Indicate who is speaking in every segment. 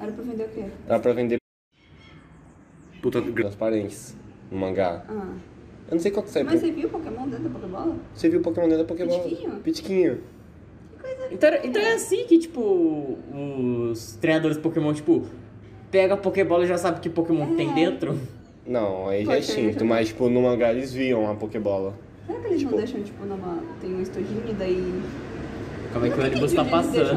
Speaker 1: Era pra vender o quê?
Speaker 2: Era pra vender
Speaker 3: Puta, gra-
Speaker 2: transparentes no mangá.
Speaker 1: Ah.
Speaker 2: Eu não sei qual que sai.
Speaker 1: Mas é
Speaker 2: pro-
Speaker 1: você viu o Pokémon dentro da Pokébola?
Speaker 2: Você viu o Pokémon dentro da Pokémon?
Speaker 1: Pitiquinho?
Speaker 2: Pitiquinho.
Speaker 1: Que coisa
Speaker 4: Então, era- então é assim que, tipo, os treinadores Pokémon, tipo, pega a Pokébola e já sabe que Pokémon
Speaker 1: É.
Speaker 4: tem dentro.
Speaker 2: Não, aí já é
Speaker 1: Poxa, eu já
Speaker 2: extinto,
Speaker 1: vi.
Speaker 2: mas tipo, no mangá eles viam a Pokébola.
Speaker 1: Será que eles
Speaker 2: Tipo-
Speaker 1: não deixam, tipo, numa. Tem um estojinho e daí.
Speaker 4: Como é que
Speaker 1: Eu
Speaker 4: o
Speaker 1: não
Speaker 4: ônibus
Speaker 1: entendi onde
Speaker 4: tá
Speaker 1: eles deixam a
Speaker 4: passando?
Speaker 2: O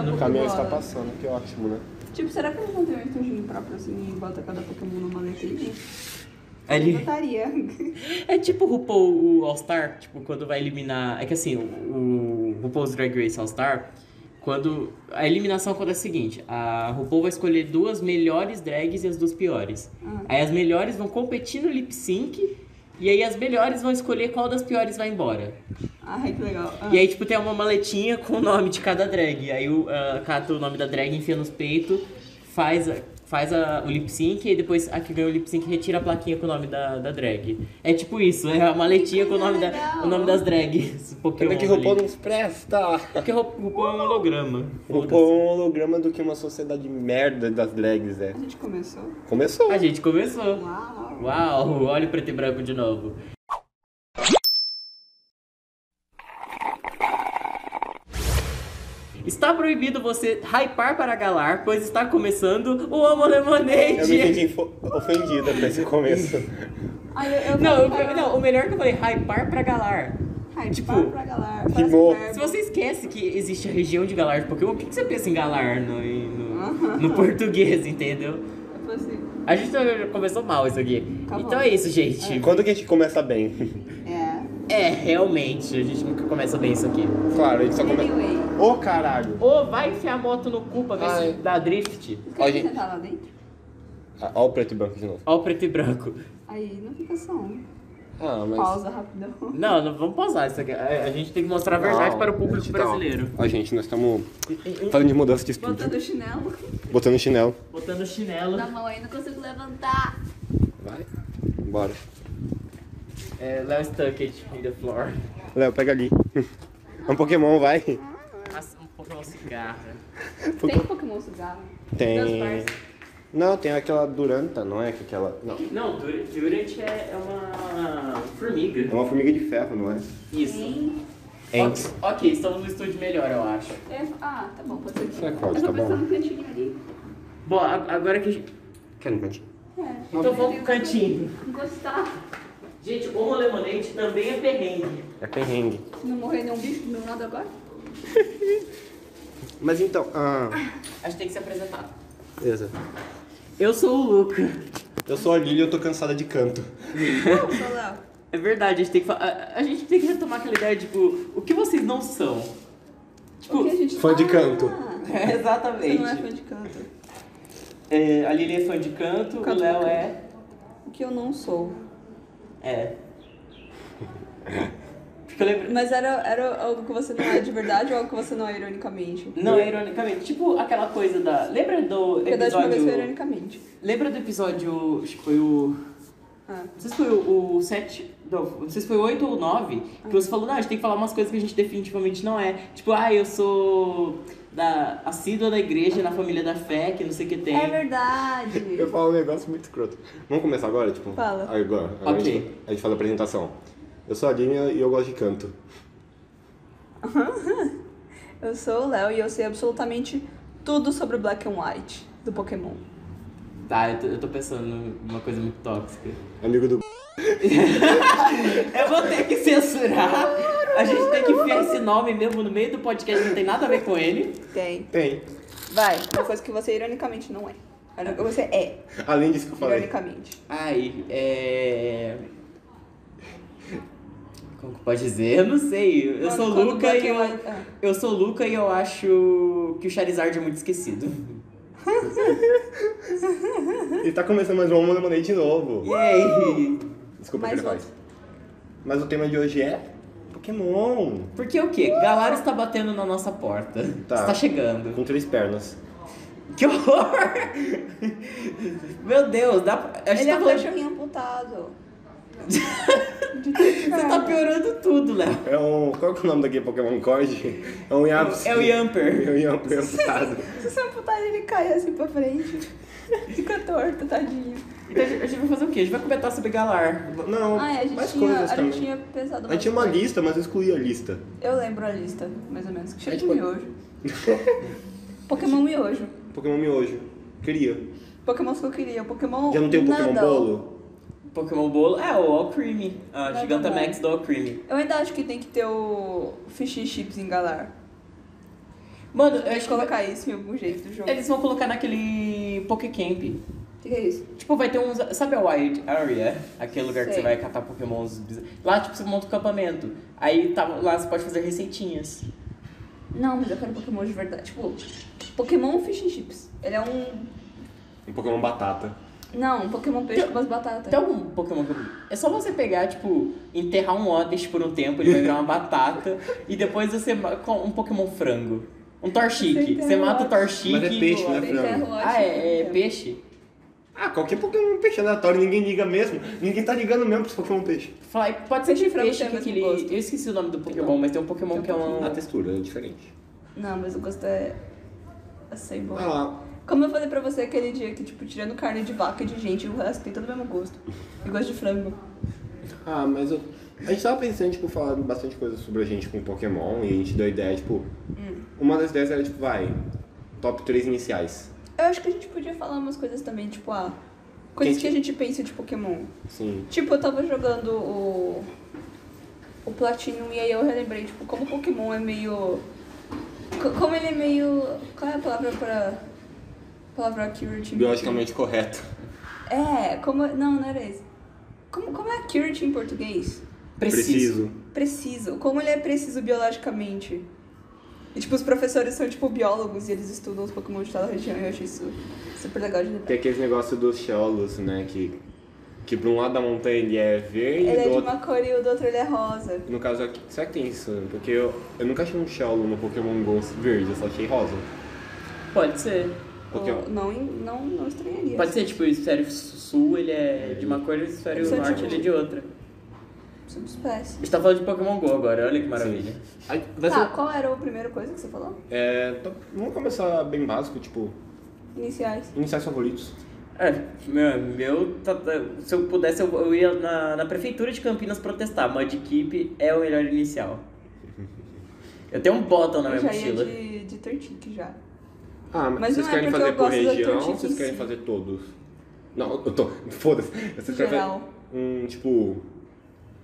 Speaker 1: Pokébola.
Speaker 2: caminhão está passando, que ótimo, né?
Speaker 1: Tipo, será que eles não têm um estojinho próprio assim e bota cada Pokémon numa letrinha? Eu
Speaker 4: Ali.
Speaker 1: botaria.
Speaker 4: É tipo o RuPaul, o All-Star, tipo, quando vai eliminar. É que assim, o, o RuPaul's Drag Race All-Star, quando. A eliminação acontece a seguinte: a RuPaul vai escolher duas melhores drags e as duas piores.
Speaker 1: Ah.
Speaker 4: Aí as melhores vão competir no lip sync. E aí as melhores vão escolher qual das piores vai embora.
Speaker 1: Ai, que legal. Ah.
Speaker 4: E aí, tipo, tem uma maletinha com o nome de cada drag. Aí o ah, cata o nome da drag, enfia nos peitos, faz, a- faz a- o lip sync e depois a que ganha o lip sync retira a plaquinha com o nome da, da drag. É tipo isso, é a maletinha
Speaker 1: Que
Speaker 4: com o nome, da,
Speaker 1: legal.
Speaker 4: o nome das drags. Pokémon
Speaker 2: Pena É que
Speaker 4: ali.
Speaker 2: RuPaul nos presta!
Speaker 4: É Porque Ru- RuPaul é um holograma.
Speaker 2: RuPaul é um holograma do que uma sociedade merda das drags, é.
Speaker 1: A gente começou.
Speaker 2: Começou!
Speaker 4: A gente começou.
Speaker 1: Uau!
Speaker 4: Uau, olha o preto e branco de novo. Está proibido você hypar para galar, pois está começando o Homo
Speaker 2: Eu me
Speaker 4: Lemonade.
Speaker 2: senti info- ofendida com esse começo.
Speaker 1: Ai, eu, eu
Speaker 4: Não,
Speaker 1: falo pra-
Speaker 4: eu- não, o melhor que eu falei, hypar para galar.
Speaker 1: Ai,
Speaker 4: tipo,
Speaker 1: para pra galar. para
Speaker 2: rimou.
Speaker 1: pra-
Speaker 4: Se você esquece que existe a região de galar de Pokémon, o que, que você pensa em galar no, em- no- no português, entendeu?
Speaker 1: Eu falei assim,
Speaker 4: A gente começou mal isso aqui.
Speaker 1: Acabou.
Speaker 4: Então é isso, gente.
Speaker 2: Quando que a gente começa bem?
Speaker 1: é.
Speaker 4: É, realmente, a gente nunca começa bem isso aqui.
Speaker 2: Claro, a
Speaker 4: Tá
Speaker 2: gente só começa.
Speaker 1: Anyway,
Speaker 2: Ô caralho!
Speaker 4: Ou vai enfiar a moto no cu pra ver
Speaker 2: Ai.
Speaker 4: se dá drift.
Speaker 1: você
Speaker 2: Ó,
Speaker 1: quer
Speaker 2: gente.
Speaker 1: sentar lá dentro?
Speaker 2: Ah, Ó o preto e branco de novo.
Speaker 4: Ó o preto e branco.
Speaker 1: Aí não fica só um.
Speaker 2: Ah, mas.
Speaker 1: Pausa rapidão.
Speaker 4: Não, não vamos pausar isso aqui. É, A a gente tem que mostrar a verdade
Speaker 2: Não,
Speaker 4: para o público
Speaker 2: gente, não.
Speaker 4: brasileiro.
Speaker 2: Ó, gente, nós estamos falando de mudança de estúdio.
Speaker 1: Botando o chinelo
Speaker 2: Botando chinelo.
Speaker 4: Botando chinelo.
Speaker 1: na mão aí, não consigo levantar.
Speaker 2: Vai. Bora.
Speaker 4: É, Léo Stuckett in the floor.
Speaker 2: Léo, pega ali. É um Pokémon, vai.
Speaker 4: Passa um pouco cigarro. É
Speaker 1: Tem Pokémon cigarro?
Speaker 2: Tem.
Speaker 1: Meus
Speaker 2: Não, tem aquela Duranta, não é? Que Aquela. Não.
Speaker 4: Não, Dur- Durant é, é uma
Speaker 2: É
Speaker 4: formiga.
Speaker 2: uma formiga de ferro, não é?
Speaker 4: Isso.
Speaker 2: Ents.
Speaker 4: Ok, ok, estamos no estúdio melhor, eu acho.
Speaker 1: É, ah, tá bom, pode ser.
Speaker 2: Isso é código,
Speaker 1: eu tô
Speaker 2: tá bom.
Speaker 1: pensando no cantinho ali.
Speaker 4: Bom, a- agora que a gente...
Speaker 2: Quer um cantinho?
Speaker 1: É,
Speaker 4: Então vamos pro cantinho.
Speaker 1: encostar.
Speaker 4: Gente, o Lemonade também é perrengue.
Speaker 2: É perrengue.
Speaker 1: Se não morrer nenhum bicho, nenhum nada agora.
Speaker 2: Mas então, ah,
Speaker 4: Acho que tem que se apresentar.
Speaker 2: beleza.
Speaker 4: Eu sou o Luca.
Speaker 2: Eu sou a Lili e eu tô cansada de canto.
Speaker 1: Não, só lá.
Speaker 4: É verdade, a gente tem que fa- a, a gente tem que retomar aquela ideia, tipo, o que vocês não são? Tipo,
Speaker 1: O que a gente
Speaker 2: Fã de
Speaker 1: Ah,
Speaker 2: canto.
Speaker 4: é,
Speaker 1: Você
Speaker 4: exatamente.
Speaker 1: não é fã de canto.
Speaker 4: É, a Lili é fã de canto,
Speaker 1: Canto
Speaker 4: o Léo
Speaker 1: do
Speaker 4: é.
Speaker 1: O que eu não sou.
Speaker 4: É. Porque eu lembro.
Speaker 1: Mas era, era algo que você não é de verdade ou algo que você não é ironicamente?
Speaker 4: Não, é ironicamente, tipo aquela coisa da. Lembra do
Speaker 1: Porque da última vez foi
Speaker 4: episódio.
Speaker 1: ironicamente.
Speaker 4: Lembra do episódio. Acho que foi o.
Speaker 1: Ah.
Speaker 4: Não sei se foi o 7. Não, não sei se foi o 8 ou 9. Que você falou, não, a gente tem que falar umas coisas que a gente definitivamente não é. Tipo, ah, eu sou da assídua da igreja, na família da fé, que não sei o que tem.
Speaker 1: É verdade.
Speaker 2: Eu falo um negócio muito escroto. Vamos começar agora, tipo?
Speaker 1: Fala.
Speaker 2: Agora. agora
Speaker 4: Ok.
Speaker 2: A gente, a gente fala a apresentação. Eu sou a Lili e eu gosto de canto.
Speaker 1: Eu sou o Léo e eu sei absolutamente tudo sobre o Black and White do Pokémon.
Speaker 4: Tá, eu tô, eu tô pensando numa coisa muito tóxica.
Speaker 2: Amigo do...
Speaker 4: Eu vou ter que censurar. A gente tem que enfiar esse nome mesmo no meio do podcast, não tem nada a ver com ele.
Speaker 1: Tem.
Speaker 2: Tem.
Speaker 1: Vai, uma coisa que você ironicamente não é. Era o que Você é,
Speaker 2: Além disso que eu falei.
Speaker 1: ironicamente.
Speaker 4: Ai, é. Como que pode dizer? Eu não sei. Eu
Speaker 1: Quando-
Speaker 4: sou
Speaker 1: quando
Speaker 4: Luca e
Speaker 1: Black
Speaker 4: eu.
Speaker 1: and White- ah.
Speaker 4: Eu sou Luca e eu acho que o Charizard é muito esquecido.
Speaker 2: E tá começando mais um Homo Lemonade de novo.
Speaker 4: Yay!
Speaker 2: Desculpa,
Speaker 1: é Mais
Speaker 2: que ele
Speaker 1: outro.
Speaker 2: faz. Mas o tema de hoje é... Pokémon.
Speaker 4: Porque o quê? Galar está batendo na nossa porta.
Speaker 2: Tá.
Speaker 4: Está chegando.
Speaker 2: Com três pernas.
Speaker 4: Que horror! Meu Deus, dá pra... A
Speaker 1: Ele
Speaker 4: gente
Speaker 1: é
Speaker 4: tá
Speaker 1: um
Speaker 4: falando-
Speaker 1: cachorrinho amputado.
Speaker 4: Você tá piorando tudo, Léo.
Speaker 2: É um. Qual que é o nome daquele Pokémon Cord? É um Yamps.
Speaker 4: É o Yamper.
Speaker 2: É o Yamper amputado.
Speaker 1: Se você amputar ele, ele cai assim pra frente. Fica torto, tadinho.
Speaker 4: Então a gente- a gente vai fazer o quê? A gente vai comentar sobre Galar.
Speaker 2: Não,
Speaker 1: Ah, é, a gente,
Speaker 2: mais
Speaker 1: tinha,
Speaker 2: coisas
Speaker 1: a
Speaker 2: também.
Speaker 1: gente tinha pensado
Speaker 2: A gente tinha uma
Speaker 1: bastante.
Speaker 2: lista, mas eu excluí a lista.
Speaker 1: Eu lembro a lista, mais ou menos. Que cheiro
Speaker 2: A
Speaker 1: de
Speaker 2: gente pode-
Speaker 1: miojo. Pokémon miojo.
Speaker 2: Pokémon Miojo. Queria.
Speaker 1: Pokémons que eu queria. Pokémon.
Speaker 2: Já não tem o Pokémon
Speaker 1: nada.
Speaker 2: Bolo?
Speaker 4: Pokémon Bolo. É, o Alcremie. A
Speaker 1: Vai
Speaker 4: Gigantamax do Alcremie.
Speaker 1: Eu ainda acho que tem que ter o Fish and Chips em Galar.
Speaker 4: Mano, eu
Speaker 1: Eu acho
Speaker 4: acho
Speaker 1: que
Speaker 4: que vai-
Speaker 1: colocar isso em algum jeito do jogo.
Speaker 4: eles vão colocar naquele Pokécamp.
Speaker 1: O que que é isso?
Speaker 4: Tipo, vai ter uns. Sabe a Wild Area? Aquele lugar que
Speaker 1: Sei.
Speaker 4: você vai catar pokémons. bizar- Lá, tipo, você monta um campamento. Aí tá, lá você pode fazer receitinhas.
Speaker 1: Não, mas eu quero Pokémon de verdade. Tipo, Pokémon Fish and Chips. Ele é um.
Speaker 2: Um Pokémon Batata.
Speaker 1: Não, um Pokémon peixe
Speaker 4: Tem-
Speaker 1: com umas batatas.
Speaker 4: Tem algum Pokémon que. É só você pegar, tipo, enterrar um Oddish por um tempo, ele vai virar uma batata. e depois você. ma- com Um Pokémon frango. Um
Speaker 1: Você
Speaker 4: Torchic. Você,
Speaker 1: enterra um
Speaker 4: mata o
Speaker 1: Oddish.
Speaker 4: Torchic.
Speaker 2: Mas é
Speaker 4: e-
Speaker 2: peixe, né?
Speaker 1: Peixe é
Speaker 2: frango.
Speaker 1: rocha,
Speaker 4: Ah, é, é
Speaker 1: então.
Speaker 4: peixe?
Speaker 2: Ah, qualquer Pokémon peixe aleatório, ninguém liga mesmo. Ninguém tá ligando mesmo pros Pokémon peixe.
Speaker 4: Fly, pode ser de
Speaker 1: Peixe frango
Speaker 4: peixe
Speaker 1: tem
Speaker 4: que
Speaker 1: o mesmo
Speaker 4: aquele.
Speaker 1: gosto.
Speaker 4: Eu esqueci o nome do Pokémon, mas tem um Pokémon
Speaker 1: Tem um
Speaker 4: que é um.
Speaker 2: A textura é diferente.
Speaker 1: Não, mas o gosto é. Assim, bom.
Speaker 2: Ah lá.
Speaker 1: Como eu falei pra você aquele dia que, tipo, tirando carne de vaca e de gente, o resto tem todo o mesmo gosto. Eu gosto de frango.
Speaker 2: Ah, mas eu. A gente tava pensando, tipo, falar bastante coisa sobre a gente com Pokémon e a gente deu a ideia, tipo.
Speaker 1: Hum.
Speaker 2: Uma das ideias era, tipo, vai, top 3 iniciais.
Speaker 1: Eu acho que a gente podia falar umas coisas também, tipo, ah, coisas que a gente pensa de Pokémon.
Speaker 2: Sim.
Speaker 1: Tipo, eu tava jogando o. o Platinum e aí eu relembrei, tipo, como o Pokémon é meio. co- Como ele é meio. Qual é a palavra pra. Palavra accurate? em
Speaker 2: Biologicamente correto.
Speaker 1: português? É, como. Não, não era isso. Como, como é accurate em português?
Speaker 4: Preciso.
Speaker 1: Preciso. Como ele é preciso biologicamente? E, tipo, os professores são, tipo, biólogos e eles estudam os Pokémon de tal região e eu achei isso super legal de lembrar.
Speaker 2: Tem é aquele negócio dos Xeolus, né? Que, que pra um lado da montanha ele é verde,
Speaker 1: Ele é de
Speaker 2: do outro.
Speaker 1: uma cor e o do outro ele é rosa.
Speaker 2: No caso aqui, será que tem isso? né? Porque eu, eu nunca achei um Xeolus no Pokémon Go verde, eu só achei rosa.
Speaker 4: Pode ser.
Speaker 2: Porque, ó,
Speaker 1: Ou- Não, não, não estranharia.
Speaker 4: Pode ser, tipo, o hemisfério sul ele é de uma cor e o hemisfério
Speaker 1: Pode ser,
Speaker 4: norte
Speaker 1: tipo-
Speaker 4: ele é de outra.
Speaker 1: Subespécie.
Speaker 4: A gente tá falando de Pokémon GO agora, olha que maravilha.
Speaker 2: Aí, vai
Speaker 1: Tá,
Speaker 2: ser-
Speaker 1: qual era a primeira coisa que você falou?
Speaker 2: é, top- vamos começar bem básico, tipo,
Speaker 1: Iniciais.
Speaker 2: iniciais favoritos.
Speaker 4: É, meu, meu tá- tá- se eu pudesse eu, eu ia na, na prefeitura de Campinas protestar. Mudkip é o melhor inicial. Eu tenho um botão na
Speaker 1: Eu
Speaker 4: minha
Speaker 1: já ia
Speaker 4: mochila.
Speaker 1: de, de Tortique já.
Speaker 2: Ah, mas,
Speaker 1: Mas
Speaker 2: vocês
Speaker 1: não é
Speaker 2: querem
Speaker 1: porque
Speaker 2: fazer
Speaker 1: eu
Speaker 2: por
Speaker 1: gosto da
Speaker 2: região ou
Speaker 1: Tortiquis.
Speaker 2: vocês querem fazer todos? Não, eu tô. Foda-se. Vocês querem
Speaker 1: Geral.
Speaker 2: fazer um, tipo.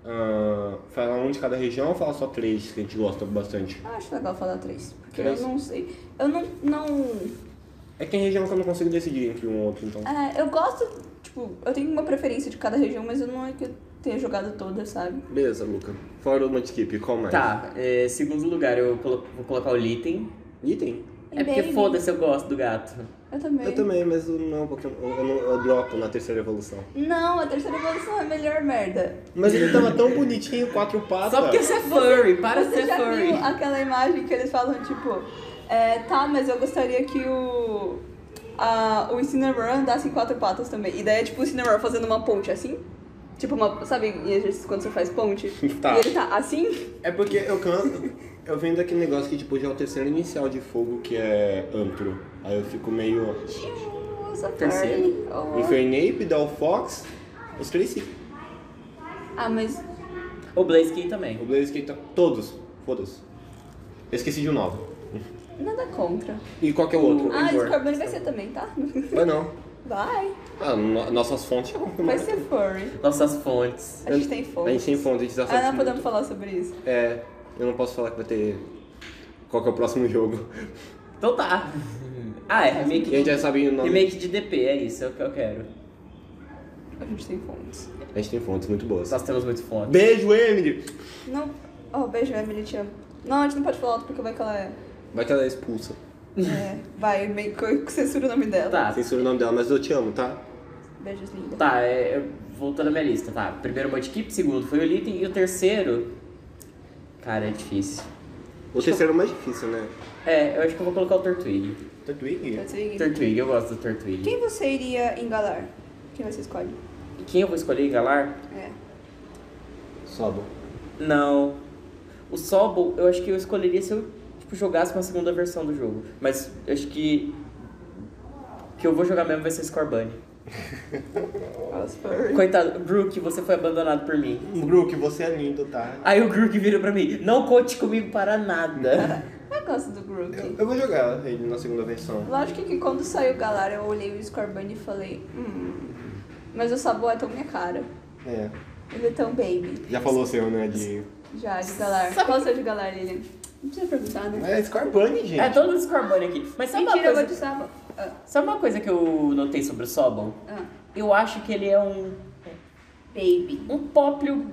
Speaker 2: ah, falar um de cada região ou falar só três que a gente gosta bastante?
Speaker 1: Eu Ah, acho legal falar três. Porque
Speaker 2: Três?
Speaker 1: eu não sei. Eu não. não
Speaker 2: É que tem região que eu não consigo decidir entre um ou outro, então.
Speaker 1: é, eu gosto. Tipo, eu tenho uma preferência de cada região, mas eu não é que eu tenha jogado todas, sabe?
Speaker 2: Beleza, Luca. Fora o Mudkip, qual mais?
Speaker 4: Tá, é, segundo lugar eu colo- vou colocar o Litten.
Speaker 2: Item?
Speaker 4: É porque
Speaker 1: Baby.
Speaker 4: foda-se, eu gosto do gato.
Speaker 1: Eu também.
Speaker 2: Eu também, mas eu não, porque eu, eu não- eu dropo na terceira evolução.
Speaker 1: Não, a terceira evolução é a melhor merda.
Speaker 2: Mas ele tava tão bonitinho, quatro patas.
Speaker 4: Só porque você é furry, para de
Speaker 1: Você
Speaker 4: ser
Speaker 1: já
Speaker 4: furry.
Speaker 1: viu aquela imagem que eles falam, tipo, é, tá, mas eu gostaria que o. A, o Incineroar andasse em quatro patas também. E daí é tipo o Incineroar fazendo uma ponte assim. Tipo uma. Sabe em exercício quando você faz ponte?
Speaker 2: Tá.
Speaker 1: E ele tá assim?
Speaker 2: É porque eu canto. Eu venho daquele negócio que, tipo, já é o terceiro inicial de fogo, que é antro. Aí eu fico meio.
Speaker 1: Nossa,
Speaker 4: Terceiro.
Speaker 1: cara. Oh.
Speaker 2: Infernape, Delphox, os três sim.
Speaker 1: Ah, mas.
Speaker 4: O Blaziken também.
Speaker 2: O Blaze Skate, todos. Foda-se. Eu esqueci de um novo.
Speaker 1: Nada contra.
Speaker 2: E qual que é o outro?
Speaker 1: Ah,
Speaker 4: Igor.
Speaker 1: Scorbunny vai ser também, tá?
Speaker 2: Mas não.
Speaker 1: Vai.
Speaker 2: Ah, no- nossas fontes já
Speaker 1: Vai ser furry.
Speaker 4: Nossas fontes.
Speaker 1: A gente tem fonte.
Speaker 2: A gente tem fontes, a gente tá
Speaker 1: Ah, não
Speaker 2: satisfeito.
Speaker 1: podemos falar sobre isso.
Speaker 2: É, eu não posso falar que vai ter. Qual que é o próximo jogo?
Speaker 4: Então tá. Ah, é remake
Speaker 2: E a gente já sabe o nome.
Speaker 4: Remake de DP, é isso, é o que eu quero.
Speaker 1: A gente tem fontes.
Speaker 2: A gente tem fontes muito boas.
Speaker 4: Nós temos muito fonte.
Speaker 2: Beijo, Emily!
Speaker 1: Não. Oh, beijo, Emily, te amo. Não, a gente não pode falar alto porque vai que ela é.
Speaker 2: Vai que ela é expulsa.
Speaker 1: É, vai, meio que eu censuro o nome dela.
Speaker 4: Tá,
Speaker 2: Censura o nome dela, mas eu te amo, tá?
Speaker 1: Beijos, linda.
Speaker 4: tá, é, eu- voltando à minha lista, tá. Primeiro o Mudkip, segundo foi o Litten e o terceiro. Cara, é difícil.
Speaker 2: O terceiro é o mais difícil, né?
Speaker 4: É, eu acho que eu vou colocar o Tortwig.
Speaker 2: Tatooine?
Speaker 1: Tá seguindo.
Speaker 4: Tortwig, eu gosto do Tortwig.
Speaker 1: Quem você iria engalar? Quem você escolhe?
Speaker 4: E Quem eu vou escolher em Galar?
Speaker 1: É.
Speaker 2: Sobo.
Speaker 4: Não. O Sobol, eu acho que eu escolheria se eu tipo, jogasse uma segunda versão do jogo. Mas eu acho que. que eu vou jogar mesmo vai ser Scorbunny. Coitado, Brook, você foi abandonado por mim.
Speaker 2: Brook, você é lindo, tá?
Speaker 1: Ah,
Speaker 4: Aí o Brook vira pra mim: Não conte comigo para nada.
Speaker 1: Eu gosto do Groot.
Speaker 2: Eu, eu vou jogar ele na segunda versão.
Speaker 1: Lógico que quando saiu Galar, eu olhei o Scorbunny e falei, hum. Mas o sabor é tão minha cara.
Speaker 2: É.
Speaker 1: Ele é tão baby.
Speaker 2: Já falou seu, né, de...
Speaker 1: Já, de Galar. Qual é o seu de Galar, Lilian? Não precisa perguntar, né?
Speaker 2: É Scorbunny, gente.
Speaker 4: É todo Scorbunny aqui. Mas sabe
Speaker 1: Mentira, eu
Speaker 4: uma
Speaker 1: vou de
Speaker 4: coisa,
Speaker 1: Saba. Ah,
Speaker 4: sabe uma coisa que eu notei sobre o Sobol?
Speaker 1: ah.
Speaker 4: Eu acho que ele é um.
Speaker 1: Baby.
Speaker 4: um póplio,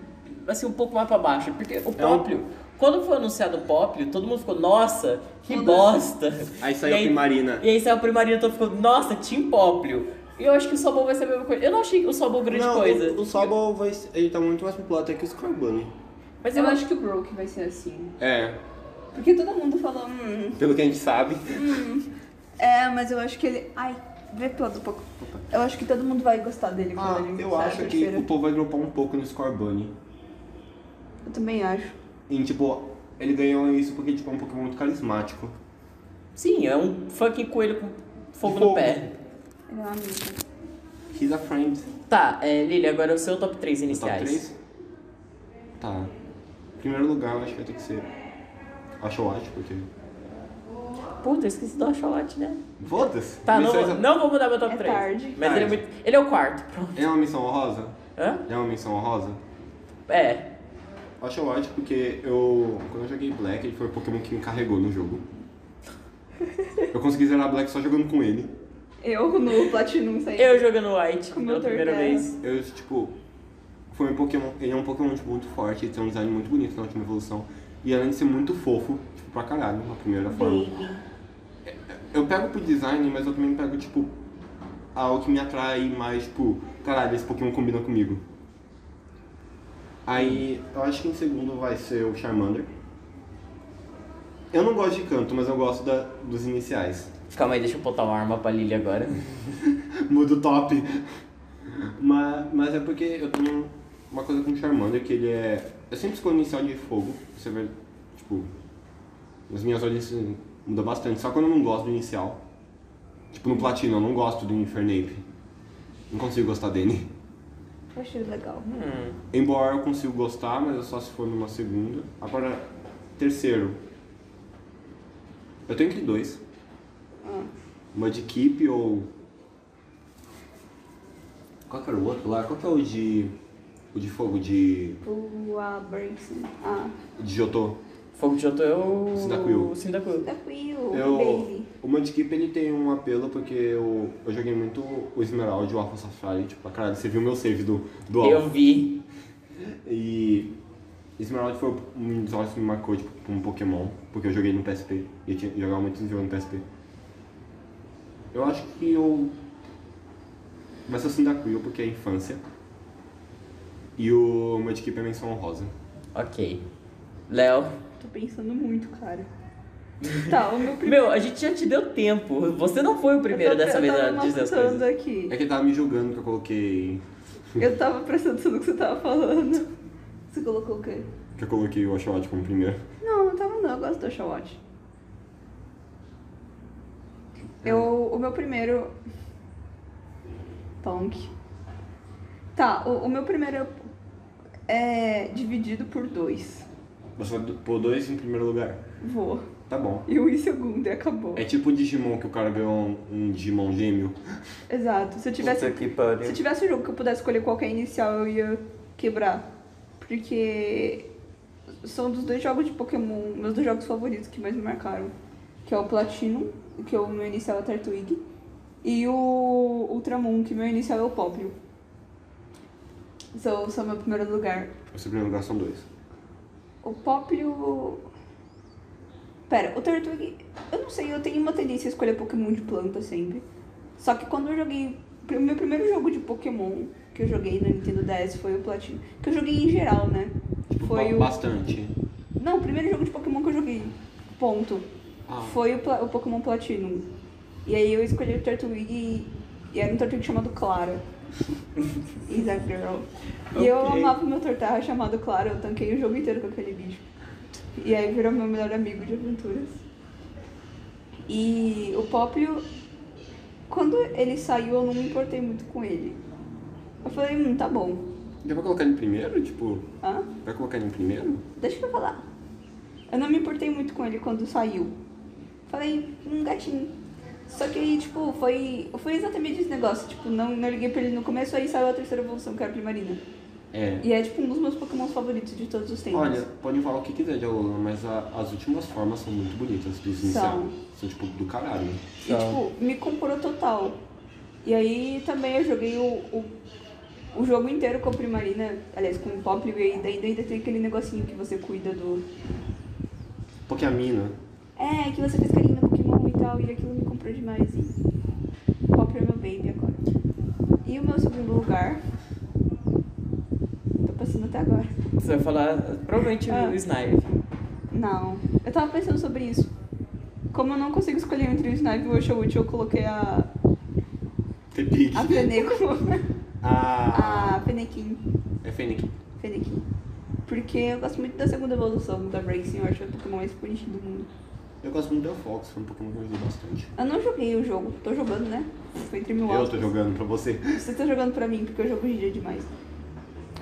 Speaker 4: assim, um pouco mais pra baixo. Porque
Speaker 2: É um
Speaker 4: o póplio, quando foi anunciado o póplio, todo mundo ficou, nossa, que bosta.
Speaker 2: Aí saiu
Speaker 4: E
Speaker 2: a Primarina.
Speaker 4: É, E aí saiu a primarina, todo mundo ficou, nossa, Team Póplio. E eu acho que o Sobol vai ser a mesma coisa. Eu não achei o Sobol um grande
Speaker 2: Não,
Speaker 4: coisa.
Speaker 2: o, o Sobol vai, ser- ele tá muito mais popular até que o Scorbunny.
Speaker 4: Mas
Speaker 1: Eu acho que o Brook vai ser assim.
Speaker 2: É,
Speaker 1: Porque todo mundo fala, hum.
Speaker 2: pelo que a gente sabe.
Speaker 1: É, mas eu acho que ele. Ai, vê todo um pouco. Eu acho que todo mundo vai gostar dele quando ele
Speaker 2: Ah, eu
Speaker 1: sair a
Speaker 2: acho que
Speaker 1: terceira.
Speaker 2: o povo vai dropar um pouco no Scorbunny.
Speaker 1: Eu também acho.
Speaker 2: E, tipo, ele ganhou isso porque, tipo, é um Pokémon muito carismático.
Speaker 4: Sim, é um fucking coelho com fogo
Speaker 2: Fogo.
Speaker 4: no pé.
Speaker 1: Ele é um amigo.
Speaker 2: He's a friend.
Speaker 4: Tá, é, Lili, agora é o seu top 3
Speaker 2: Top
Speaker 4: iniciais.
Speaker 2: 3? Tá. Primeiro lugar, eu acho que vai ter que ser... Acho eu acho, porque...
Speaker 4: Puta, eu esqueci do Oxalate, né?
Speaker 2: Foda-se.
Speaker 4: Tá, não,
Speaker 2: Missões-
Speaker 4: não vou mudar meu top
Speaker 1: É
Speaker 4: 3.
Speaker 1: tarde.
Speaker 4: Mas ele é
Speaker 2: Tarde.
Speaker 4: muito. Ele é o quarto, pronto.
Speaker 2: É uma missão honrosa?
Speaker 4: Hã?
Speaker 2: É uma missão honrosa?
Speaker 4: É.
Speaker 2: Acho ótimo porque eu. Quando eu joguei Black, ele foi o Pokémon que me carregou no jogo. Eu consegui zerar Black só jogando com ele.
Speaker 1: Eu no Platinum saí.
Speaker 4: Eu jogando White
Speaker 1: Como
Speaker 4: pela
Speaker 1: eu tô
Speaker 4: primeira
Speaker 1: orgulhosa.
Speaker 4: vez.
Speaker 2: Eu, tipo. Foi um Pokémon. Ele é um Pokémon tipo, muito forte, ele tem um design muito bonito na última evolução. E além de ser muito fofo, tipo, pra caralho, na primeira forma. Eu pego pro design, mas eu também pego, tipo, algo que me atrai mais, tipo, caralho, esse Pokémon combina comigo. Aí, eu acho que em segundo vai ser o Charmander. Eu não gosto de canto, mas eu gosto da, dos iniciais.
Speaker 4: Calma aí, deixa eu botar uma arma pra Lily agora.
Speaker 2: Muda o top. Mas, mas é porque eu tenho uma coisa com o Charmander, que ele é... Eu sempre escolho o inicial de fogo, você vê, tipo... Nas minhas olhas isso muda bastante, só quando eu não gosto do inicial. Tipo, no Platino, eu não gosto do Infernape. Não consigo gostar dele.
Speaker 1: Eu achei legal. né?
Speaker 4: Hum.
Speaker 2: Embora eu consiga gostar, mas é só se for numa segunda. Agora, terceiro. Eu tenho entre dois. Mudkip ou... Qual que era o outro lá? Qual que é o de... O de fogo de...
Speaker 1: Boa, Branson. Ah,
Speaker 2: De Jotô?
Speaker 4: Fogo de Jotô é o.
Speaker 2: Sindacuil.
Speaker 4: Sindacuil.
Speaker 1: tranquilo,
Speaker 2: Eu,
Speaker 1: baby.
Speaker 2: o Mudkip ele tem um apelo porque eu, eu joguei muito o Esmeralda e o Alpha Safari, tipo, pra caralho, você viu meu save do, do Alpha.
Speaker 4: Eu vi.
Speaker 2: E Esmeralda foi um dos jogos que me marcou, tipo, pra um Pokémon, porque eu joguei no PSP, e eu tinha, eu jogava muito esse jogo no PSP. Eu acho que eu... Vai ser o Cyndaquil, porque é infância. E o Mudkip é menção honrosa.
Speaker 4: Ok. Léo.
Speaker 1: Tô pensando muito, cara. Tá, o meu primeiro.
Speaker 4: Meu, a gente já te deu tempo. Você não foi o primeiro
Speaker 1: eu tô-
Speaker 4: dessa vez
Speaker 1: eu
Speaker 4: a
Speaker 1: tava
Speaker 4: dizer as
Speaker 1: matutando
Speaker 4: coisas.
Speaker 1: aqui.
Speaker 2: É que ele tava me julgando que eu coloquei...
Speaker 1: Eu tava prestando atenção no que você tava falando. Você colocou o quê?
Speaker 2: que eu coloquei o Oshawott como primeiro.
Speaker 1: Não, não tava não, eu gosto do Oshawott. Eu, o meu primeiro... Tonk. Tá, o, o meu primeiro é dividido por dois.
Speaker 2: Você vai pôr dois em primeiro lugar.
Speaker 1: Vou.
Speaker 2: Tá bom.
Speaker 1: E um em segundo, e acabou.
Speaker 2: É tipo o Digimon que o cara ganhou um, um Digimon gêmeo.
Speaker 1: Exato. Se eu tivesse...
Speaker 4: que pariu.
Speaker 1: Se tivesse um jogo que eu pudesse escolher qualquer inicial, eu ia quebrar. Porque são dos dois jogos de Pokémon, meus dois jogos favoritos que mais me marcaram. Que é o Platinum, que é o meu inicial é Tartwig. E o Ultramon, que meu inicial é o Popio. São são meu primeiro lugar.
Speaker 2: O seu primeiro lugar são dois.
Speaker 1: O Popio... Pera, o Turtwig... Eu não sei, eu tenho uma tendência a escolher Pokémon de planta sempre. Só que quando eu joguei... O meu primeiro jogo de Pokémon que eu joguei no Nintendo DS foi o Platinum. Que eu joguei em geral, né?
Speaker 2: Tipo,
Speaker 1: Foi
Speaker 2: ba-
Speaker 1: o...
Speaker 2: bastante.
Speaker 1: Não, o primeiro jogo de Pokémon que eu joguei. Ponto.
Speaker 2: Ah.
Speaker 1: Foi o, Pla- o Pokémon Platinum. E aí eu escolhi o Turtwig e, E era um torteiro chamado Clara. Isaac Girl. E eu
Speaker 2: Ok.
Speaker 1: amava meu tortarra chamado Clara, eu tanquei o jogo inteiro com aquele bicho. E aí virou meu melhor amigo de aventuras. E o Popio, quando ele saiu, eu não me importei muito com ele. Eu falei, hum, tá bom.
Speaker 2: Já Então vai colocar ele em primeiro? Tipo,
Speaker 1: Hã?
Speaker 2: vai colocar ele em primeiro?
Speaker 1: Deixa eu falar. Eu não me importei muito com ele quando saiu. Falei, um gatinho. Só que aí, tipo, foi, foi exatamente esse negócio. Tipo, não, não liguei pra ele no começo, aí saiu a terceira evolução, que era a Primarina.
Speaker 2: É.
Speaker 1: E é, tipo, um dos meus pokémons favoritos de todos os tempos.
Speaker 2: Olha, podem falar o que quiser de Alolan, mas a- as últimas formas são muito bonitas dos iniciais. São tipo do caralho.
Speaker 1: E, tipo, me comprou total. E aí também eu joguei o, o, o jogo inteiro com a Primarina, aliás, com o Popplio, e aí daí ainda tem aquele negocinho que você cuida do.
Speaker 2: Porque a mina.
Speaker 1: É, que você fez carinho no Pokémon e tal, e aquilo me comprou demais. E Popplio é meu baby agora. E o meu segundo lugar. Tô passando até agora.
Speaker 4: Você vai falar provavelmente
Speaker 1: Ah.
Speaker 4: o Snipe.
Speaker 1: Não. Eu tava pensando sobre isso. Como eu não consigo escolher entre o Snipe e o Oshawott, eu coloquei a.
Speaker 2: The Pig.
Speaker 1: a Fene como.
Speaker 2: A.
Speaker 1: a Fenequim.
Speaker 2: Ah, É Fennec.
Speaker 1: Fennekin. Porque eu gosto muito da segunda evolução da Racing, eu acho o Pokémon mais bonitinho do mundo.
Speaker 2: Eu gosto muito da Fox, foi um Pokémon que eu joguei bastante.
Speaker 1: Eu não joguei o jogo, tô jogando, né? Foi entre mil
Speaker 2: Eu tô
Speaker 1: aspas.
Speaker 2: jogando pra você.
Speaker 1: Você tá jogando pra mim, porque eu jogo hoje em dia demais.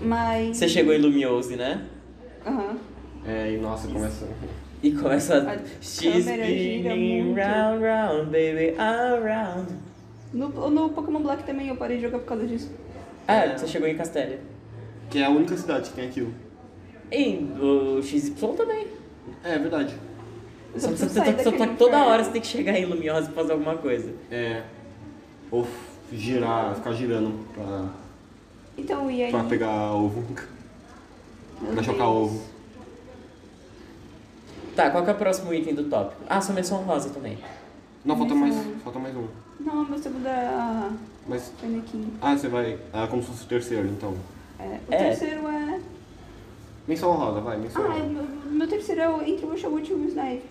Speaker 1: Mas.
Speaker 4: Você chegou em Lumiose, né?
Speaker 1: Aham.
Speaker 2: É, e nossa, começa.
Speaker 4: E começa a...
Speaker 1: A
Speaker 4: She's
Speaker 1: câmera gira
Speaker 4: spinning
Speaker 1: muito.
Speaker 4: round, round, baby, around.
Speaker 1: No, no Pokémon Black também eu parei de jogar por causa disso.
Speaker 4: Ah, você chegou em Castélia.
Speaker 2: Que é a única cidade que tem aquilo.
Speaker 4: E o XY também.
Speaker 2: É, é verdade.
Speaker 1: Eu
Speaker 4: Só que
Speaker 1: preciso
Speaker 4: você
Speaker 1: sair
Speaker 4: tá, só
Speaker 1: daquele
Speaker 4: tá- toda
Speaker 1: inferno.
Speaker 4: hora você tem que chegar em Lumiose pra fazer alguma coisa.
Speaker 2: É. Ou f- girar, ficar girando pra,
Speaker 1: Então, e aí?
Speaker 2: pra pegar ovo.
Speaker 1: Meu
Speaker 2: pra chocar
Speaker 1: Deus.
Speaker 2: ovo.
Speaker 4: Tá, qual que é o próximo item do tópico? Ah, sua menção rosa também.
Speaker 2: Não, falta mais.
Speaker 1: Mais
Speaker 2: Falta mais um.
Speaker 1: Não, meu segundo é a
Speaker 2: Mas.
Speaker 1: Fennekin.
Speaker 2: Ah, você vai. Ah, como se fosse o terceiro, então.
Speaker 1: É, o
Speaker 4: É.
Speaker 1: terceiro é.
Speaker 2: Menção roda, vai, menção
Speaker 1: Ah, é-
Speaker 2: rosa.
Speaker 1: meu, meu terceiro é o- entre o Oshawott e o Snipe.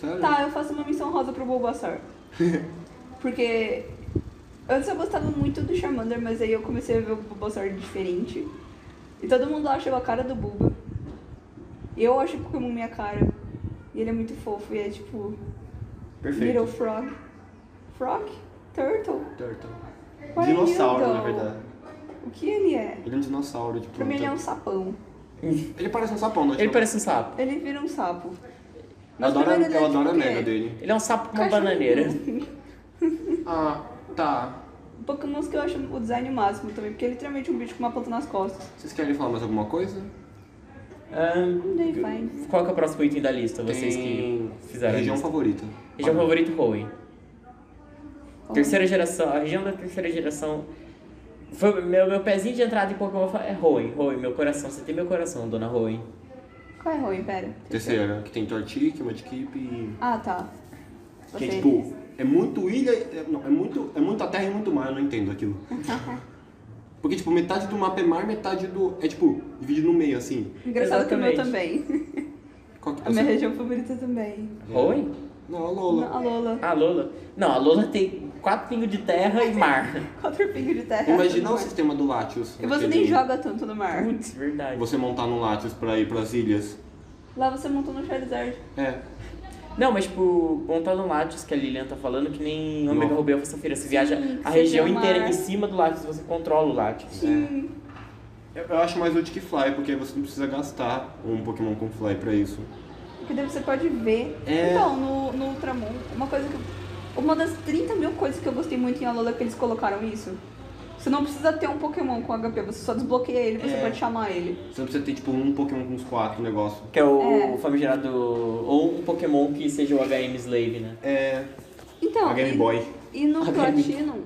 Speaker 2: Sério?
Speaker 1: Tá, eu faço uma missão rosa pro Bulbasaur. Porque antes eu gostava muito do Charmander, mas aí eu comecei a ver o Bulbasaur diferente. E todo mundo acha eu a cara do Bulba. E eu acho o Pokémon minha cara. E ele é muito fofo e é tipo. Little
Speaker 2: Perfeito.
Speaker 1: Frog. Frog? Turtle?
Speaker 2: Turtle.
Speaker 1: What are you
Speaker 2: Dinossauro, na
Speaker 1: though?
Speaker 2: verdade.
Speaker 1: O que ele é?
Speaker 2: Ele é um dinossauro de
Speaker 1: Pra
Speaker 2: planta.
Speaker 1: mim ele é um sapão.
Speaker 2: Ele parece um sapão, não é?
Speaker 4: Ele parece um sapo.
Speaker 1: Ele vira um sapo.
Speaker 2: Eu adoro,
Speaker 1: primeiro
Speaker 2: eu
Speaker 1: ele é
Speaker 2: adoro a
Speaker 1: tipo o quê?
Speaker 2: mega dele.
Speaker 4: Ele é um sapo com uma
Speaker 1: Cachorro.
Speaker 4: bananeira.
Speaker 2: Ah, tá.
Speaker 1: Pokémons que eu acho o design o máximo também, porque ele é literalmente um bicho com uma planta nas costas.
Speaker 2: Vocês querem falar mais alguma coisa?
Speaker 4: Ahn,
Speaker 1: Daí vai.
Speaker 4: qual que é o próximo item da lista, vocês
Speaker 2: Tem
Speaker 4: que fizeram a
Speaker 2: Região
Speaker 4: lista?
Speaker 2: favorita.
Speaker 4: Região favorita, Hoenn. Terceira geração, a região da terceira geração. Foi meu, meu pezinho de entrada em Pokémon foi- é Hoenn, Hoenn, meu coração, você tem meu coração, dona Hoenn.
Speaker 1: Qual é ruim, pera?
Speaker 2: Terceira, que tem Tortique, Mudkip e...
Speaker 1: Ah, tá.
Speaker 2: Que é
Speaker 1: Você-
Speaker 2: tipo, é muito ilha, é, não, é muito, é muita terra e muito mar, eu não entendo aquilo. Porque, tipo, metade do mapa é mar, metade do... É, tipo, dividido no meio, assim.
Speaker 1: Engraçado que o meu
Speaker 4: Exatamente.
Speaker 1: também.
Speaker 2: Qual que
Speaker 1: A minha
Speaker 2: você-
Speaker 1: região favorita também.
Speaker 2: Uhum.
Speaker 4: Hoenn?
Speaker 2: Não, a
Speaker 1: Não,
Speaker 2: Lola.
Speaker 1: A Lola.
Speaker 4: Ah, Lola? Não, a Lola tem quatro pingos de terra e mar.
Speaker 1: Quatro pingos de terra. é.
Speaker 2: Imagina o sistema do Latios.
Speaker 1: E você nem joga tanto no mar.
Speaker 4: Putz, verdade.
Speaker 2: Você montar no Latios pra ir pras ilhas.
Speaker 1: Lá você montou no Charizard.
Speaker 2: É.
Speaker 4: Não, mas tipo, montar no Latios, que a Lilian tá falando, que nem Omega
Speaker 2: Não.
Speaker 4: Rubel você feira, você viaja
Speaker 1: Sim,
Speaker 4: a
Speaker 1: você
Speaker 4: região
Speaker 1: vê o
Speaker 4: inteira
Speaker 1: mar.
Speaker 4: em cima do Latios, você controla o Latios.
Speaker 1: Sim.
Speaker 2: Eu, eu acho mais útil que Fly, porque aí você não precisa gastar um Pokémon com Fly pra isso.
Speaker 1: Porque daí você pode ver.
Speaker 2: É.
Speaker 1: Então, no, no Ultramon, uma coisa que. eu- Uma das 30 mil coisas que eu gostei muito em Alola é que eles colocaram isso. Você não precisa ter um Pokémon com HP, você só desbloqueia ele, você
Speaker 2: É.
Speaker 1: pode chamar ele.
Speaker 2: Você não precisa ter, tipo, um Pokémon com os quatro negócio.
Speaker 4: Que é o
Speaker 1: É.
Speaker 4: famigerado. Ou um Pokémon que seja o HM Slave, né?
Speaker 2: É.
Speaker 1: Então.
Speaker 2: A Game
Speaker 1: e-
Speaker 2: Boy.
Speaker 1: E no
Speaker 4: A Game-
Speaker 1: Platinum,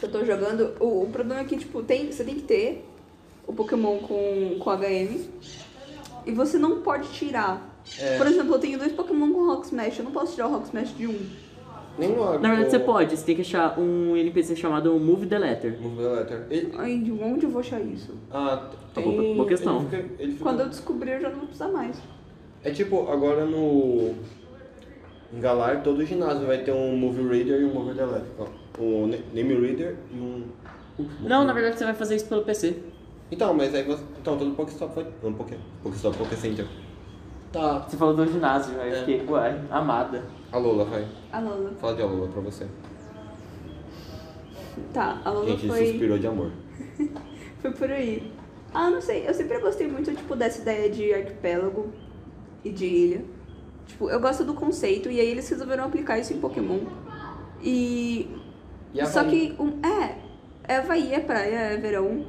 Speaker 1: que eu tô jogando, o, o problema é que, tipo, tem, você tem que ter o Pokémon com, com HM. E você não pode tirar.
Speaker 2: É.
Speaker 1: Por exemplo, eu tenho dois Pokémon com Rock Smash, eu não posso tirar o Rock Smash de um.
Speaker 2: Nem logo.
Speaker 4: Na verdade, você pode, você tem que achar um NPC chamado Move the Letter.
Speaker 1: Ai, de onde eu vou achar isso?
Speaker 2: Ah,
Speaker 4: tem- Tá boa- boa questão.
Speaker 2: Ele fica, ele fica-
Speaker 1: Quando eu descobrir, eu já não vou precisar mais.
Speaker 2: É tipo, agora no. Em Galar, todo ginásio vai ter um Move Raider e um Move Elétrico. ó. um na- name reader e um.
Speaker 4: Não, na verdade você vai fazer isso pelo PC.
Speaker 2: Então, mas aí você. Então, todo Pokéstop foi. Não, Poké. Pokéstop, Pokécenter. Tá.
Speaker 4: Você falou do ginásio, aí eu
Speaker 2: É.
Speaker 4: fiquei, uai, amada.
Speaker 2: A Lola, vai.
Speaker 1: A Lola.
Speaker 2: Fala de a Lola pra você.
Speaker 1: Tá, a Lola
Speaker 2: Gente,
Speaker 1: foi.
Speaker 2: suspirou de amor.
Speaker 1: Foi por aí. Ah, não sei. Eu sempre gostei muito, tipo, dessa ideia de arquipélago e de ilha. Tipo, eu gosto do conceito e aí eles resolveram aplicar isso em Pokémon. E.
Speaker 2: E a
Speaker 1: Só
Speaker 2: Havaí?
Speaker 1: que. Um, é. É Havaí, é praia, é verão.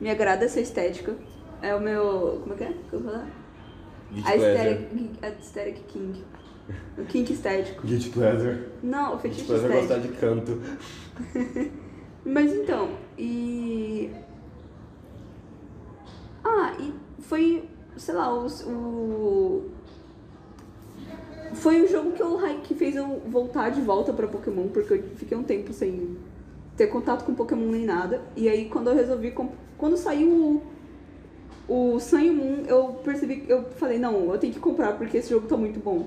Speaker 1: Me agrada essa estética. É o meu. Como é que é? Que eu vou falar?
Speaker 2: Guilty
Speaker 1: A
Speaker 2: Pleasure.
Speaker 1: aesthetic, a aesthetic King. O King estético.
Speaker 2: Guilty Pleasure.
Speaker 1: Não, o
Speaker 2: Guilty
Speaker 1: fetiche
Speaker 2: Pleasure gostar
Speaker 1: estético.
Speaker 2: de canto.
Speaker 1: Mas então, e. Ah, e foi, sei lá, os- o. Foi o jogo que, eu, hy- que fez eu voltar de volta pra Pokémon, porque eu fiquei um tempo sem ter contato com Pokémon nem nada. E aí, quando eu resolvi. comp- Quando saiu o, o Sun e Moon, eu percebi. Eu falei, não, eu tenho que comprar porque esse jogo tá muito bom.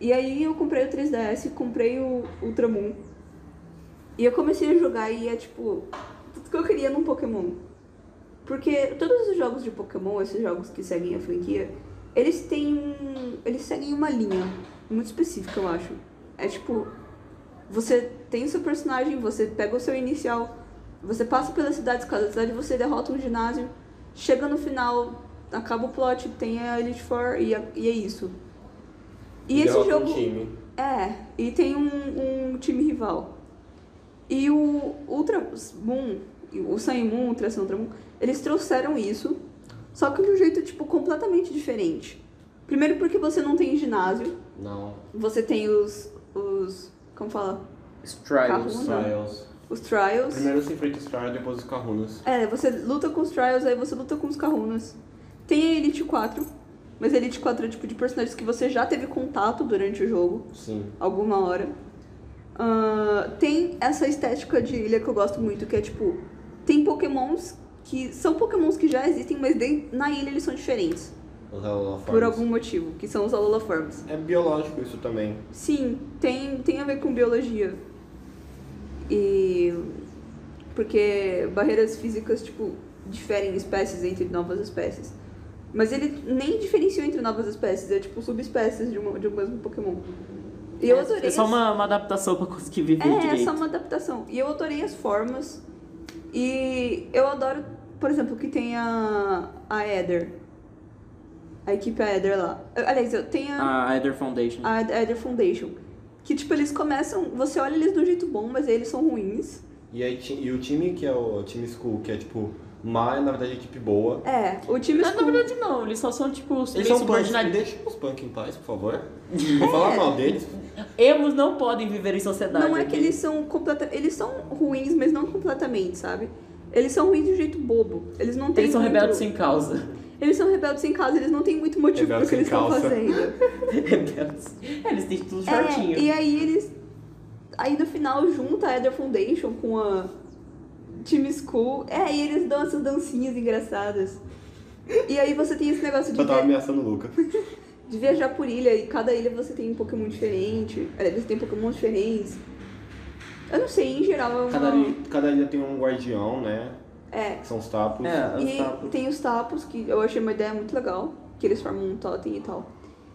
Speaker 1: E aí, eu comprei o 3DS, comprei o Ultramoon. E eu comecei a jogar e é tipo. Tudo que eu queria num Pokémon. Porque todos os jogos de Pokémon, esses jogos que seguem a franquia, eles têm. um, Eles seguem uma linha muito específica, eu acho. É tipo. Você tem o seu personagem, você pega o seu inicial, você passa pelas cidades, cada cidade você derrota um ginásio, chega no final, acaba o plot, tem a Elite Four e, é- e é isso. E, esse
Speaker 2: derrota
Speaker 1: jogo.
Speaker 2: Um time.
Speaker 1: É, e tem um, um time rival. E o Ultra Moon, e o Sun e Moon, Ultra Sun, Ultra Moon, eles trouxeram isso, só que de um jeito, tipo, completamente diferente. Primeiro porque você não tem ginásio,
Speaker 2: Não.
Speaker 1: você tem os... os como fala?
Speaker 4: Striles.
Speaker 1: Carro.
Speaker 2: Trials.
Speaker 1: Ah, Os Trials.
Speaker 2: Primeiro se enfrenta os Trials, depois os Kahunas.
Speaker 1: É, você luta com os Trials, aí você luta com os Kahunas. Tem a Elite 4, mas a Elite 4 é tipo de personagens que você já teve contato durante o jogo.
Speaker 2: Sim.
Speaker 1: alguma hora. Ah, tem essa estética de ilha que eu gosto muito, que é tipo, tem pokémons que são pokémons que já existem, mas de- na ilha eles são diferentes,
Speaker 2: Os Alola
Speaker 1: por algum motivo, que são os Alolaforms.
Speaker 2: É biológico isso também.
Speaker 1: Sim, tem, tem a ver com biologia. E porque barreiras físicas, tipo, diferem espécies entre novas espécies. Mas ele nem diferenciou entre novas espécies, é tipo subespécies de, uma, de um mesmo Pokémon. E eu adorei
Speaker 4: É só
Speaker 1: esse-
Speaker 4: uma, uma adaptação pra conseguir viver
Speaker 1: é, é
Speaker 4: direito.
Speaker 1: só uma adaptação. E eu adorei as formas. E eu adoro, por exemplo, que tem a, a Eder. A equipe Eder lá. Eu- Aliás, eu tenho a,
Speaker 4: A Eder Foundation.
Speaker 1: a Eder Foundation. Que, tipo, eles começam... Você olha eles de um jeito bom, mas aí eles são ruins.
Speaker 2: E, aí, ti- e o time que é o time school, que é tipo má, na verdade é equipe boa.
Speaker 1: É, o time...
Speaker 4: Mas, na
Speaker 1: school-
Speaker 4: verdade não, eles só são tipo os
Speaker 2: Eles
Speaker 4: meio
Speaker 2: são punks,
Speaker 4: subordinados.
Speaker 2: deixa os punk em paz, por favor. Vou falar mal deles.
Speaker 4: Emos não podem viver em sociedade.
Speaker 1: Não é que
Speaker 4: aqui.
Speaker 1: eles são completamente... Eles são ruins, mas não completamente, sabe? Eles são ruins de um jeito bobo. Eles não têm
Speaker 4: Eles são
Speaker 1: muito-
Speaker 4: rebeldes sem causa.
Speaker 1: Eles são rebeldes em casa, eles não têm muito motivo pro
Speaker 2: Rebeldes
Speaker 1: que eles
Speaker 2: sem
Speaker 1: estão
Speaker 2: calça.
Speaker 1: fazendo.
Speaker 4: rebeldes. É, eles têm
Speaker 1: É,
Speaker 4: tudo shortinho.
Speaker 1: e aí eles. Aí no final junta a Eder Foundation com a Team School. É, e eles dão essas dancinhas engraçadas. E aí você tem esse negócio de,
Speaker 2: Eu tava
Speaker 1: via-
Speaker 2: ameaçando o Luca.
Speaker 1: de viajar por ilha e cada ilha você tem um Pokémon diferente. é, Aliás, Você tem Pokémon diferentes. Eu não sei, em geral é uma.
Speaker 2: Cada, ilha- cada ilha tem um guardião, né?
Speaker 1: É.
Speaker 2: Que são os tapos.
Speaker 4: É, os
Speaker 1: E
Speaker 4: sapos.
Speaker 1: tem os tapos, que eu achei uma ideia muito legal, que eles formam um totem e tal.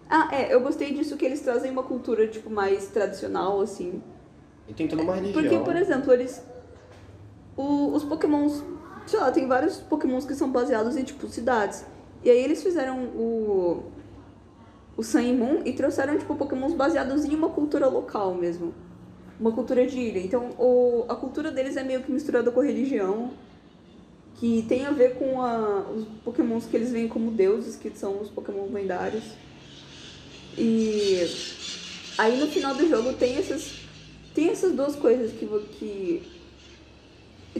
Speaker 1: Ah, é, eu gostei disso que eles trazem uma cultura, tipo, mais tradicional, assim.
Speaker 2: E tem toda uma religião.
Speaker 1: Porque, por exemplo, eles. o- os pokémons. Sei lá, tem vários pokémons que são baseados em, tipo, cidades. E aí eles fizeram o. O Sun e Moon e trouxeram, tipo, pokémons baseados em uma cultura local mesmo. Uma cultura de ilha. Então, o, a cultura deles é meio que misturada com a religião. Que tem a ver com a- os pokémons que eles veem como deuses, que são os pokémons lendários. E aí no final do jogo tem essas tem essas duas coisas que vo- que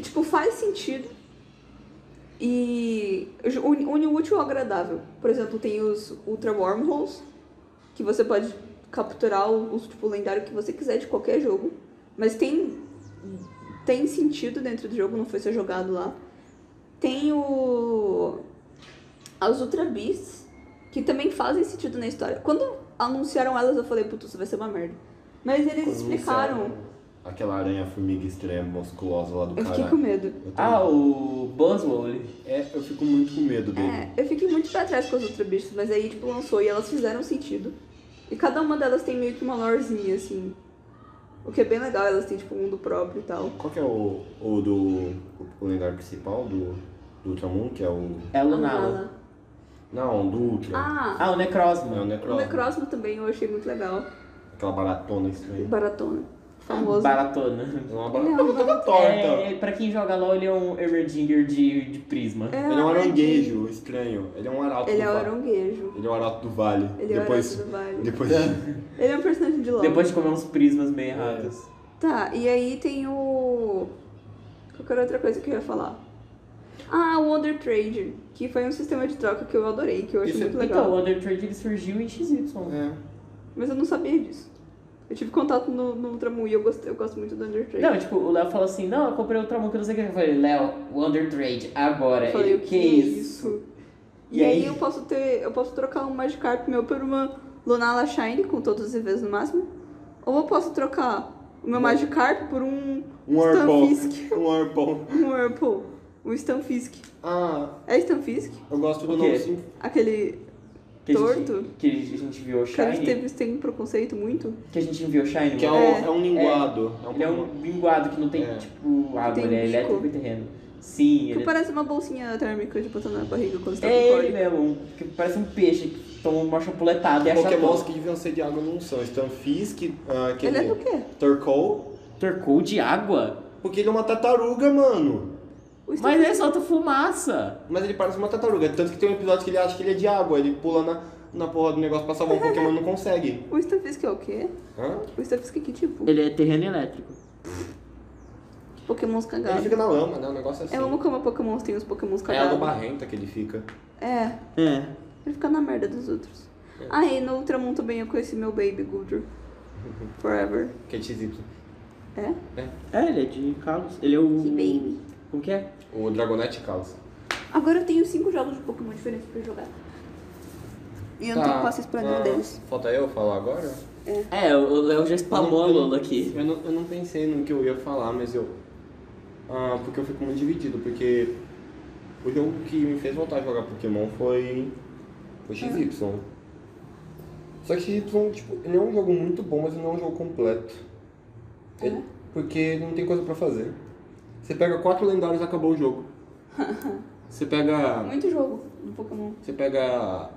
Speaker 1: tipo faz sentido e ju- une, une o útil ao agradável. Por exemplo, tem os Ultra Wormholes que você pode capturar o, o tipo lendário que você quiser de qualquer jogo, mas tem tem sentido dentro do jogo, não foi ser jogado lá. Tem o as Ultra Beasts que também fazem sentido na história. Quando anunciaram elas, eu falei, putz, isso vai ser uma merda. Mas eles
Speaker 2: Quando
Speaker 1: explicaram.
Speaker 2: anunciaram Aquela aranha-formiga estranha, musculosa lá do
Speaker 1: Eu fiquei
Speaker 2: caralho.
Speaker 1: com medo.
Speaker 2: Eu tenho-
Speaker 4: Ah, o Buzzwole.
Speaker 2: É, eu fico muito com medo dele.
Speaker 1: É, eu fiquei muito pra trás com as outras bichas, mas aí, tipo, lançou e elas fizeram sentido. E cada uma delas tem meio que uma lorezinha, assim. O que é bem legal, elas têm, tipo, um mundo próprio e tal.
Speaker 2: Qual que é o, o do o lendário principal do, do Ultramoon, que é o...
Speaker 4: É o Lunala.
Speaker 1: Nala.
Speaker 2: Não, do Ultra.
Speaker 1: né? Ah,
Speaker 4: Ah, o
Speaker 2: É o
Speaker 4: Necrozma.
Speaker 1: o
Speaker 2: Necro.
Speaker 1: Necrosmo também eu achei muito legal.
Speaker 2: Aquela baratona estranha.
Speaker 1: Baratona. Famoso.
Speaker 4: Baratona.
Speaker 2: É uma
Speaker 1: Ele é
Speaker 2: baratona
Speaker 1: um
Speaker 2: toda torta.
Speaker 4: É, pra quem joga LOL, ele é um Emerginger de, de Prisma.
Speaker 1: É,
Speaker 2: Ele é um
Speaker 1: aranha.
Speaker 2: aranguejo estranho. Ele é um arauto
Speaker 1: Ele
Speaker 2: do
Speaker 1: é o
Speaker 2: vale.
Speaker 1: aranguejo.
Speaker 2: Ele é um arauto do vale.
Speaker 1: Ele é o
Speaker 2: depois,
Speaker 1: arauto do vale.
Speaker 2: Depois...
Speaker 1: Ele é um personagem de LOL.
Speaker 4: Depois de comer uns prismas meio errados.
Speaker 1: Tá, e aí tem o. Qualquer outra coisa que eu ia falar. Ah, o Wonder Trade, que foi um sistema de troca que eu adorei, que eu achei
Speaker 2: Isso é-
Speaker 1: muito legal.
Speaker 4: Então, o Undertrade ele surgiu em XY.
Speaker 2: é.
Speaker 1: Mas eu não sabia disso. Eu tive contato no, no Ultramu e eu, gostei, eu gosto muito do Undertrade.
Speaker 4: Não, tipo, o Léo falou assim, não, eu comprei outra mão que eu não sei o que. Eu falei, Léo, o Undertrade, agora.
Speaker 1: eu falei,
Speaker 4: Ele,
Speaker 1: o que é isso? E,
Speaker 4: E
Speaker 1: aí,
Speaker 4: aí?
Speaker 1: eu posso ter. Eu posso trocar um Magikarp meu por uma Lunala Shine com todos os EVs no máximo. Ou eu posso trocar o meu Magikarp por um
Speaker 2: Um Urpon.
Speaker 1: Stunfisk.
Speaker 2: Um Urpon.
Speaker 1: Um Whirlpool. Um Stunfisk.
Speaker 2: Ah,
Speaker 1: É Stunfisk?
Speaker 2: eu gosto do
Speaker 4: O quê?
Speaker 2: nome assim, sim.
Speaker 1: Aquele
Speaker 4: Que a gente-
Speaker 1: Torto?
Speaker 4: Que a gente viu o
Speaker 1: que eles
Speaker 4: Shine.
Speaker 1: teve- têm preconceito muito.
Speaker 4: Que a gente enviou Shine. né?
Speaker 2: Que é um,
Speaker 1: É.
Speaker 2: é. um linguado. É, um
Speaker 4: Ele é um linguado que não tem,
Speaker 2: É.
Speaker 4: tipo, água,
Speaker 1: Tem
Speaker 4: ele é
Speaker 1: bico.
Speaker 4: elétrico e terreno. Sim,
Speaker 1: Que
Speaker 4: ele
Speaker 1: parece uma bolsinha térmica de botar na barriga quando você tá
Speaker 4: é
Speaker 1: com
Speaker 4: ele
Speaker 1: cólica.
Speaker 4: mesmo, um- que parece um peixe que toma uma chapuletada e acha
Speaker 2: Pokémons
Speaker 4: todo.
Speaker 2: que é deviam ser de água não são. Stunfisk, ah, aquele...
Speaker 1: Ele é do quê?
Speaker 2: Torkoal.
Speaker 4: Torcou de água?
Speaker 2: Porque ele é uma tartaruga, mano.
Speaker 1: O
Speaker 4: Mas é
Speaker 1: Stunfisk
Speaker 4: ele solta fumaça.
Speaker 2: Mas ele parece uma tartaruga. Tanto que tem um episódio que ele acha que ele é de água. Ele pula na, na porra do negócio pra salvar um Pokémon e não consegue.
Speaker 1: O Stunfisk é o quê?
Speaker 2: Hã?
Speaker 1: O Stunfisk é que tipo?
Speaker 4: Ele é terreno elétrico.
Speaker 1: Pokémons
Speaker 2: Ele
Speaker 1: cagados.
Speaker 2: fica na lama, né? O negócio é assim.
Speaker 1: Eu amo como a Pokémons tem os Pokémons
Speaker 2: É água
Speaker 1: cagados.
Speaker 2: barrenta que ele fica.
Speaker 1: É,
Speaker 4: É.
Speaker 1: ele fica na merda dos outros.
Speaker 2: É.
Speaker 1: Ah, e no Ultramon também eu conheci meu baby Gudrun. Forever.
Speaker 2: Que é né? XY.
Speaker 1: É?
Speaker 4: É, ele é de Carlos. Ele é o.
Speaker 1: Que baby.
Speaker 4: Como que é?
Speaker 2: O Dragonite Caos.
Speaker 1: Agora eu tenho cinco jogos de Pokémon diferentes pra jogar. E eu não tenho paciência pra nenhum deles.
Speaker 2: Tá. Ah, Falta eu falar agora?
Speaker 4: É, o Léo já spamou a
Speaker 2: Eu não-
Speaker 4: Lola aqui.
Speaker 2: Eu não, eu não pensei no que eu ia falar, mas eu. Ah, porque eu fico muito dividido, porque o jogo que me fez voltar a jogar Pokémon foi. Foi XY. Só que XY, tipo, ele é um jogo muito bom, mas ele não é um jogo completo. Ele- porque não tem coisa pra fazer. Você pega quatro lendários e acabou o jogo. Você pega.
Speaker 1: Muito jogo do Pokémon.
Speaker 2: Você pega.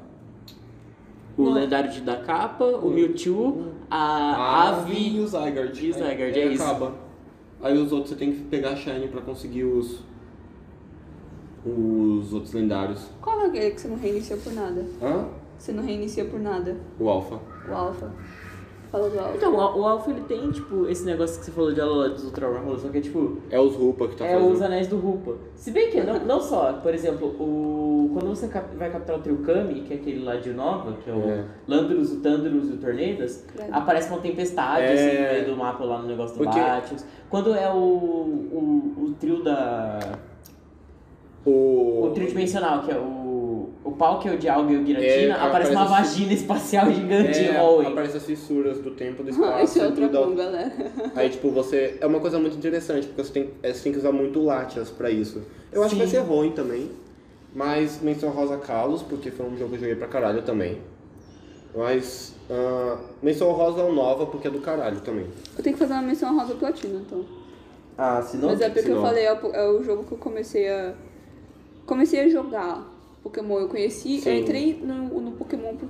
Speaker 4: O lendário de da capa, o Mewtwo,
Speaker 2: e
Speaker 4: a Ah, Ave.
Speaker 2: o Zygarde.
Speaker 4: e o Zygarde,
Speaker 2: aí,
Speaker 4: é
Speaker 2: aí
Speaker 4: isso.
Speaker 2: acaba. Aí os outros você tem que pegar a Shine pra conseguir os. Os outros lendários.
Speaker 1: Qual é aquele que você não reiniciou por nada?
Speaker 2: Hã?
Speaker 1: Você não reinicia por nada.
Speaker 2: O Alpha.
Speaker 1: O Alpha. Fala do Alpha.
Speaker 4: Então, o o Alpha ele tem, tipo, esse negócio que você falou de Alola dos Ultra Roll, só que é tipo.
Speaker 2: É os Rupa que tá
Speaker 4: é
Speaker 2: fazendo.
Speaker 4: os anéis do Rupa. Se bem que, não, não só, por exemplo, o, quando você cap- vai capturar o Triukami, que é aquele lá de Nova, que é o
Speaker 2: É.
Speaker 4: Landros, o Tandros e o Tornadas,
Speaker 1: Credo.
Speaker 4: aparece uma tempestade,
Speaker 2: É.
Speaker 4: assim, no meio do mapa lá no negócio do
Speaker 2: Porque-
Speaker 4: Latios. Quando é o, o, o trio da...
Speaker 2: O.
Speaker 4: o trio dimensional, que é o... o pau que é o Dialga e o Giratina,
Speaker 2: É,
Speaker 4: aparece
Speaker 2: aparece
Speaker 4: uma
Speaker 2: os-
Speaker 4: vagina espacial gigante
Speaker 2: É,
Speaker 4: é, Owen.
Speaker 2: aparece as fissuras do tempo, do
Speaker 1: Ah,
Speaker 2: espaço.
Speaker 1: Esse é
Speaker 2: e
Speaker 1: outro
Speaker 2: tudo.
Speaker 1: bom, galera.
Speaker 2: Aí, tipo, você. É uma coisa muito interessante, porque você tem, é, você tem que usar muito Latias pra isso. Eu acho que vai
Speaker 4: Sim.
Speaker 2: ser ruim também. Mas menção Rosa Carlos, porque foi um jogo que eu joguei pra caralho também. Mas. ah, menção Rosa ao Nova, porque é do caralho também.
Speaker 1: Eu tenho que fazer uma menção rosa platina, então.
Speaker 2: Ah, se não.
Speaker 1: Mas é porque eu falei, é o, é o jogo que eu comecei a. Comecei a jogar Pokémon. Eu conheci, eu
Speaker 2: Sim.
Speaker 1: entrei no, no Pokémon. por-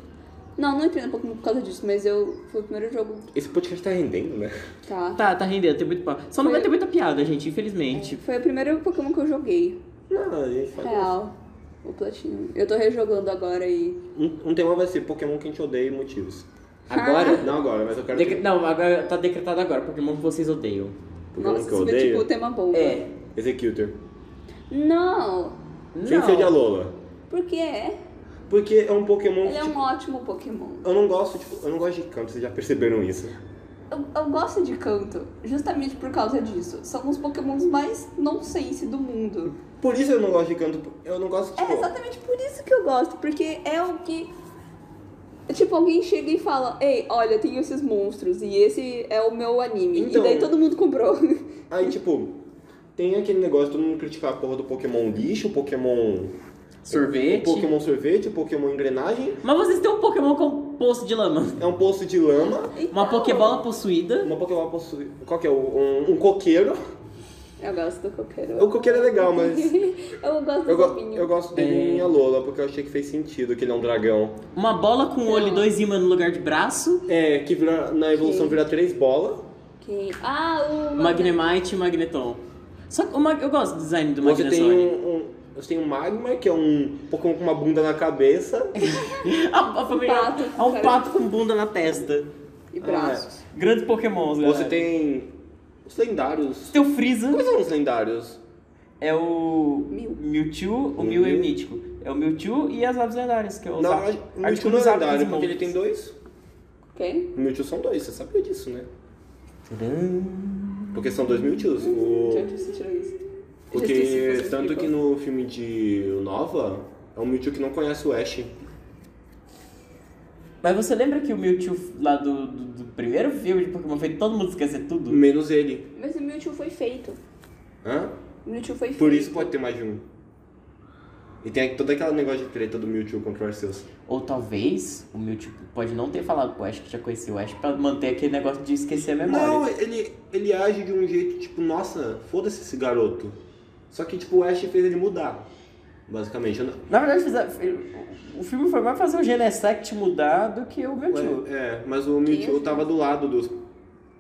Speaker 1: Não, não entrei no Pokémon por causa disso, mas eu. Foi o primeiro jogo.
Speaker 2: Esse podcast tá rendendo, né?
Speaker 1: Tá.
Speaker 4: Tá, tá rendendo, tem muito pau. Só não
Speaker 1: Foi-
Speaker 4: vai ter muita piada, gente, infelizmente.
Speaker 1: Foi o primeiro Pokémon que eu joguei.
Speaker 2: Não, a gente faz.
Speaker 1: Real. O Platino. Eu tô rejogando agora e.
Speaker 2: Um, um tema vai ser Pokémon que a gente odeia e motivos.
Speaker 1: Ah.
Speaker 4: Agora...
Speaker 2: Não agora, mas eu quero.
Speaker 1: é
Speaker 4: Decre- Não, agora tá decretado agora, Pokémon que vocês odeiam.
Speaker 2: um Pokémon
Speaker 1: Nossa,
Speaker 2: que eu
Speaker 1: esse é
Speaker 2: odeio.
Speaker 1: tipo o tema bomba.
Speaker 4: É.
Speaker 2: Executor.
Speaker 1: Não!
Speaker 2: Sem ser de Alola.
Speaker 1: Por quê?
Speaker 2: Porque é um Pokémon que.
Speaker 1: Ele é
Speaker 2: tipo,
Speaker 1: um ótimo Pokémon.
Speaker 2: Eu não gosto, tipo, eu não gosto de canto, vocês já perceberam isso.
Speaker 1: Eu, eu gosto de canto justamente por causa disso. São os Pokémons mais nonsense do mundo.
Speaker 2: Por isso eu não gosto de canto, eu não gosto, tipo...
Speaker 1: É exatamente por isso que eu gosto, porque é o que Tipo, alguém chega e fala, ei, olha, eu tenho esses monstros e esse é o meu anime.
Speaker 2: Então-
Speaker 1: E daí todo mundo comprou.
Speaker 2: Aí, tipo, tem aquele negócio de todo mundo criticar a porra do Pokémon lixo, Pokémon.
Speaker 4: Tipo, Sorvete.
Speaker 2: Pokémon sorvete, Pokémon engrenagem.
Speaker 4: Mas vocês têm um Pokémon composto de lama.
Speaker 2: É um poço de lama,
Speaker 4: Uma
Speaker 1: Então,
Speaker 4: Pokébola possuída.
Speaker 2: uma Pokémon possui. Qual que é? Um, um coqueiro.
Speaker 1: Eu gosto do coqueiro.
Speaker 2: O coqueiro é legal, mas.
Speaker 1: eu gosto do
Speaker 2: Eu, go-
Speaker 1: sapinho.
Speaker 2: eu gosto dele em Alola, porque eu achei que fez sentido que ele é um dragão.
Speaker 4: Uma bola com olho e dois ímãs no lugar de braço.
Speaker 2: É, que vira- na evolução
Speaker 1: Sim.
Speaker 2: vira três bolas.
Speaker 1: Quem? Ah, o...
Speaker 4: Magnemite e Magneton. Só que o Mag- eu gosto do design do
Speaker 2: Você tem
Speaker 4: Magnezone.
Speaker 2: um, um- Você tem um Magma, que é um Pokémon com uma bunda na cabeça.
Speaker 4: A, a família
Speaker 1: pato.
Speaker 4: é um pato com bunda na testa.
Speaker 1: E braços.
Speaker 4: Grandes Pokémons, galera.
Speaker 2: Você tem. Os lendários.
Speaker 4: Você tem o Freeza.
Speaker 2: Quais são os lendários?
Speaker 4: É o
Speaker 1: Mil.
Speaker 4: Mewtwo, o
Speaker 2: Um
Speaker 4: Mew é
Speaker 2: Mew.
Speaker 4: mítico. É o Mewtwo e as aves lendárias, que é o
Speaker 2: Na
Speaker 4: Zap-
Speaker 2: verdade, o
Speaker 4: Articuno,
Speaker 2: Mewtwo não é
Speaker 4: Zapdos e
Speaker 2: lendário, porque ele tem
Speaker 4: Moltres.
Speaker 2: dois. Ah,
Speaker 1: Quem?
Speaker 2: O Mewtwo são dois, você sabia disso, né?
Speaker 4: Tcharam.
Speaker 2: Porque são dois Mewtwo's.
Speaker 1: De onde
Speaker 2: O...
Speaker 1: você tirou isso? Já esqueci
Speaker 2: Porque
Speaker 1: você
Speaker 2: tanto que
Speaker 1: explicou.
Speaker 2: no filme de Nova, é um Mewtwo que não conhece o Ash.
Speaker 4: Mas você lembra que o Mewtwo lá do, do- do primeiro filme de Pokémon fez todo mundo esquecer tudo?
Speaker 2: Menos ele.
Speaker 1: Mas o Mewtwo foi feito.
Speaker 2: Hã?
Speaker 1: O Mewtwo foi feito.
Speaker 2: Por isso pode ter mais de um. E tem todo aquele negócio de treta do Mewtwo contra o Arceus.
Speaker 4: Ou talvez o Mewtwo pode não ter falado com o Ash, que já conhecia o Ash, pra manter aquele negócio de esquecer a memória.
Speaker 2: Não, ele, ele age de um jeito tipo, nossa, foda-se esse garoto. Só que tipo, o Ash fez ele mudar. Basicamente. Eu não-
Speaker 4: Na verdade, fizeram- o filme foi mais fazer o Genesect mudar do que o Mewtwo.
Speaker 2: É, mas o
Speaker 1: Quem
Speaker 2: Mewtwo
Speaker 1: é?
Speaker 2: tava do lado dos,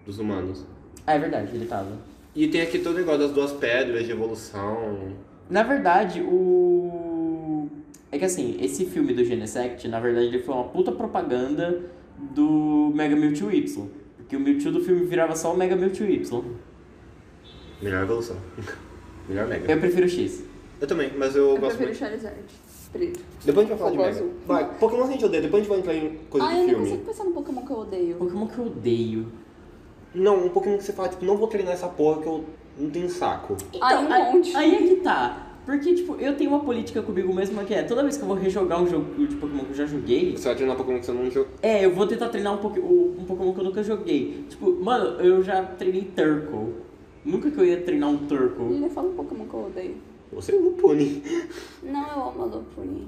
Speaker 2: dos humanos.
Speaker 4: Ah, é verdade, ele tava.
Speaker 2: E tem aqui todo o negócio das duas pedras de evolução.
Speaker 4: Na verdade, o. É que assim, esse filme do Genesect, na verdade, ele foi uma puta propaganda do Mega Mewtwo Y. Porque o Mewtwo do filme virava só o Mega Mewtwo Y.
Speaker 2: Melhor evolução. Melhor Mega.
Speaker 4: Eu prefiro o X.
Speaker 2: Eu também, mas eu,
Speaker 1: Eu
Speaker 2: gosto
Speaker 1: prefiro
Speaker 2: muito.
Speaker 1: Charizard. Preto.
Speaker 2: Depois a gente vai falar de
Speaker 1: Eu
Speaker 2: Mega.
Speaker 1: gosto.
Speaker 2: Vai, Pokémon a gente odeia, depois a gente vai entrar em coisa
Speaker 1: ah,
Speaker 2: de
Speaker 1: eu não
Speaker 2: filme.
Speaker 1: consigo pensar no Pokémon que eu odeio.
Speaker 4: Pokémon que eu odeio.
Speaker 2: Não, um Pokémon que você fala, tipo, não vou treinar essa porra que eu não tenho saco.
Speaker 1: Ah, um monte.
Speaker 4: Aí é que tá. Porque, tipo, eu tenho uma política comigo mesma que é, toda vez que eu vou rejogar um jogo de Pokémon que eu já joguei,
Speaker 2: Você vai treinar Pokémon que você não jogou.
Speaker 4: é, eu vou tentar treinar um, poké- o- um Pokémon que eu nunca joguei. Tipo, mano, eu já treinei Turkle. Nunca que eu ia treinar um Turkle.
Speaker 1: Ele fala um Pokémon que eu odeio.
Speaker 2: Você é um Lupone.
Speaker 1: Não, eu amo a Lopunny.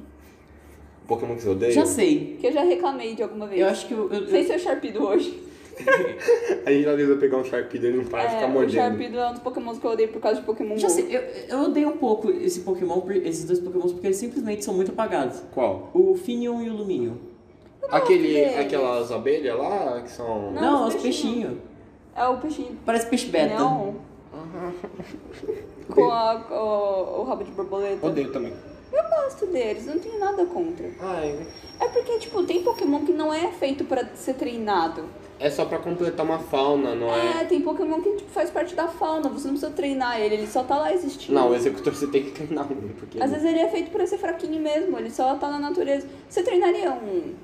Speaker 2: Pokémon que você odeia?
Speaker 4: Já sei,
Speaker 1: Que eu já reclamei de alguma vez.
Speaker 4: Eu acho que eu, eu-
Speaker 1: Sem ser é o Sharpedo hoje.
Speaker 2: A gente avisa pegar um Sharpedo e não para de
Speaker 1: é,
Speaker 2: ficar
Speaker 1: o
Speaker 2: mordendo.
Speaker 1: Sharpedo é um dos Pokémon que eu odeio por causa de Pokémon
Speaker 4: eu
Speaker 1: Go.
Speaker 4: já sei, eu, eu odeio um pouco esse Pokémon, por- esses dois Pokémons, porque eles simplesmente são muito apagados.
Speaker 2: Qual?
Speaker 4: O Finion e o Luminion.
Speaker 2: Aquele,
Speaker 1: odeio.
Speaker 2: aquelas abelhas lá que são.
Speaker 1: Não,
Speaker 4: Não, é
Speaker 1: os
Speaker 4: os peixinhos.
Speaker 1: É o peixinho
Speaker 4: Parece peixe beta.
Speaker 1: Não. Com a- o, o rabo de borboleta.
Speaker 2: Odeio também.
Speaker 1: Eu gosto deles, não tenho nada contra.
Speaker 2: Ai.
Speaker 1: É porque, tipo, tem Pokémon que não é feito pra ser treinado.
Speaker 2: É só pra completar uma fauna, não
Speaker 1: É,
Speaker 2: é?
Speaker 1: tem Pokémon que tipo, faz parte da fauna, você não precisa treinar ele, ele só tá lá existindo.
Speaker 2: Não, o executor você tem que treinar um, porque.
Speaker 1: Às vezes ele é feito pra ser fraquinho mesmo, ele só tá na natureza. Você treinaria um.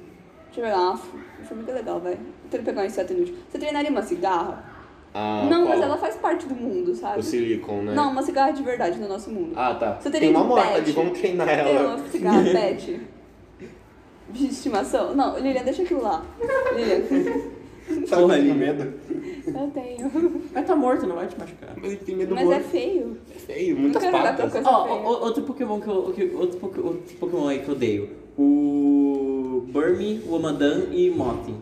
Speaker 1: Deixa eu um pegar uma f- formiga é legal, vai. Eu tento pegar um inseto inútil. Você treinaria uma cigarra?
Speaker 2: Ah,
Speaker 1: não,
Speaker 2: qual?
Speaker 1: mas ela faz parte do mundo, sabe?
Speaker 2: O silicon, né?
Speaker 1: Não, uma cigarra de verdade no nosso mundo.
Speaker 2: Ah, tá.
Speaker 1: Você teria
Speaker 2: tem uma
Speaker 1: um
Speaker 2: morta
Speaker 1: pet.
Speaker 2: ali, vamos treinar
Speaker 1: Tem
Speaker 2: ela.
Speaker 1: uma cigarra pet. De estimação? Não, Lilian, deixa aquilo lá. Lilian,
Speaker 2: Sabe
Speaker 4: Porra,
Speaker 2: que tem
Speaker 4: ali.
Speaker 2: medo?
Speaker 1: eu tenho.
Speaker 4: Mas tá morto, não vai te machucar.
Speaker 2: Mas ele tem medo
Speaker 1: Mas é
Speaker 2: morto.
Speaker 1: feio.
Speaker 2: É feio, muitas
Speaker 1: quero olhar
Speaker 2: patas.
Speaker 1: pra
Speaker 4: Ó,
Speaker 1: feio.
Speaker 4: o- o- outro Pokémon que eu. que- outro, Pok- outro Pokémon aí que eu odeio. O. Burmy, o Amadan e Motin.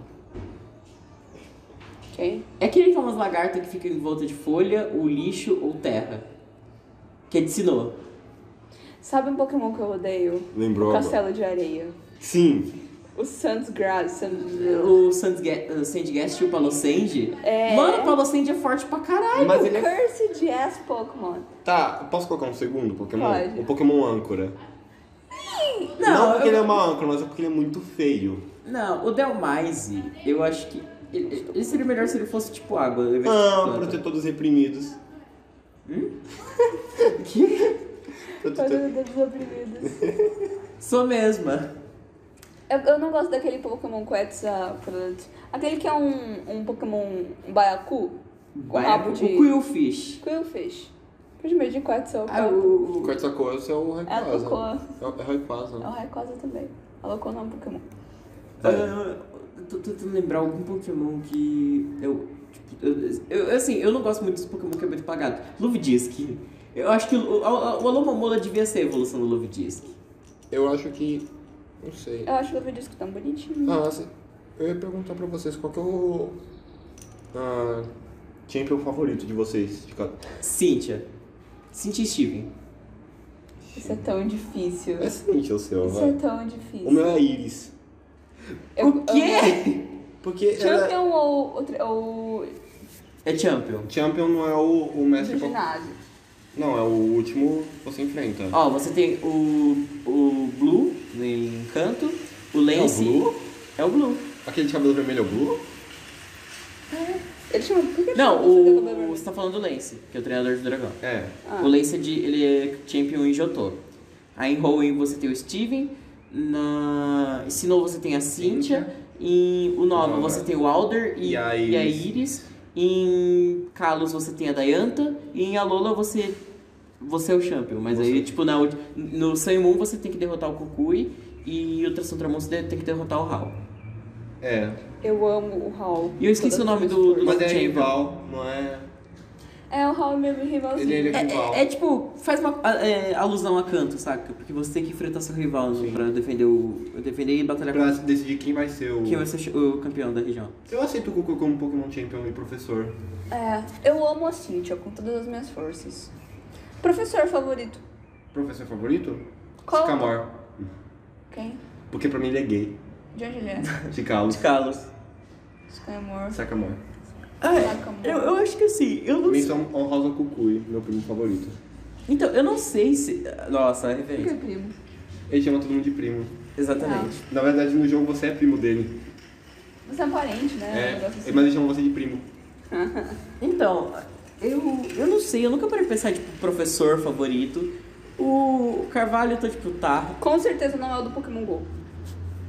Speaker 1: Ok.
Speaker 4: É aquele que é umas lagartas que ficam em volta de folha, ou lixo ou terra. Que é de Sinnoh.
Speaker 1: Sabe um Pokémon que eu odeio?
Speaker 2: Lembrou agora.
Speaker 1: Castelo de Areia.
Speaker 2: Sim.
Speaker 1: O Sans Grass. Sans...
Speaker 4: O Sandga- uh, Sandgast e o Palosand.
Speaker 1: É.
Speaker 4: Mano, o Palosand é forte pra caralho.
Speaker 2: Mas ele é
Speaker 1: Cursed ass Pokémon.
Speaker 2: Tá, posso colocar um segundo Pokémon?
Speaker 1: Pode.
Speaker 2: O Pokémon âncora. Não, porque
Speaker 4: eu-
Speaker 2: ele é uma âncora, mas é porque ele é muito feio.
Speaker 4: Não, o Delmise, eu acho que. Ele, ele seria melhor se ele fosse tipo água. ao invés de
Speaker 2: Ah,
Speaker 4: planta.
Speaker 2: protetor dos reprimidos. Protetor.
Speaker 1: Fazenda dos oprimidos.
Speaker 4: Sou mesma.
Speaker 1: Eu, eu não gosto daquele Pokémon Quetzal. Aquele que é um, um Pokémon um baiacu. Com rabo de...
Speaker 4: O Quillfish.
Speaker 1: Quillfish. Faz meio de é Quetzal.
Speaker 4: Ah, o-
Speaker 2: O
Speaker 4: o-
Speaker 2: Quartzacoelho é o Rayquaza.
Speaker 1: É a Locoa.
Speaker 2: É o- É o Rayquaza.
Speaker 1: É o Rayquaza também. A Locoa não é um Pokémon.
Speaker 4: Ah,
Speaker 1: É.
Speaker 4: eu tô tentando lembrar algum Pokémon que eu, tipo, eu, eu- Assim, eu não gosto muito dos Pokémon que é muito pagado. Luvidisc. Eu acho que o, o, o Alomomola devia ser a evolução do Luvidisc.
Speaker 5: Eu acho que. Não sei.
Speaker 1: Eu acho o Luvidisco tão bonitinho.
Speaker 5: Ah, se- eu ia perguntar pra vocês qual que é o. Ah,
Speaker 2: Champion favorito de vocês, de cada.
Speaker 4: Cynthia. Cynthia e Steven.
Speaker 1: Isso é tão difícil.
Speaker 2: É seguinte, o seu,
Speaker 1: Isso é
Speaker 2: vai.
Speaker 1: tão
Speaker 2: O
Speaker 1: difícil.
Speaker 2: meu é Iris.
Speaker 1: Eu
Speaker 4: O quê?
Speaker 2: Porque ela é-
Speaker 1: Champion um ou, outra- ou,
Speaker 4: É Champion.
Speaker 2: Champion não é o, o mestre.
Speaker 1: do
Speaker 2: Pokémon.
Speaker 1: ginásio?
Speaker 2: Não, é o último que você enfrenta.
Speaker 4: Ó, você tem o, o Blue em canto, o Lance.
Speaker 2: Blue?
Speaker 4: É o Blue.
Speaker 2: Aquele de cabelo vermelho é o Blue?
Speaker 1: É. Ele chama... Por que ele
Speaker 4: Não,
Speaker 1: chama você de Gabriel
Speaker 4: o,
Speaker 1: Bernardo?
Speaker 4: você tá falando do Lance, que é o treinador do dragão.
Speaker 2: É.
Speaker 4: O Lance é de, ele é champion em Jotô. Aí em Hoenn você tem o Steven, na em Sinnoh você tem a Cynthia, em o Nova
Speaker 2: Nova.
Speaker 4: você tem o Alder e,
Speaker 2: E a Iris.
Speaker 4: e a Iris, em Kalos você tem a Dayanta e em Alola você você é o champion, mas aí tipo na ulti- no Sun Moon você tem que derrotar o Kukui e o Ultrassontamon você tem que derrotar o Hal.
Speaker 2: É.
Speaker 1: um Eu amo o Raul.
Speaker 4: E eu esqueci
Speaker 1: Todas
Speaker 4: o nome
Speaker 1: as
Speaker 4: do-
Speaker 1: cores.
Speaker 4: do-
Speaker 2: Mas é
Speaker 4: Champion.
Speaker 2: rival, não é.
Speaker 1: É, o Raul é meu rivalzinho.
Speaker 5: Então,
Speaker 2: Ele, ele é rival.
Speaker 4: É, é, tipo, faz uma a- é, alusão a canto, saca? Porque você tem que enfrentar seu rival né, pra defender o. defender e batalhar
Speaker 2: é Pra decidir quem vai ser o.
Speaker 4: Quem vai ser o campeão da região?
Speaker 2: Eu aceito o Cuco como Pokémon Champion e professor.
Speaker 1: É, eu amo a Cynthia com todas as minhas forças. Professor favorito?
Speaker 2: Professor favorito?
Speaker 1: Qual?
Speaker 2: Sycamore.
Speaker 1: Quem?
Speaker 2: Porque pra mim ele é gay.
Speaker 1: De onde ele é?
Speaker 2: Cicalo.
Speaker 4: De Carlos.
Speaker 1: Skymore.
Speaker 2: Sycamore.
Speaker 1: é Saca,
Speaker 4: É, Ah, eu, eu acho que assim, eu não
Speaker 2: Pra mim
Speaker 4: sei.
Speaker 2: são honrosa Kukui, meu primo favorito.
Speaker 4: Então, eu não sei se. Nossa, é
Speaker 1: Que
Speaker 4: referência.
Speaker 1: primo.
Speaker 2: Ele chama todo mundo de primo.
Speaker 4: Exatamente.
Speaker 2: Na verdade, no jogo você é primo dele.
Speaker 1: Você é um parente, né? Um
Speaker 2: É,
Speaker 1: negócio assim.
Speaker 2: mas ele chama você de primo.
Speaker 4: Então, eu, eu não sei, eu nunca parei de pensar, tipo, professor favorito. O Carvalho, eu tô tipo, tá.
Speaker 1: Com certeza não é o do Pokémon GO.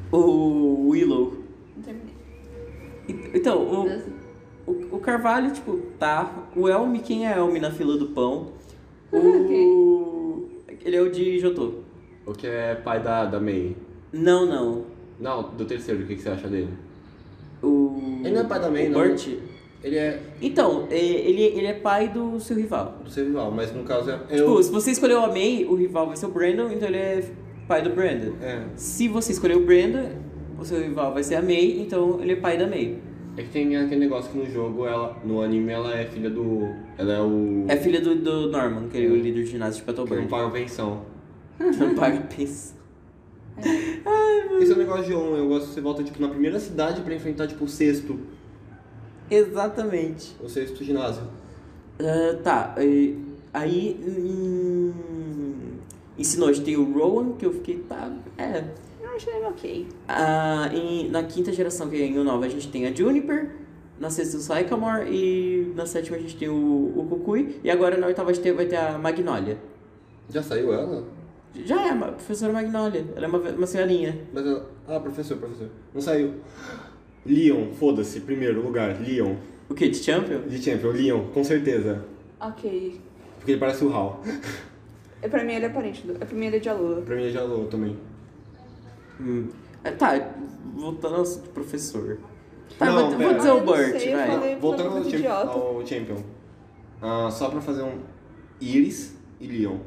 Speaker 4: O Willow.
Speaker 1: Não né? terminei.
Speaker 4: E- Então, o,
Speaker 1: Beleza?
Speaker 4: o, o Carvalho, tipo, tá. O Elmi, quem é Elmi na fila do pão? O. Ele é o de Jotô.
Speaker 2: O que é pai da, da Mei?
Speaker 4: Não, não.
Speaker 2: Não, do terceiro, o que, que você acha dele?
Speaker 4: O.
Speaker 2: Ele não é pai da May,
Speaker 4: o
Speaker 2: não.
Speaker 4: Burt.
Speaker 2: Ele é
Speaker 4: Então, é- ele, ele é pai do seu rival.
Speaker 2: do seu rival, mas no caso é.
Speaker 4: Tipo, se você escolheu a May, o rival vai ser o Brandon, então ele é pai do Brandon.
Speaker 2: É.
Speaker 4: Se você escolheu o Brandon, o seu rival vai ser a May, então ele é pai da May.
Speaker 2: É que tem aquele negócio que no jogo, ela, no anime, ela é filha do. Ela é o.
Speaker 4: É filha do, do Norman, que é o líder de ginásio de
Speaker 2: que não
Speaker 4: Petalburg.
Speaker 2: paga pensão.
Speaker 4: Não paga pensa.
Speaker 2: Esse é o negócio de On, eu gosto que você volta tipo, na primeira cidade pra enfrentar tipo, o sexto.
Speaker 4: Exatamente.
Speaker 2: O sexto ginásio.
Speaker 4: Ah, tá, eh, aí hum, em... em Sinnoh tem o Rowan, que eu fiquei, tá, é,
Speaker 1: Eu achei ele ok.
Speaker 4: Ah, em- na quinta geração, que é em Unova, a gente tem a Juniper. Na sexta, o Sycamore. E na sétima, a gente tem o, o Kukui. E agora, na oitava, a gente tem- vai ter a Magnolia.
Speaker 2: Já saiu ela?
Speaker 4: Já é a professora Magnolia. Ela é uma, ve- uma senhorinha.
Speaker 2: Mas ela. Ah, professor, professor. Não saiu. Leon, foda-se, primeiro lugar, Leon.
Speaker 4: O que? De Champion?
Speaker 2: De Champion, Leon, com certeza.
Speaker 1: Ok.
Speaker 2: Porque ele parece o Hal.
Speaker 1: É, pra mim ele é parente do. É, pra mim ele é de Alola.
Speaker 2: Pra mim ele já low também.
Speaker 4: Hum. Ah, tá, voltando ao assunto de professor. Tá,
Speaker 2: Não,
Speaker 4: vou, vou
Speaker 2: pera.
Speaker 4: dizer
Speaker 1: Ah, eu
Speaker 4: o
Speaker 1: não
Speaker 4: Burt,
Speaker 1: sei, eu
Speaker 4: vai.
Speaker 1: falei-
Speaker 2: Voltando ao,
Speaker 1: Falando
Speaker 2: champ
Speaker 1: idiota.
Speaker 2: ao Champion. Ah, só pra fazer um. Iris e Leon.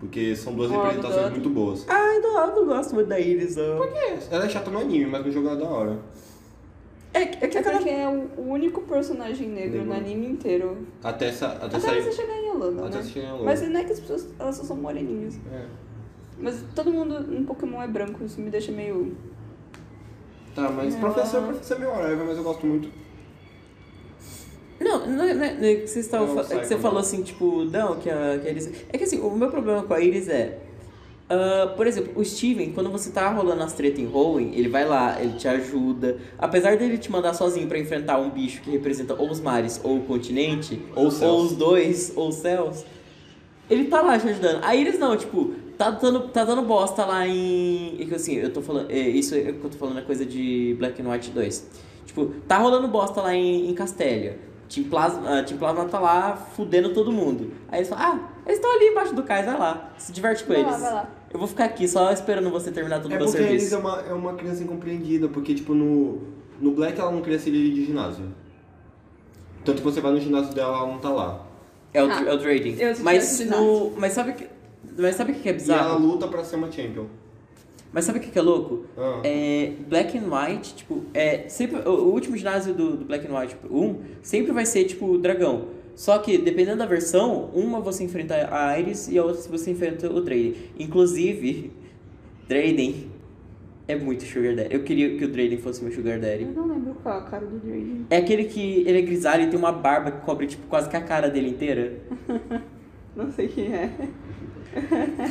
Speaker 2: Porque são duas
Speaker 1: Ó,
Speaker 2: representações
Speaker 1: adoro.
Speaker 2: muito boas.
Speaker 4: Ah, eu não, eu não gosto muito da Iris. ó.
Speaker 2: Ela é chata no anime, mas no jogo ela é da hora.
Speaker 4: É, que- é que
Speaker 1: É
Speaker 4: aquela...
Speaker 1: porque é o o único personagem negro
Speaker 2: Negro.
Speaker 1: no anime inteiro.
Speaker 2: Até, essa, até,
Speaker 1: Até
Speaker 2: sair.
Speaker 1: você chegar em Alola,
Speaker 2: Até
Speaker 1: né?
Speaker 2: você chegar em Alola.
Speaker 1: Mas não é que as pessoas elas só são moreninhas.
Speaker 2: É.
Speaker 1: Mas todo mundo no Pokémon é branco, isso me deixa meio.
Speaker 2: Tá, mas
Speaker 1: Não.
Speaker 2: professor, professor é meu horário, mas eu gosto muito.
Speaker 4: Não, não é, não é- não é que, vocês estavam
Speaker 2: Não,
Speaker 4: fa- é
Speaker 2: sai
Speaker 4: que você
Speaker 2: como-
Speaker 4: falou assim, tipo, não, que a, que a Iris. É que assim, o meu problema com a Iris é. ah, por exemplo, o Steven, quando você tá rolando as tretas em Hoenn, ele vai lá, ele te ajuda. Apesar dele te mandar sozinho pra enfrentar um bicho que representa ou os mares ou o continente,
Speaker 2: Ou os céus.
Speaker 4: os dois, ou os céus, ele tá lá te ajudando. A Iris não, tipo, tá dando, tá dando bosta lá em. É que assim, eu tô falando. é, isso é que eu tô falando é coisa de Black and White 2. Tipo, tá rolando bosta lá em, em Castélia. Team Plasma, ah, Team Plasma tá lá fudendo todo mundo. Aí eles falam, ah, eles estão ali embaixo do cais, vai lá. Se diverte com
Speaker 1: Vai
Speaker 4: eles.
Speaker 1: lá, vai lá.
Speaker 4: Eu vou ficar aqui só esperando você terminar todo o
Speaker 2: É
Speaker 4: meu
Speaker 2: porque a Elisa
Speaker 4: serviço.
Speaker 2: é uma, é uma criança incompreendida, porque, tipo, no, no Black ela não queria ser líder de ginásio. Então, tipo, você vai no ginásio dela, ela não tá lá.
Speaker 4: É o,
Speaker 1: Ah,
Speaker 4: é o trading.
Speaker 1: eu te
Speaker 4: Mas
Speaker 1: ensino.
Speaker 4: no. Mas sabe o que. Mas sabe o que que é
Speaker 2: E ela
Speaker 4: bizarro?
Speaker 2: luta pra ser uma champion.
Speaker 4: Mas sabe o que que é louco?
Speaker 2: Ah.
Speaker 4: É, Black and White, tipo, é, sempre, o, o último ginásio do, do Black and White 1 sempre vai ser, tipo, o dragão. Só que, dependendo da versão, uma você enfrenta a Ares e a outra você enfrenta o Drayden. Inclusive, Drayden é muito Sugar Daddy. Eu queria que o Drayden fosse meu Sugar Daddy.
Speaker 1: Eu não lembro qual a cara do Drake.
Speaker 4: É aquele que ele é grisalho e tem uma barba que cobre, tipo, quase que a cara dele inteira.
Speaker 1: Não sei quem é.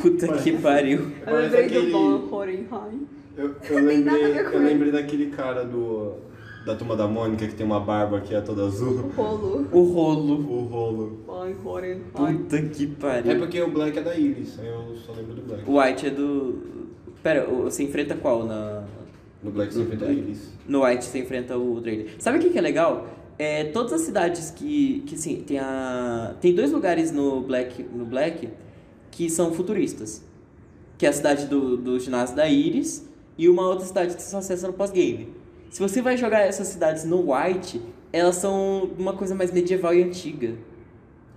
Speaker 4: Puta que pariu.
Speaker 1: Eu
Speaker 2: Parece
Speaker 1: lembrei
Speaker 2: aquele-
Speaker 1: do Von Horenheim.
Speaker 2: Eu, eu
Speaker 1: Não tem nada a ver
Speaker 2: lembrei,
Speaker 1: com
Speaker 2: eu
Speaker 1: ele.
Speaker 2: lembrei daquele cara do da turma da Mônica que tem uma barba que é toda
Speaker 1: O
Speaker 2: azul.
Speaker 1: rolo.
Speaker 4: O rolo.
Speaker 2: O rolo.
Speaker 1: Von Horenheim.
Speaker 4: Puta que pariu.
Speaker 2: É porque o Black é da Iris, aí eu só lembro do Black.
Speaker 4: O White é do. Pera, o- você enfrenta qual na.
Speaker 2: No Black sempre é
Speaker 4: Uhum.
Speaker 2: da Iris.
Speaker 4: No White você enfrenta o Drayden. Sabe o que, que é legal? É, todas as cidades que. que assim, tem a. Tem dois lugares no Black, no Black que são futuristas. Que é a cidade do, do ginásio da Iris e uma outra cidade que você só acessa no pós-game. Se você vai jogar essas cidades no White, elas são uma coisa mais medieval e antiga.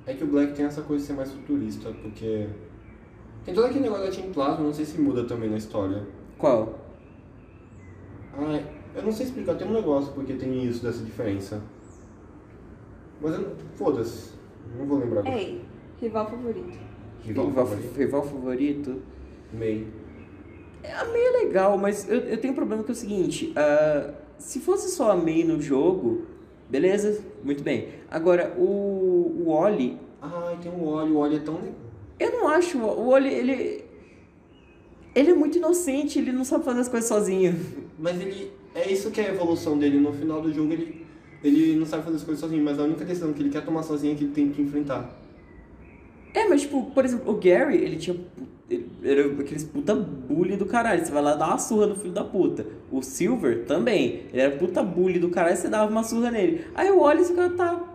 Speaker 2: É que o Black tem essa coisa de ser mais futurista, porque. Tem todo aquele negócio da Team Plasma, não sei se muda também na história.
Speaker 4: Qual?
Speaker 2: Ai, eu não sei explicar, tem um negócio porque tem isso, dessa diferença. Mas eu não. Foda-se. Não vou lembrar agora.
Speaker 1: Ei, rival favorito.
Speaker 2: Rival
Speaker 4: rival,
Speaker 2: favorito?
Speaker 4: rival favorito?
Speaker 2: May.
Speaker 4: A May é legal, mas eu, eu tenho um problema que é o seguinte: ah, se fosse só a May no jogo, beleza? Muito bem. Agora, o, o Oli,
Speaker 2: Ai, tem um óleo, o óleo é tão. le-
Speaker 4: eu não acho. O Oli, ele. Ele é muito inocente, ele não sabe fazer as coisas sozinho.
Speaker 2: Mas ele. É isso que é a evolução dele. No final do jogo ele. Ele não sabe fazer as coisas sozinho, mas a única decisão que ele quer tomar sozinho é que ele tem que enfrentar.
Speaker 4: É, mas tipo, por exemplo, o Gary, ele tinha. Ele era aqueles puta bully do caralho. Você vai lá dar uma surra no filho da puta. O Silver também. Ele era puta bully do caralho, você dava uma surra nele. Aí o Oli fica, tá.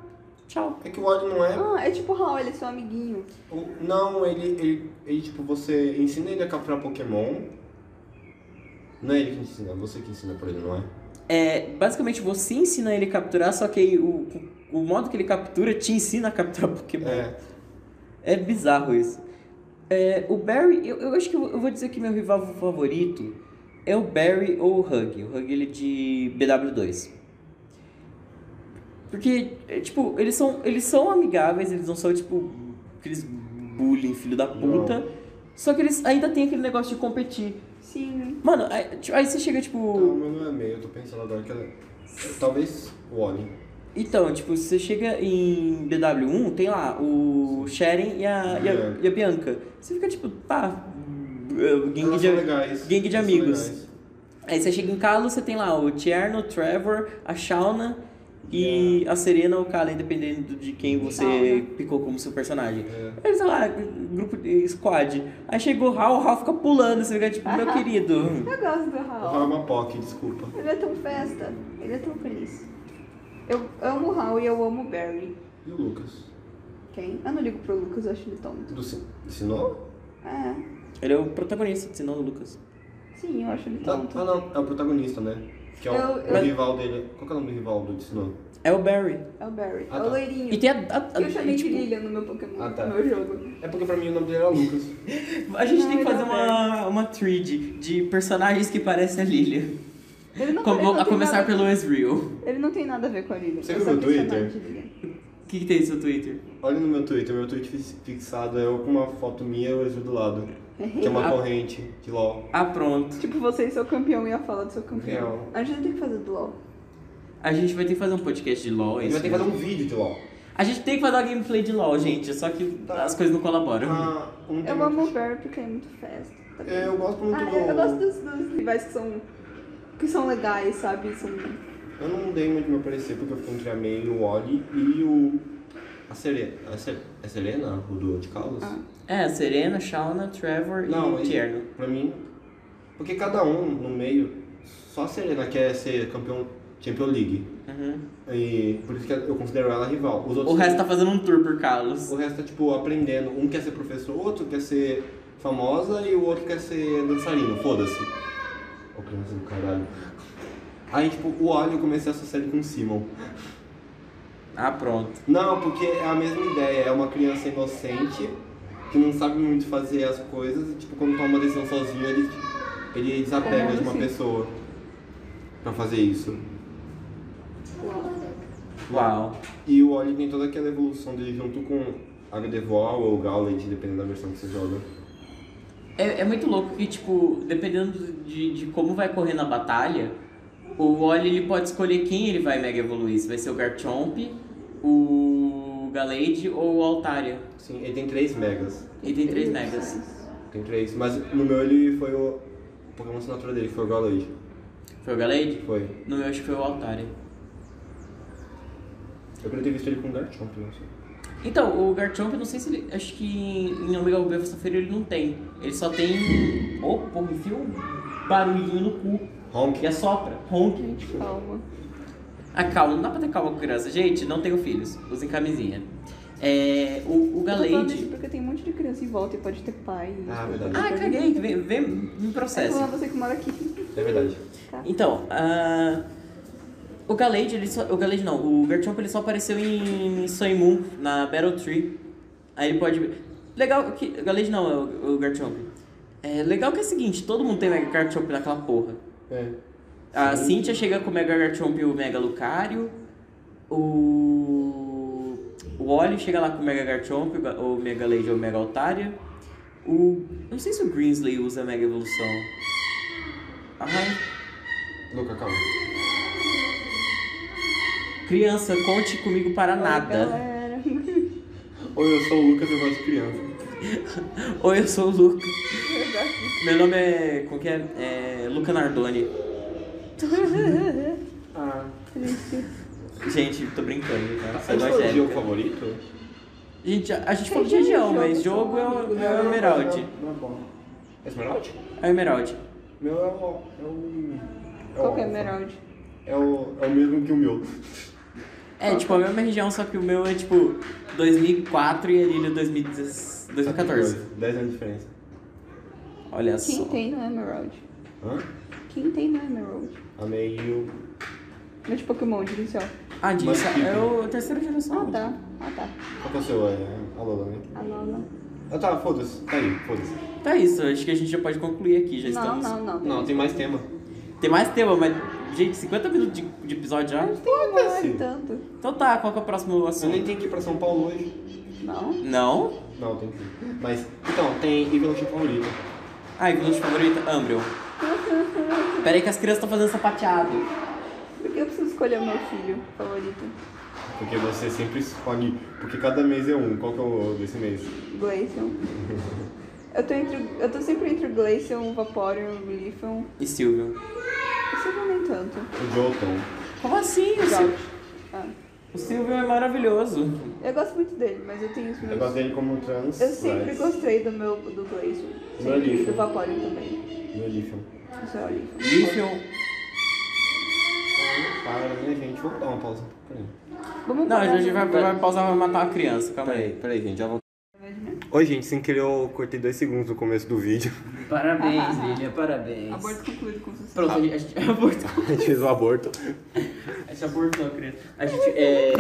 Speaker 4: Tchau.
Speaker 2: É que o óleo não é.
Speaker 1: Ah, é tipo Raul, ele é seu amiguinho.
Speaker 2: o- Não, ele, ele. ele, tipo, você ensina ele a capturar Pokémon. Não é ele que ensina, é você que ensina pra ele, não é?
Speaker 4: É, basicamente você ensina ele a capturar, só que aí o, o modo que ele captura te ensina a capturar Pokémon. É,
Speaker 2: É.
Speaker 4: bizarro isso. É, o Barry, eu, eu acho que eu, vou- eu vou dizer que meu rival favorito é o Barry ou o Hug. O Hug ele é de BW2. Porque, é, tipo, eles são, eles são amigáveis, eles não são, tipo, aqueles bullying, filho da puta. Só que eles ainda tem aquele negócio de competir.
Speaker 1: Sim.
Speaker 4: Mano, aí, tipo, aí você chega, tipo.
Speaker 2: Não, mas não é meio, eu tô pensando agora que ela. é, Talvez o óleo.
Speaker 4: Então, tipo, você chega em BW1, tem lá o Sharon e a, e a,
Speaker 2: Bianca.
Speaker 4: e a Bianca. Você fica tipo, pá, uh, gangue
Speaker 2: Elas
Speaker 4: de,
Speaker 2: são legais.
Speaker 4: gangue de
Speaker 2: elas são
Speaker 4: amigos.
Speaker 2: legais.
Speaker 4: Aí você chega em Carlos, você tem lá o Tierno, o Trevor, a Shauna e a Serena ou o Kalen, dependendo de quem você
Speaker 1: Shauna.
Speaker 4: picou como seu personagem.
Speaker 2: É.
Speaker 4: Aí, sei lá, grupo de squad. Aí chegou o Hal, o Hal fica pulando, você fica tipo, meu querido.
Speaker 1: Eu gosto do
Speaker 2: O
Speaker 1: Raul.
Speaker 2: Raul é uma POC, desculpa.
Speaker 1: Ele é tão festa. Ele é tão feliz. Eu amo o Raul e eu amo o Barry.
Speaker 2: E o Lucas?
Speaker 1: Quem? Eu não ligo pro Lucas, eu acho ele tonto.
Speaker 2: Do Sin- Sinnoh?
Speaker 1: É.
Speaker 4: Ele é o protagonista, senão o Lucas.
Speaker 1: Sim, eu acho ele
Speaker 2: Ah,
Speaker 1: tonto.
Speaker 2: ah, não, é o protagonista, né? Que é o,
Speaker 1: Eu-
Speaker 2: o
Speaker 1: eu-
Speaker 2: rival dele. Qual que é o nome do rival do Sinnoh?
Speaker 4: É o Barry.
Speaker 1: É o Barry.
Speaker 2: Ah,
Speaker 1: é
Speaker 2: tá.
Speaker 1: o loirinho.
Speaker 4: E tem a. a- a-
Speaker 1: Eu chamei de
Speaker 4: tipo,
Speaker 1: Lilian no meu Pokémon,
Speaker 2: Ah, tá.
Speaker 1: no meu jogo.
Speaker 2: É porque pra mim o nome dele era Lucas.
Speaker 4: A gente
Speaker 1: Não,
Speaker 4: tem que
Speaker 1: ele
Speaker 4: fazer
Speaker 1: é
Speaker 4: uma, uma thread de personagens que parecem a Lilia.
Speaker 1: Ele não,
Speaker 4: Como-
Speaker 1: ele não
Speaker 4: a
Speaker 1: tem
Speaker 4: começar
Speaker 1: nada-
Speaker 4: pelo Ezreal.
Speaker 1: Ele não tem nada a ver com a Lilian.
Speaker 2: Você
Speaker 1: eu
Speaker 2: viu
Speaker 1: só
Speaker 2: meu
Speaker 1: quis chamar
Speaker 2: Twitter?
Speaker 1: de Lilian.
Speaker 4: O que, que tem no seu Twitter?
Speaker 2: Olha no meu Twitter, meu tweet fi- fixado é eu com uma foto minha e o Ezio do lado. Que é uma
Speaker 4: Ah.
Speaker 2: corrente de LOL.
Speaker 4: Ah, pronto.
Speaker 1: Tipo, você e seu campeão e a fala do seu campeão.
Speaker 2: Não.
Speaker 1: A gente não tem que fazer do LOL.
Speaker 4: A gente vai ter que fazer um podcast de LOL. é
Speaker 2: A gente
Speaker 4: isso
Speaker 2: vai ter que
Speaker 4: mesmo.
Speaker 2: fazer um vídeo de LOL.
Speaker 4: A gente tem que fazer uma gameplay de LOL, gente. Só que
Speaker 2: Tá.
Speaker 4: as coisas não colaboram.
Speaker 2: Ah, um tem
Speaker 1: Eu amo o
Speaker 2: muito-
Speaker 1: Barry porque ele é muito festa. também.
Speaker 2: É, eu gosto muito
Speaker 1: É Ah,
Speaker 2: do.
Speaker 1: eu, eu gosto dos, dos rivais que são. que são legais, sabe? São.
Speaker 2: Eu não dei muito meu parecer porque eu fiquei entre a May e o Oli e o. A Serena. A, Ser... a Serena? O do de Carlos?
Speaker 1: Ah.
Speaker 4: É, Serena, Shauna, Trevor
Speaker 2: Não,
Speaker 4: e Tierno.
Speaker 2: ele, pra mim. Porque cada um no meio. Só a Serena quer ser campeão Champion League.
Speaker 4: Uhum.
Speaker 2: E por isso que eu considero ela rival. Os
Speaker 4: O
Speaker 2: outros,
Speaker 4: resto tá fazendo um tour por Carlos.
Speaker 2: é, o resto tá tipo aprendendo. Um quer ser professor, o outro quer ser famosa e o outro quer ser dançarino, foda-se. Ô criança do caralho. Aí, tipo, o Alien eu comecei a associar ele com o Simon.
Speaker 4: Ah, pronto.
Speaker 2: Não, porque é a mesma ideia, é uma criança inocente que não sabe muito fazer as coisas e, tipo, quando toma uma decisão sozinho, ele, ele desapega de uma
Speaker 1: assim?
Speaker 2: pessoa pra fazer isso.
Speaker 4: Uau.
Speaker 2: E o Oli tem toda aquela evolução dele junto com a Deval ou Gauland, dependendo da versão que você joga.
Speaker 4: É, é muito louco que, tipo, dependendo de, de como vai correr na batalha, o Wally ele pode escolher quem ele vai mega evoluir. Se vai ser o Garchomp, o Galade ou o Altaria.
Speaker 2: Sim, ele tem 3 megas.
Speaker 4: Ele tem três megas.
Speaker 2: Tem 3, mas no meu ele foi o. O Pokémon assinatura dele foi o Gauland.
Speaker 4: Foi o Galade?
Speaker 2: Foi.
Speaker 4: No meu acho que foi o Altaria.
Speaker 2: Eu queria ter visto ele com o Garchomp, não sei.
Speaker 4: Então, o Garchomp, eu não sei se ele. Acho que em Omega Ruby Feira ele não tem. Ele só tem. Ô, porra, enfia um barulhinho no cu.
Speaker 2: Honk.
Speaker 4: E assopra. Honk.
Speaker 1: Calma.
Speaker 4: Ah, calma, não dá pra ter calma com criança. Gente, não tenho filhos. Usem camisinha. É. O, o
Speaker 1: Eu tô falando isso
Speaker 4: Galade.
Speaker 1: porque tem um monte de criança em volta e pode ter pai.
Speaker 2: Ah, verdade.
Speaker 4: Ah, caguei. Vem, vem me
Speaker 1: É
Speaker 4: processo.
Speaker 1: só você que mora aqui. Tá.
Speaker 2: É verdade.
Speaker 4: Então, ah, o Galade, ele só, o Galade não, o Garchomp ele só apareceu em Sun e Moon, na Battle Tree. Aí ele pode... Legal que... o Galade não, é o, o Garchomp. É legal que é o seguinte, todo mundo tem Mega Garchomp naquela porra.
Speaker 2: É.
Speaker 4: A Cynthia chega com o Mega Garchomp e o Mega Lucario. O... O Oli chega lá com o Mega Garchomp, o Ga- o Mega Lady ou o Mega Altaria. O... eu Não sei se o Greensley usa a Mega Evolução. Ai,
Speaker 2: Luca, calma.
Speaker 4: Criança, conte comigo para nada.
Speaker 1: Galera.
Speaker 2: Oi, eu sou o Lucas e eu gosto de criança.
Speaker 4: Oi, eu sou o Luca. Meu nome é. Como que é? É, Luca Nardoni.
Speaker 2: Ah,
Speaker 4: Gente, tô brincando, tá? Sou
Speaker 2: Você gosta de jogo
Speaker 4: evangélica.
Speaker 2: favorito?
Speaker 4: Gente, a a gente falou de região, mas jogo é o, é o Emerald.
Speaker 2: Não é bom. É Esmeralda?
Speaker 4: É o Emerald.
Speaker 2: Meu é o. É o. é o
Speaker 1: Qual que é
Speaker 2: Alpha.
Speaker 1: Emerald?
Speaker 2: É o, é o mesmo que o meu.
Speaker 4: É, tipo, a mesma região, só que o meu é tipo 2004 e a Lilian 2014.
Speaker 2: 10 anos de diferença.
Speaker 4: Olha só.
Speaker 1: Quem tem não é Emerald.
Speaker 2: Hã?
Speaker 1: Quem tem não é Emerald.
Speaker 2: Amei o.
Speaker 1: Meu de Pokémon, de inicial.
Speaker 4: Ah,
Speaker 2: Mas
Speaker 4: disso
Speaker 2: que-
Speaker 4: é o terceiro geração.
Speaker 1: Ah, tá. Ah, tá.
Speaker 2: Qual que é o seu? É a Lola, né?
Speaker 1: A Lola.
Speaker 2: Ah tá, foda-se. Tá aí, foda-se.
Speaker 4: Tá isso, acho que a gente já pode concluir aqui, já
Speaker 1: Não,
Speaker 4: estamos.
Speaker 1: não, não.
Speaker 2: Não, tem mais tema.
Speaker 4: Tem mais tema, mas. Gente, 50 minutos de, de episódio já?
Speaker 1: Tem uma
Speaker 2: Foda-se.
Speaker 1: e tanto.
Speaker 4: Então tá, qual que é o próximo
Speaker 2: Eu nem
Speaker 4: assunto?
Speaker 2: tenho que ir pra São Paulo hoje.
Speaker 1: Não?
Speaker 4: Não?
Speaker 2: Não, tem que ir. Mas, então, tem Evil Team favorito.
Speaker 4: Ai, vilão favorita, Umbreon. tá, Pera aí que as crianças estão fazendo sapateado.
Speaker 1: Porque eu preciso escolher o meu filho favorito.
Speaker 2: Porque você sempre escolhe. Porque cada mês é um. Qual que é o desse mês?
Speaker 1: Glaceon. Eu tô, entre, eu tô sempre entre o Glaceon, o Vaporeon, o Glyphon.
Speaker 4: E Silvio.
Speaker 1: Isso não nem tanto.
Speaker 2: O Jotun.
Speaker 4: Como assim? O, Sil...
Speaker 1: Gout. Ah.
Speaker 4: o Silvio é maravilhoso.
Speaker 1: Eu gosto muito dele, mas eu tenho os
Speaker 2: Eu
Speaker 1: meus...
Speaker 2: gosto dele como um trans.
Speaker 1: Eu sempre
Speaker 2: mas-
Speaker 1: gostei do meu do Glacier. Sempre. E
Speaker 2: Glyphon.
Speaker 1: do Vaporeon também.
Speaker 2: Meu lixo.
Speaker 1: Isso é Olifant.
Speaker 4: Lithium.
Speaker 2: Para, né, gente? Vamos dar uma pausa. né? Peraí.
Speaker 1: Vamos
Speaker 4: Não, a
Speaker 1: parar,
Speaker 4: gente
Speaker 1: né?
Speaker 4: vai, vai pausar vai matar uma criança, calma aí.
Speaker 2: Peraí, gente, já volto. Oi, gente, sem querer eu cortei dois segundos no começo do vídeo.
Speaker 6: Parabéns, Lilia, parabéns.
Speaker 1: Aborto concluído com sucesso.
Speaker 6: Pronto, a gente, a gente abortou.
Speaker 2: A gente fez o aborto.
Speaker 6: A gente abortou a criança. A gente, é...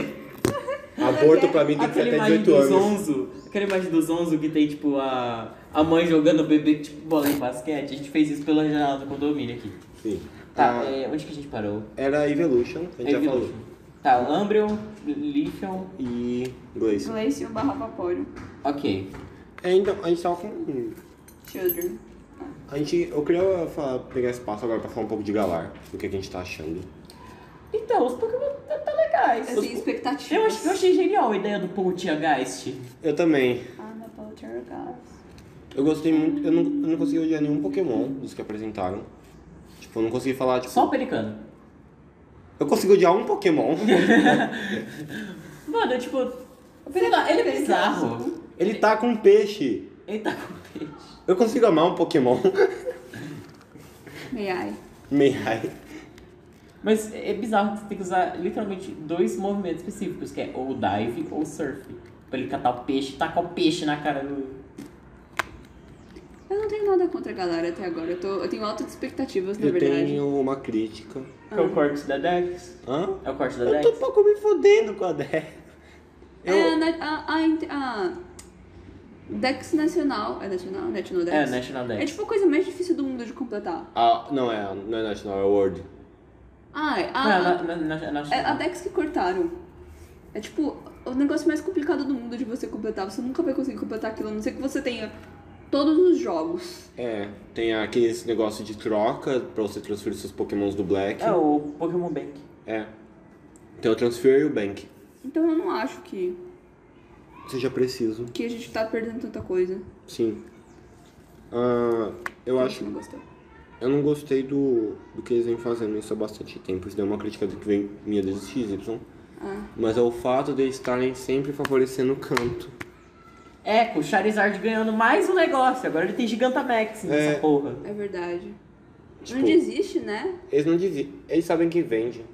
Speaker 2: Aborto pra mim tem que ser
Speaker 4: Aquela
Speaker 2: até
Speaker 4: imagem
Speaker 2: 18
Speaker 4: dos
Speaker 2: anos.
Speaker 4: Zonzo, aquela imagem do Zonzo que tem, tipo, a, a mãe jogando o bebê, tipo, bola em basquete. A gente fez isso pela janela do condomínio aqui.
Speaker 2: Sim.
Speaker 4: Tá,
Speaker 2: Ah,
Speaker 4: é, onde que a gente parou?
Speaker 2: Era Evolution, a gente já falou.
Speaker 4: Tá, Umbreon, Lithium,
Speaker 2: E Glacier.
Speaker 1: Glacier barra Vaporeon.
Speaker 4: ok.
Speaker 2: É, então, a gente tava com.
Speaker 1: Children.
Speaker 2: A gente. Eu queria falar- pegar espaço agora pra falar um pouco de Galar. Do que, que a gente tá achando.
Speaker 4: Então, os Pokémon tá, tá
Speaker 1: Eu
Speaker 4: legais.
Speaker 1: tenho
Speaker 4: Os-
Speaker 1: Assim, expectativas.
Speaker 4: Eu, acho, eu achei genial a ideia do Poltergeist.
Speaker 2: Eu também.
Speaker 1: Ana Poltergeist.
Speaker 2: Eu gostei muito. Eu não, eu não consegui odiar nenhum Pokémon dos que apresentaram. Tipo, eu não consegui falar, tipo.
Speaker 4: Só o Pelicano.
Speaker 2: Eu consigo odiar um Pokémon.
Speaker 4: Mano, eu, tipo, sei
Speaker 1: tá
Speaker 4: lá, ele é bizarro.
Speaker 2: Ele tá com um peixe.
Speaker 4: Ele tá com peixe.
Speaker 2: Eu consigo amar um Pokémon.
Speaker 1: May I?
Speaker 4: É
Speaker 2: Meihai.
Speaker 4: Mas é bizarro que você tem que usar literalmente dois movimentos específicos, que é ou dive ou surf. Pra ele catar o peixe e tacar o peixe na cara do.
Speaker 1: Eu não tenho nada contra a galera até agora. Eu, tô, eu tenho altas expectativas, na
Speaker 2: Eu
Speaker 1: verdade.
Speaker 2: tenho uma crítica.
Speaker 4: É o corte da Dex.
Speaker 2: Hã?
Speaker 4: É o corte da
Speaker 2: Eu
Speaker 4: Dex.
Speaker 2: tô um pouco me fodendo com a Dex.
Speaker 1: É, a, na- a, a, inte- a Dex Nacional. É Nacional? National Dex?
Speaker 4: É, National Dex.
Speaker 1: É tipo a coisa mais difícil do mundo de completar.
Speaker 2: Ah, não é, não é National, é World.
Speaker 1: Ah, é,
Speaker 4: Não, é na,
Speaker 1: a,
Speaker 4: na, na, na-
Speaker 1: é a Dex que cortaram. É tipo o negócio mais complicado do mundo de você completar. Você nunca vai conseguir completar aquilo, a não ser que você tenha todos os jogos.
Speaker 2: É, tem aqueles negócio de troca pra você transferir seus pokémons do Black.
Speaker 4: É o Pokémon Bank.
Speaker 2: É. Então eu transfiro e o Bank.
Speaker 1: Então eu não acho que,
Speaker 2: Seja preciso.
Speaker 1: que a gente tá perdendo tanta coisa.
Speaker 2: Sim. Ah, eu acho.
Speaker 1: Não gostou.
Speaker 2: Eu não gostei do, do que eles vêm fazendo isso há bastante tempo. Isso deu uma crítica do que vem minha desde XY.
Speaker 1: Ah.
Speaker 2: Mas é o fato de eles estarem sempre favorecendo o canto.
Speaker 4: É, com o Charizard ganhando mais um negócio. Agora ele tem Gigantamax nessa
Speaker 2: É.
Speaker 4: porra.
Speaker 1: É verdade.
Speaker 2: Tipo-
Speaker 1: Não desiste, né?
Speaker 2: Eles não dizem. Eles sabem que vende.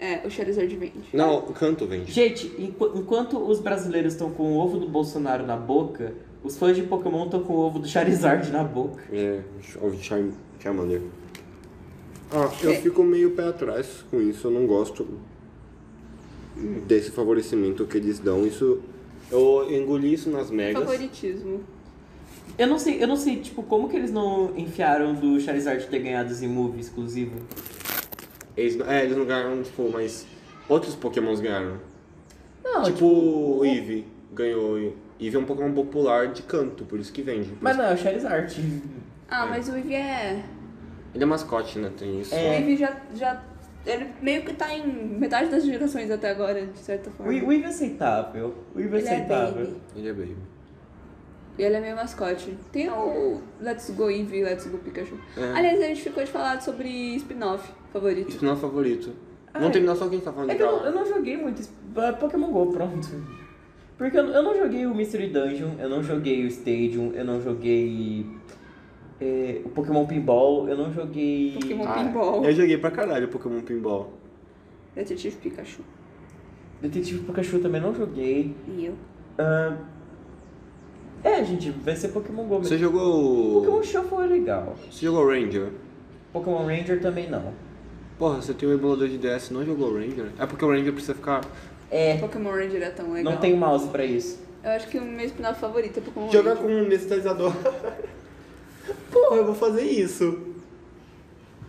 Speaker 1: É, o Charizard vende.
Speaker 2: Não, o canto vende.
Speaker 4: Gente, enqu- enquanto os brasileiros estão com o ovo do Bolsonaro na boca, os fãs de Pokémon estão com o ovo do Charizard na boca.
Speaker 2: É, o Charm, Charmander. Ah, eu fico meio pé atrás com isso. Eu não gosto desse favorecimento que eles dão. Isso. Eu engoli isso nas megas.
Speaker 1: Favoritismo.
Speaker 4: Eu não sei, eu não sei, tipo, como que eles não enfiaram do Charizard ter ganhado esse move exclusivo?
Speaker 2: Eles, é, eles não ganharam, tipo, mas outros pokémons ganharam.
Speaker 4: Não,
Speaker 2: tipo, o Eevee ganhou. Eevee é um Pokémon popular de canto, por isso que vende. Por
Speaker 4: Mas
Speaker 2: isso-
Speaker 4: não, é o Charizard.
Speaker 1: Ah, mas o Ivy é.
Speaker 2: Ele é mascote, né? Tem isso.
Speaker 4: É.
Speaker 1: O Ivy já, já. Ele meio que tá em metade das gerações até agora, de certa
Speaker 4: O
Speaker 1: forma.
Speaker 4: o Eevee é aceitável. O Eevee é
Speaker 1: Ele é
Speaker 4: aceitável.
Speaker 1: baby.
Speaker 2: Ele é baby.
Speaker 1: E ele é meio mascote. Tem o Let's Go Eevee, Let's Go Pikachu.
Speaker 2: É.
Speaker 1: Aliás, a gente ficou de falar sobre spin-off favorito.
Speaker 2: Isso não é favorito.
Speaker 4: Ai.
Speaker 2: Não terminou só quem tá falando
Speaker 4: É
Speaker 2: de
Speaker 4: que eu, não-
Speaker 2: Galar.
Speaker 4: eu não joguei muito es- ah, Pokémon GO, pronto. Porque eu, eu não joguei o Mystery Dungeon, eu não joguei o Stadium, eu não joguei eh, o Pokémon Pinball, eu não joguei...
Speaker 1: Pokémon
Speaker 2: Ah,
Speaker 1: Pinball.
Speaker 2: Eu joguei pra caralho Pokémon Pinball.
Speaker 1: Detetive Pikachu.
Speaker 4: Detetive Pikachu também não joguei.
Speaker 1: E eu.
Speaker 4: Ah, é, gente, vai ser Pokémon GO
Speaker 2: Você
Speaker 4: mesmo.
Speaker 2: jogou.
Speaker 4: Pokémon Shuffle é legal.
Speaker 2: Você jogou Ranger?
Speaker 4: Pokémon Ranger também não.
Speaker 2: Porra, você tem um emulador de DS e não jogou Ranger? É porque o Ranger precisa ficar.
Speaker 4: É,
Speaker 1: Pokémon Ranger é tão legal.
Speaker 4: não tem mouse pra isso.
Speaker 1: Eu acho que o meu spin-off favorito é Pokémon
Speaker 2: Jogar
Speaker 1: Ranger.
Speaker 2: com um digitalizador. Porra, eu vou fazer isso.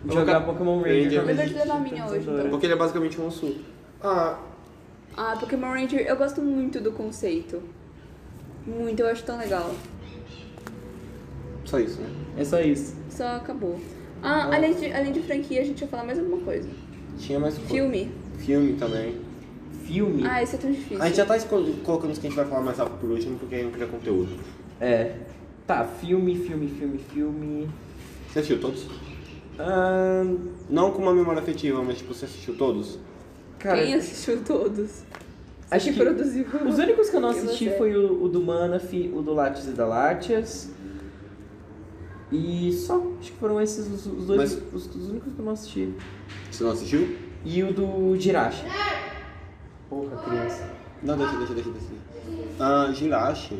Speaker 4: Jogar Pokémon Ranger.
Speaker 2: Ranger.
Speaker 4: também.
Speaker 1: Melhor de dar minha hoje, então.
Speaker 2: Porque ele é basicamente um Monsu. Ah,
Speaker 1: Ah, Pokémon Ranger, eu gosto muito do conceito. Muito, eu acho tão legal.
Speaker 2: só isso, né?
Speaker 1: então.
Speaker 4: É só isso.
Speaker 1: Só acabou. Ah, além de, além de franquia, a gente ia falar mais alguma coisa.
Speaker 2: Tinha mais coisa.
Speaker 1: Filme.
Speaker 2: Filme também.
Speaker 4: Filme?
Speaker 1: Ah, isso é tão difícil.
Speaker 2: A gente já tá escol- colocando os que a gente vai falar mais rápido por último, porque aí não cria conteúdo.
Speaker 4: É. Tá, filme, filme, filme, filme.
Speaker 2: Você assistiu todos?
Speaker 4: Ahn,
Speaker 2: Não com uma memória afetiva, mas tipo, você assistiu todos?
Speaker 4: cara,
Speaker 1: Quem assistiu todos?
Speaker 4: acho
Speaker 1: Quem
Speaker 4: que
Speaker 1: produziu?
Speaker 4: os únicos que eu não
Speaker 1: Que
Speaker 4: assisti
Speaker 1: você- é?
Speaker 4: foi o, o do Manaf, o do Latias e da Latias. E só. Acho que foram esses os, os dois.
Speaker 2: Mas-
Speaker 4: Os, os únicos que eu não assisti.
Speaker 2: Você não assistiu?
Speaker 4: E o do Jirachi. Porra, criança.
Speaker 2: Não, deixa, deixa, deixa, deixa. Ah, Jirachi.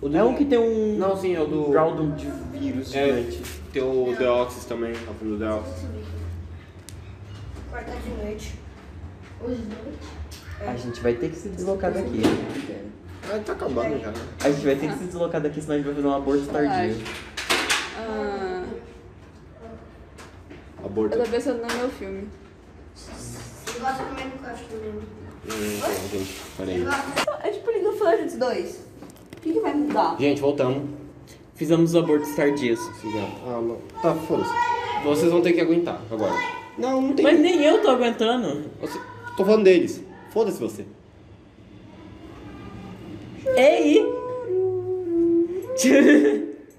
Speaker 2: O do-
Speaker 4: É um que tem um.
Speaker 2: Não, sim, é o do-
Speaker 4: Um round de vírus
Speaker 2: É.
Speaker 4: gigante.
Speaker 2: Tem o Deoxys também, a filha do Deoxys.
Speaker 7: Quarta de noite. Hoje de noite?
Speaker 4: A gente vai ter que se deslocar daqui.
Speaker 2: Ah, tá acabando já, né?
Speaker 4: A gente vai ter que se deslocar daqui, senão a gente vai fazer um aborto
Speaker 1: Verdade.
Speaker 4: tardio.
Speaker 1: Ah, eu
Speaker 2: Aborto.
Speaker 1: tô pensando no meu filme.
Speaker 7: Você gosta de comer no cachorro mesmo?
Speaker 2: Hum, então, gente, peraí.
Speaker 1: É tipo League of Legends 2. O que, que vai mudar?
Speaker 2: Gente, voltamos.
Speaker 4: Fizemos os abortos tardios.
Speaker 2: Ah, não. Tá, foda-se. Vocês vão ter que aguentar agora. Não, não tem.
Speaker 4: Mas nem eu tô aguentando.
Speaker 2: Você- Tô falando deles. Foda-se você.
Speaker 4: Ei!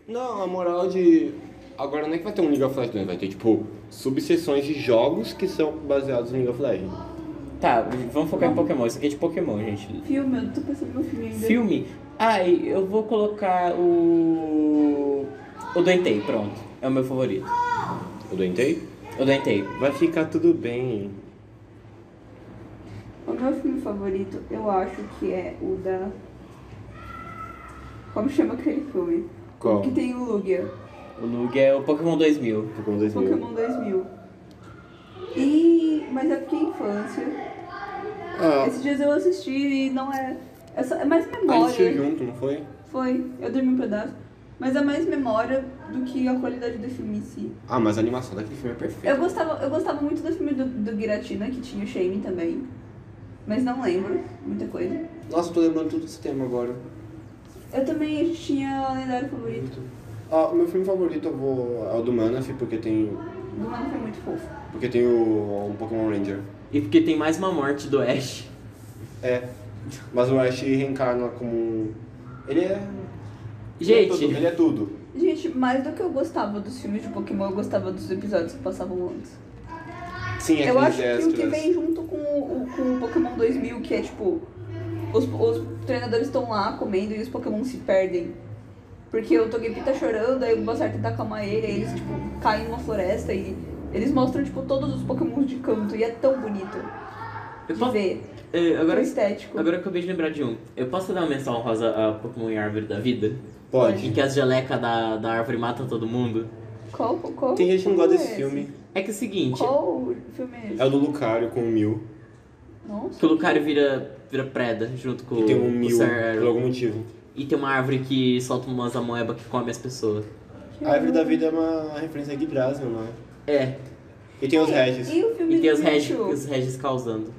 Speaker 2: Não, a moral de. Agora não é que vai ter um League of Legends, né? vai ter tipo subseções de jogos que são baseados em League of Legends.
Speaker 4: tá, vamos focar em Pokémon. Isso aqui é de Pokémon, gente.
Speaker 1: Filme, eu não tô pensando no meu filme ainda.
Speaker 4: Filme. Ai, eu vou colocar o. O Doentei, pronto. É o meu favorito.
Speaker 2: Eu doentei?
Speaker 4: O Doentei.
Speaker 2: Vai ficar tudo bem.
Speaker 1: O meu filme favorito, eu acho que é o da. Como chama aquele filme?
Speaker 2: Qual?
Speaker 1: Que tem o Lugia.
Speaker 4: O Lugia é o Pokémon 2000.
Speaker 2: Pokémon 2000.
Speaker 1: Pokémon 2000. E... Mas é porque é infância.
Speaker 2: Ah,
Speaker 1: Esses dias eu assisti e não é... É, só- é mais
Speaker 2: a gente
Speaker 1: memória.
Speaker 2: assistiu junto, não foi?
Speaker 1: Foi, eu dormi um pedaço. Mas é mais memória do que a qualidade do filme em si.
Speaker 2: Ah, mas a animação daquele filme é perfeita.
Speaker 1: Eu gostava, eu gostava muito do filme do, do Giratina, que tinha o Shane também. Mas não lembro muita coisa.
Speaker 2: Nossa, eu tô lembrando tudo desse tema agora.
Speaker 1: Eu também tinha o lendário favorito.
Speaker 2: Ah, o meu filme favorito eu vou, é o do Manaf, porque tem,
Speaker 1: Do mano foi muito fofo.
Speaker 2: porque tem o, um Pokémon Ranger.
Speaker 4: E porque tem mais uma morte do Ash.
Speaker 2: É, mas o Ash reencarna como um... Ele é...
Speaker 4: Gente,
Speaker 2: Ele é tudo.
Speaker 1: Gente, mais do que eu gostava dos filmes de Pokémon, eu gostava dos episódios que passavam antes.
Speaker 2: Sim, é
Speaker 1: eu acho que o que vem junto com o, o- com o Pokémon 2000, que é tipo, os, os treinadores estão lá comendo e os Pokémon se perdem. Porque o Togepi tá chorando, aí o Bulbasaur tenta acalmar ele, aí eles tipo, caem numa floresta e eles mostram tipo, todos os Pokémon de canto e é tão bonito
Speaker 4: eu
Speaker 1: de
Speaker 4: posso,
Speaker 1: ver,
Speaker 4: eh,
Speaker 1: tão
Speaker 4: agora,
Speaker 1: estético.
Speaker 4: agora eu acabei de lembrar de um. Eu posso dar uma menção rosa a Pokémon e Árvore da Vida? Em
Speaker 2: Pode.
Speaker 4: que as gelecas da, da árvore matam todo mundo?
Speaker 1: Qual, qual,
Speaker 2: Tem gente que não
Speaker 1: qual
Speaker 2: gosta
Speaker 1: é
Speaker 2: desse
Speaker 1: esse?
Speaker 2: filme.
Speaker 4: É que é o seguinte,
Speaker 1: Qual filme é esse?
Speaker 2: É o do Lucario com o Mil.
Speaker 1: Nossa.
Speaker 4: que o Lucario vira, vira preda junto com
Speaker 2: E tem
Speaker 4: o
Speaker 2: um Mil,
Speaker 4: Sir
Speaker 2: por
Speaker 4: Arrow.
Speaker 2: algum motivo.
Speaker 4: E tem uma árvore que solta umas amoeba que come as pessoas.
Speaker 2: A Árvore da Vida é uma referência a Yggdrasil, não é?
Speaker 4: É,
Speaker 2: E tem os Regis.
Speaker 1: E o filme
Speaker 4: e tem
Speaker 1: do
Speaker 4: os Regis,
Speaker 1: Mewtwo?
Speaker 4: os Regis causando.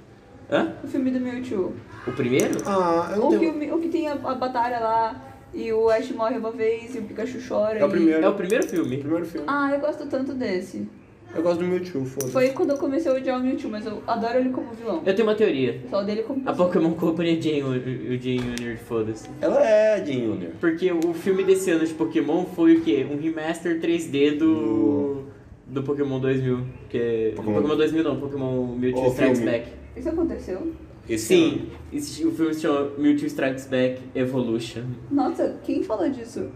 Speaker 4: Hã?
Speaker 1: O filme do Mewtwo.
Speaker 4: O primeiro?
Speaker 2: Ah, eu não
Speaker 1: O que,
Speaker 2: tenho...
Speaker 1: o, o que tem a, a batalha lá e o Ash morre uma vez e o Pikachu chora.
Speaker 2: É o
Speaker 1: e-
Speaker 2: primeiro.
Speaker 4: É o primeiro
Speaker 2: O
Speaker 4: filme.
Speaker 2: primeiro filme.
Speaker 1: Ah, eu gosto tanto desse.
Speaker 2: Eu gosto do Mewtwo, foda-se.
Speaker 1: Foi quando eu comecei a odiar o Mewtwo, mas eu adoro ele como vilão.
Speaker 4: Eu tenho uma teoria.
Speaker 1: Só dele como
Speaker 4: É. A
Speaker 1: pessoa.
Speaker 4: Pokémon Company é Jane, o Jane Jr. foda-se.
Speaker 2: Ela é Jane Junior.
Speaker 4: Porque o filme desse ano de Pokémon foi o quê? Um remaster 3D do. do Pokémon 2000. Que é...
Speaker 2: Hum. Pokémon-
Speaker 4: Pokémon... 2000 não, Pokémon Mewtwo
Speaker 2: O
Speaker 4: Strikes
Speaker 2: filme.
Speaker 4: Back.
Speaker 1: Isso aconteceu?
Speaker 2: Esse
Speaker 4: Sim, esse- o filme se chama Mewtwo Strikes Back Evolution.
Speaker 1: Nossa, quem fala disso?
Speaker 2: ano.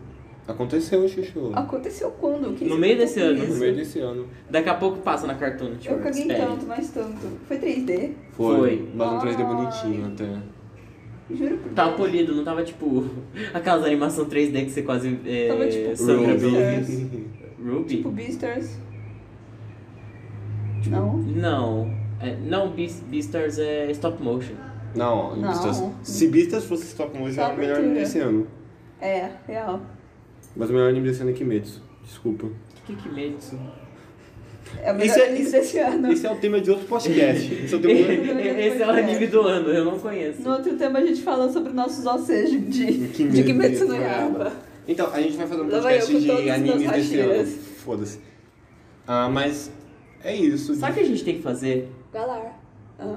Speaker 2: Aconteceu, Chuchu.
Speaker 1: Aconteceu quando? Quem
Speaker 4: No
Speaker 1: se
Speaker 4: meio
Speaker 1: contou
Speaker 4: desse
Speaker 1: com
Speaker 4: ano, no
Speaker 1: isso?
Speaker 2: No meio desse ano.
Speaker 4: Daqui a pouco passa na Cartoon Network.
Speaker 1: Eu caguei
Speaker 4: espere.
Speaker 1: tanto, mas tanto. Foi 3D?
Speaker 4: Foi.
Speaker 2: Mas um 3D
Speaker 1: Ai.
Speaker 2: bonitinho até.
Speaker 1: Juro por
Speaker 4: Tava
Speaker 1: Deus.
Speaker 4: polido, não tava tipo. aquelas animação 3D que você quase. É,
Speaker 1: Tava, tipo,
Speaker 4: sangra
Speaker 1: Ruby.
Speaker 4: pelo-
Speaker 1: Beastars.
Speaker 4: Ruby?
Speaker 1: Tipo Beastars. Não?
Speaker 4: tipo, Não. É, não, Beast- Beastars é stop motion.
Speaker 2: Não,
Speaker 1: Não.
Speaker 2: Beastars- se Beastars fosse stop motion,
Speaker 1: Só
Speaker 2: era o melhor
Speaker 1: abertura.
Speaker 2: anime desse ano.
Speaker 1: É, real.
Speaker 2: Mas o melhor anime desse ano é Kimetsu. Desculpa.
Speaker 4: Que que medo isso?
Speaker 1: É o melhor
Speaker 2: Isso é-
Speaker 1: anime
Speaker 2: isso-
Speaker 1: desse ano.
Speaker 2: Esse é o tema de outro podcast. Esse é o tema de...
Speaker 4: Esse é o anime do ano, eu não conheço.
Speaker 1: No outro tema a gente fala sobre nossos ocejos de, de Kimetsu no Yaba.
Speaker 2: Então, a gente vai fazer um
Speaker 1: Lá vai eu
Speaker 2: podcast
Speaker 1: com todos os
Speaker 2: de
Speaker 1: meus
Speaker 2: animes desse ano.
Speaker 1: hashiras.
Speaker 2: Foda-se. Ah, mas é isso.
Speaker 4: Sabe o que a gente tem que fazer?
Speaker 1: Galar. Ah.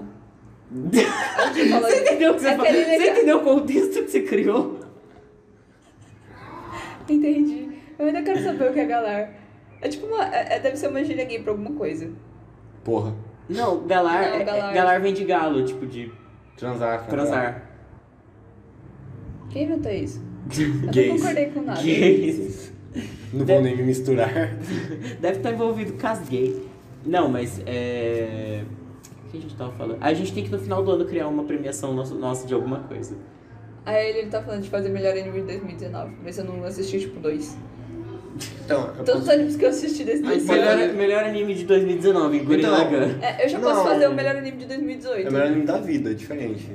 Speaker 1: A gente falou É
Speaker 4: Você entendeu o que você falou?
Speaker 1: Aquele
Speaker 4: Você
Speaker 1: legal.
Speaker 4: entendeu o contexto que você criou?
Speaker 1: Entendi. Eu ainda quero saber o que é galar. É tipo uma. é- é- deve ser uma gíria gay pra alguma coisa.
Speaker 2: Porra.
Speaker 4: Não, Galar,
Speaker 1: Não,
Speaker 4: é- é-
Speaker 1: Galar.
Speaker 4: galar. vem de galo, tipo de
Speaker 2: Transar. cara.
Speaker 4: transar.
Speaker 1: Quem inventou isso? Eu não
Speaker 2: Gays.
Speaker 1: concordei com nada.
Speaker 4: Gays.
Speaker 2: Não vou nem me misturar.
Speaker 4: Deve estar envolvido com as gays. Não, mas é. O que a gente tava falando? A gente tem que no final do ano criar uma premiação nosso- nossa de alguma coisa.
Speaker 1: Aí ele tá falando de fazer melhor anime de 2019, mas eu não assisti tipo dois.
Speaker 2: Então, eu
Speaker 1: Todos os
Speaker 2: posso...
Speaker 1: animes que eu assisti desse desse ano.
Speaker 4: Melhor, melhor anime de 2019, Gurren
Speaker 2: Então,
Speaker 4: Lagann.
Speaker 1: É, eu já
Speaker 2: Não.
Speaker 1: posso fazer o melhor anime de
Speaker 2: é
Speaker 1: 2018.
Speaker 2: o melhor anime da vida, é diferente.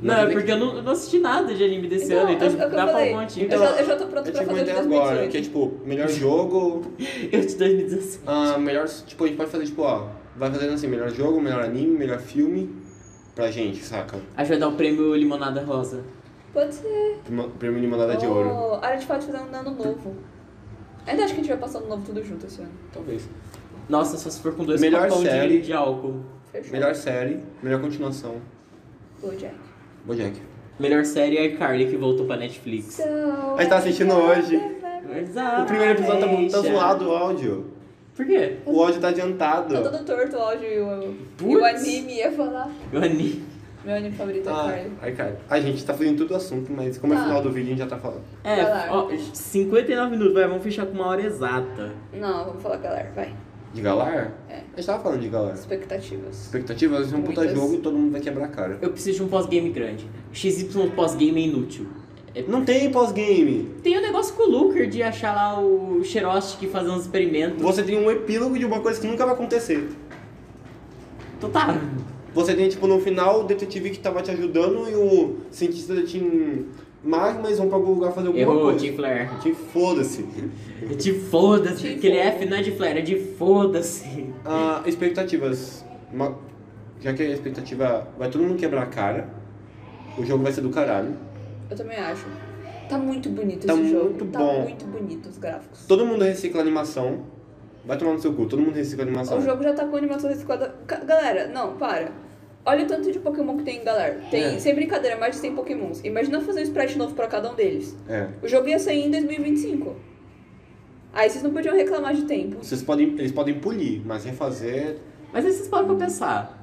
Speaker 4: Não, é porque eu não, eu não assisti nada de anime desse ano, então
Speaker 1: é o que eu
Speaker 4: dá pra
Speaker 1: falei.
Speaker 4: um monte.
Speaker 1: Eu
Speaker 2: Então-
Speaker 1: já, eu já tô pronto
Speaker 2: Eu
Speaker 1: pra
Speaker 2: tive uma
Speaker 1: fazer o de
Speaker 2: ideia agora, que é
Speaker 1: 2018.
Speaker 2: tipo, melhor jogo,
Speaker 4: Eu de 2016.
Speaker 2: Ah, melhor. Tipo, a gente pode fazer, tipo, ó. Vai fazendo assim, melhor jogo, melhor anime, melhor filme. Pra gente, saca?
Speaker 4: A gente vai dar o prêmio Limonada Rosa.
Speaker 1: Pode ser.
Speaker 2: Prima- Prêmio de mandada é de ouro.
Speaker 1: Oh, a gente pode fazer um ano novo. Ainda acho que a gente vai passar um ano novo tudo junto esse ano.
Speaker 2: Talvez.
Speaker 4: Nossa, só se for com dois
Speaker 2: Melhor
Speaker 4: copão de-
Speaker 2: série.
Speaker 4: de álcool.
Speaker 1: Fechou.
Speaker 2: Melhor série, melhor continuação.
Speaker 1: Bojack.
Speaker 2: Bojack.
Speaker 4: Melhor série é Carly que voltou pra Netflix.
Speaker 1: So,
Speaker 2: A gente tá assistindo hoje.
Speaker 4: Exato.
Speaker 2: O primeiro episódio tá, mu- tá zoado o áudio.
Speaker 4: Por quê?
Speaker 2: O áudio tá adiantado.
Speaker 1: Tá todo torto o áudio e o, e o
Speaker 4: Putz.
Speaker 1: anime ia falar.
Speaker 4: O anime.
Speaker 1: Meu anime favorito é
Speaker 2: Ah,
Speaker 1: Carly.
Speaker 2: ai, cara. A gente tá fazendo todo o assunto, mas como é
Speaker 1: Tá.
Speaker 2: final do vídeo, a gente já tá falando.
Speaker 4: É,
Speaker 1: Vai lá.
Speaker 4: ó, 59 minutos, vai, vamos fechar com uma hora exata.
Speaker 1: Não, vamos falar galera, vai.
Speaker 2: De Galar?
Speaker 1: É.
Speaker 2: A gente tava falando de Galar.
Speaker 1: Expectativas.
Speaker 2: Expectativa, vai ser um puta
Speaker 1: Muitas.
Speaker 2: jogo e todo mundo vai quebrar a cara.
Speaker 4: Eu preciso de um pós-game grande. XY pós-game é inútil.
Speaker 2: Não tem pós-game.
Speaker 4: Tem um negócio negócio com o Looker de achar lá o Xerost fazendo uns experimentos.
Speaker 2: Você tem um epílogo de uma coisa que nunca vai acontecer.
Speaker 4: Então tá.
Speaker 2: Você tem, tipo, no final, o detetive que tava te ajudando e o cientista da Team Magma, eles vão pra algum lugar fazer alguma
Speaker 4: Errou,
Speaker 2: coisa.
Speaker 4: Tim Flair. É
Speaker 2: Te foda-se.
Speaker 4: De foda-se.
Speaker 1: Tim
Speaker 4: Aquele
Speaker 1: Flair.
Speaker 4: F não é de Flair, é de foda-se.
Speaker 2: Ah, expectativas. Uma- Já que a expectativa vai todo mundo quebrar a cara, o jogo vai ser do caralho.
Speaker 1: Eu também acho. Tá muito bonito
Speaker 2: Tá
Speaker 1: esse jogo.
Speaker 2: muito
Speaker 1: tá
Speaker 2: bom.
Speaker 1: muito bonito os gráficos.
Speaker 2: Todo mundo recicla animação. Vai tomar no seu cu, todo mundo recicla animação.
Speaker 1: O jogo já tá com animação reciclada. Ca- Galera, não, para. Olha o tanto de Pokémon que tem, galera. Tem,
Speaker 2: É.
Speaker 1: sem brincadeira, mais de 100 Pokémons. Imagina fazer um sprite novo pra cada um deles.
Speaker 2: É.
Speaker 1: O jogo ia sair em 2025. Aí vocês não podiam reclamar de tempo.
Speaker 2: Vocês podem, eles podem polir, mas refazer.
Speaker 4: Mas aí vocês param pra pensar.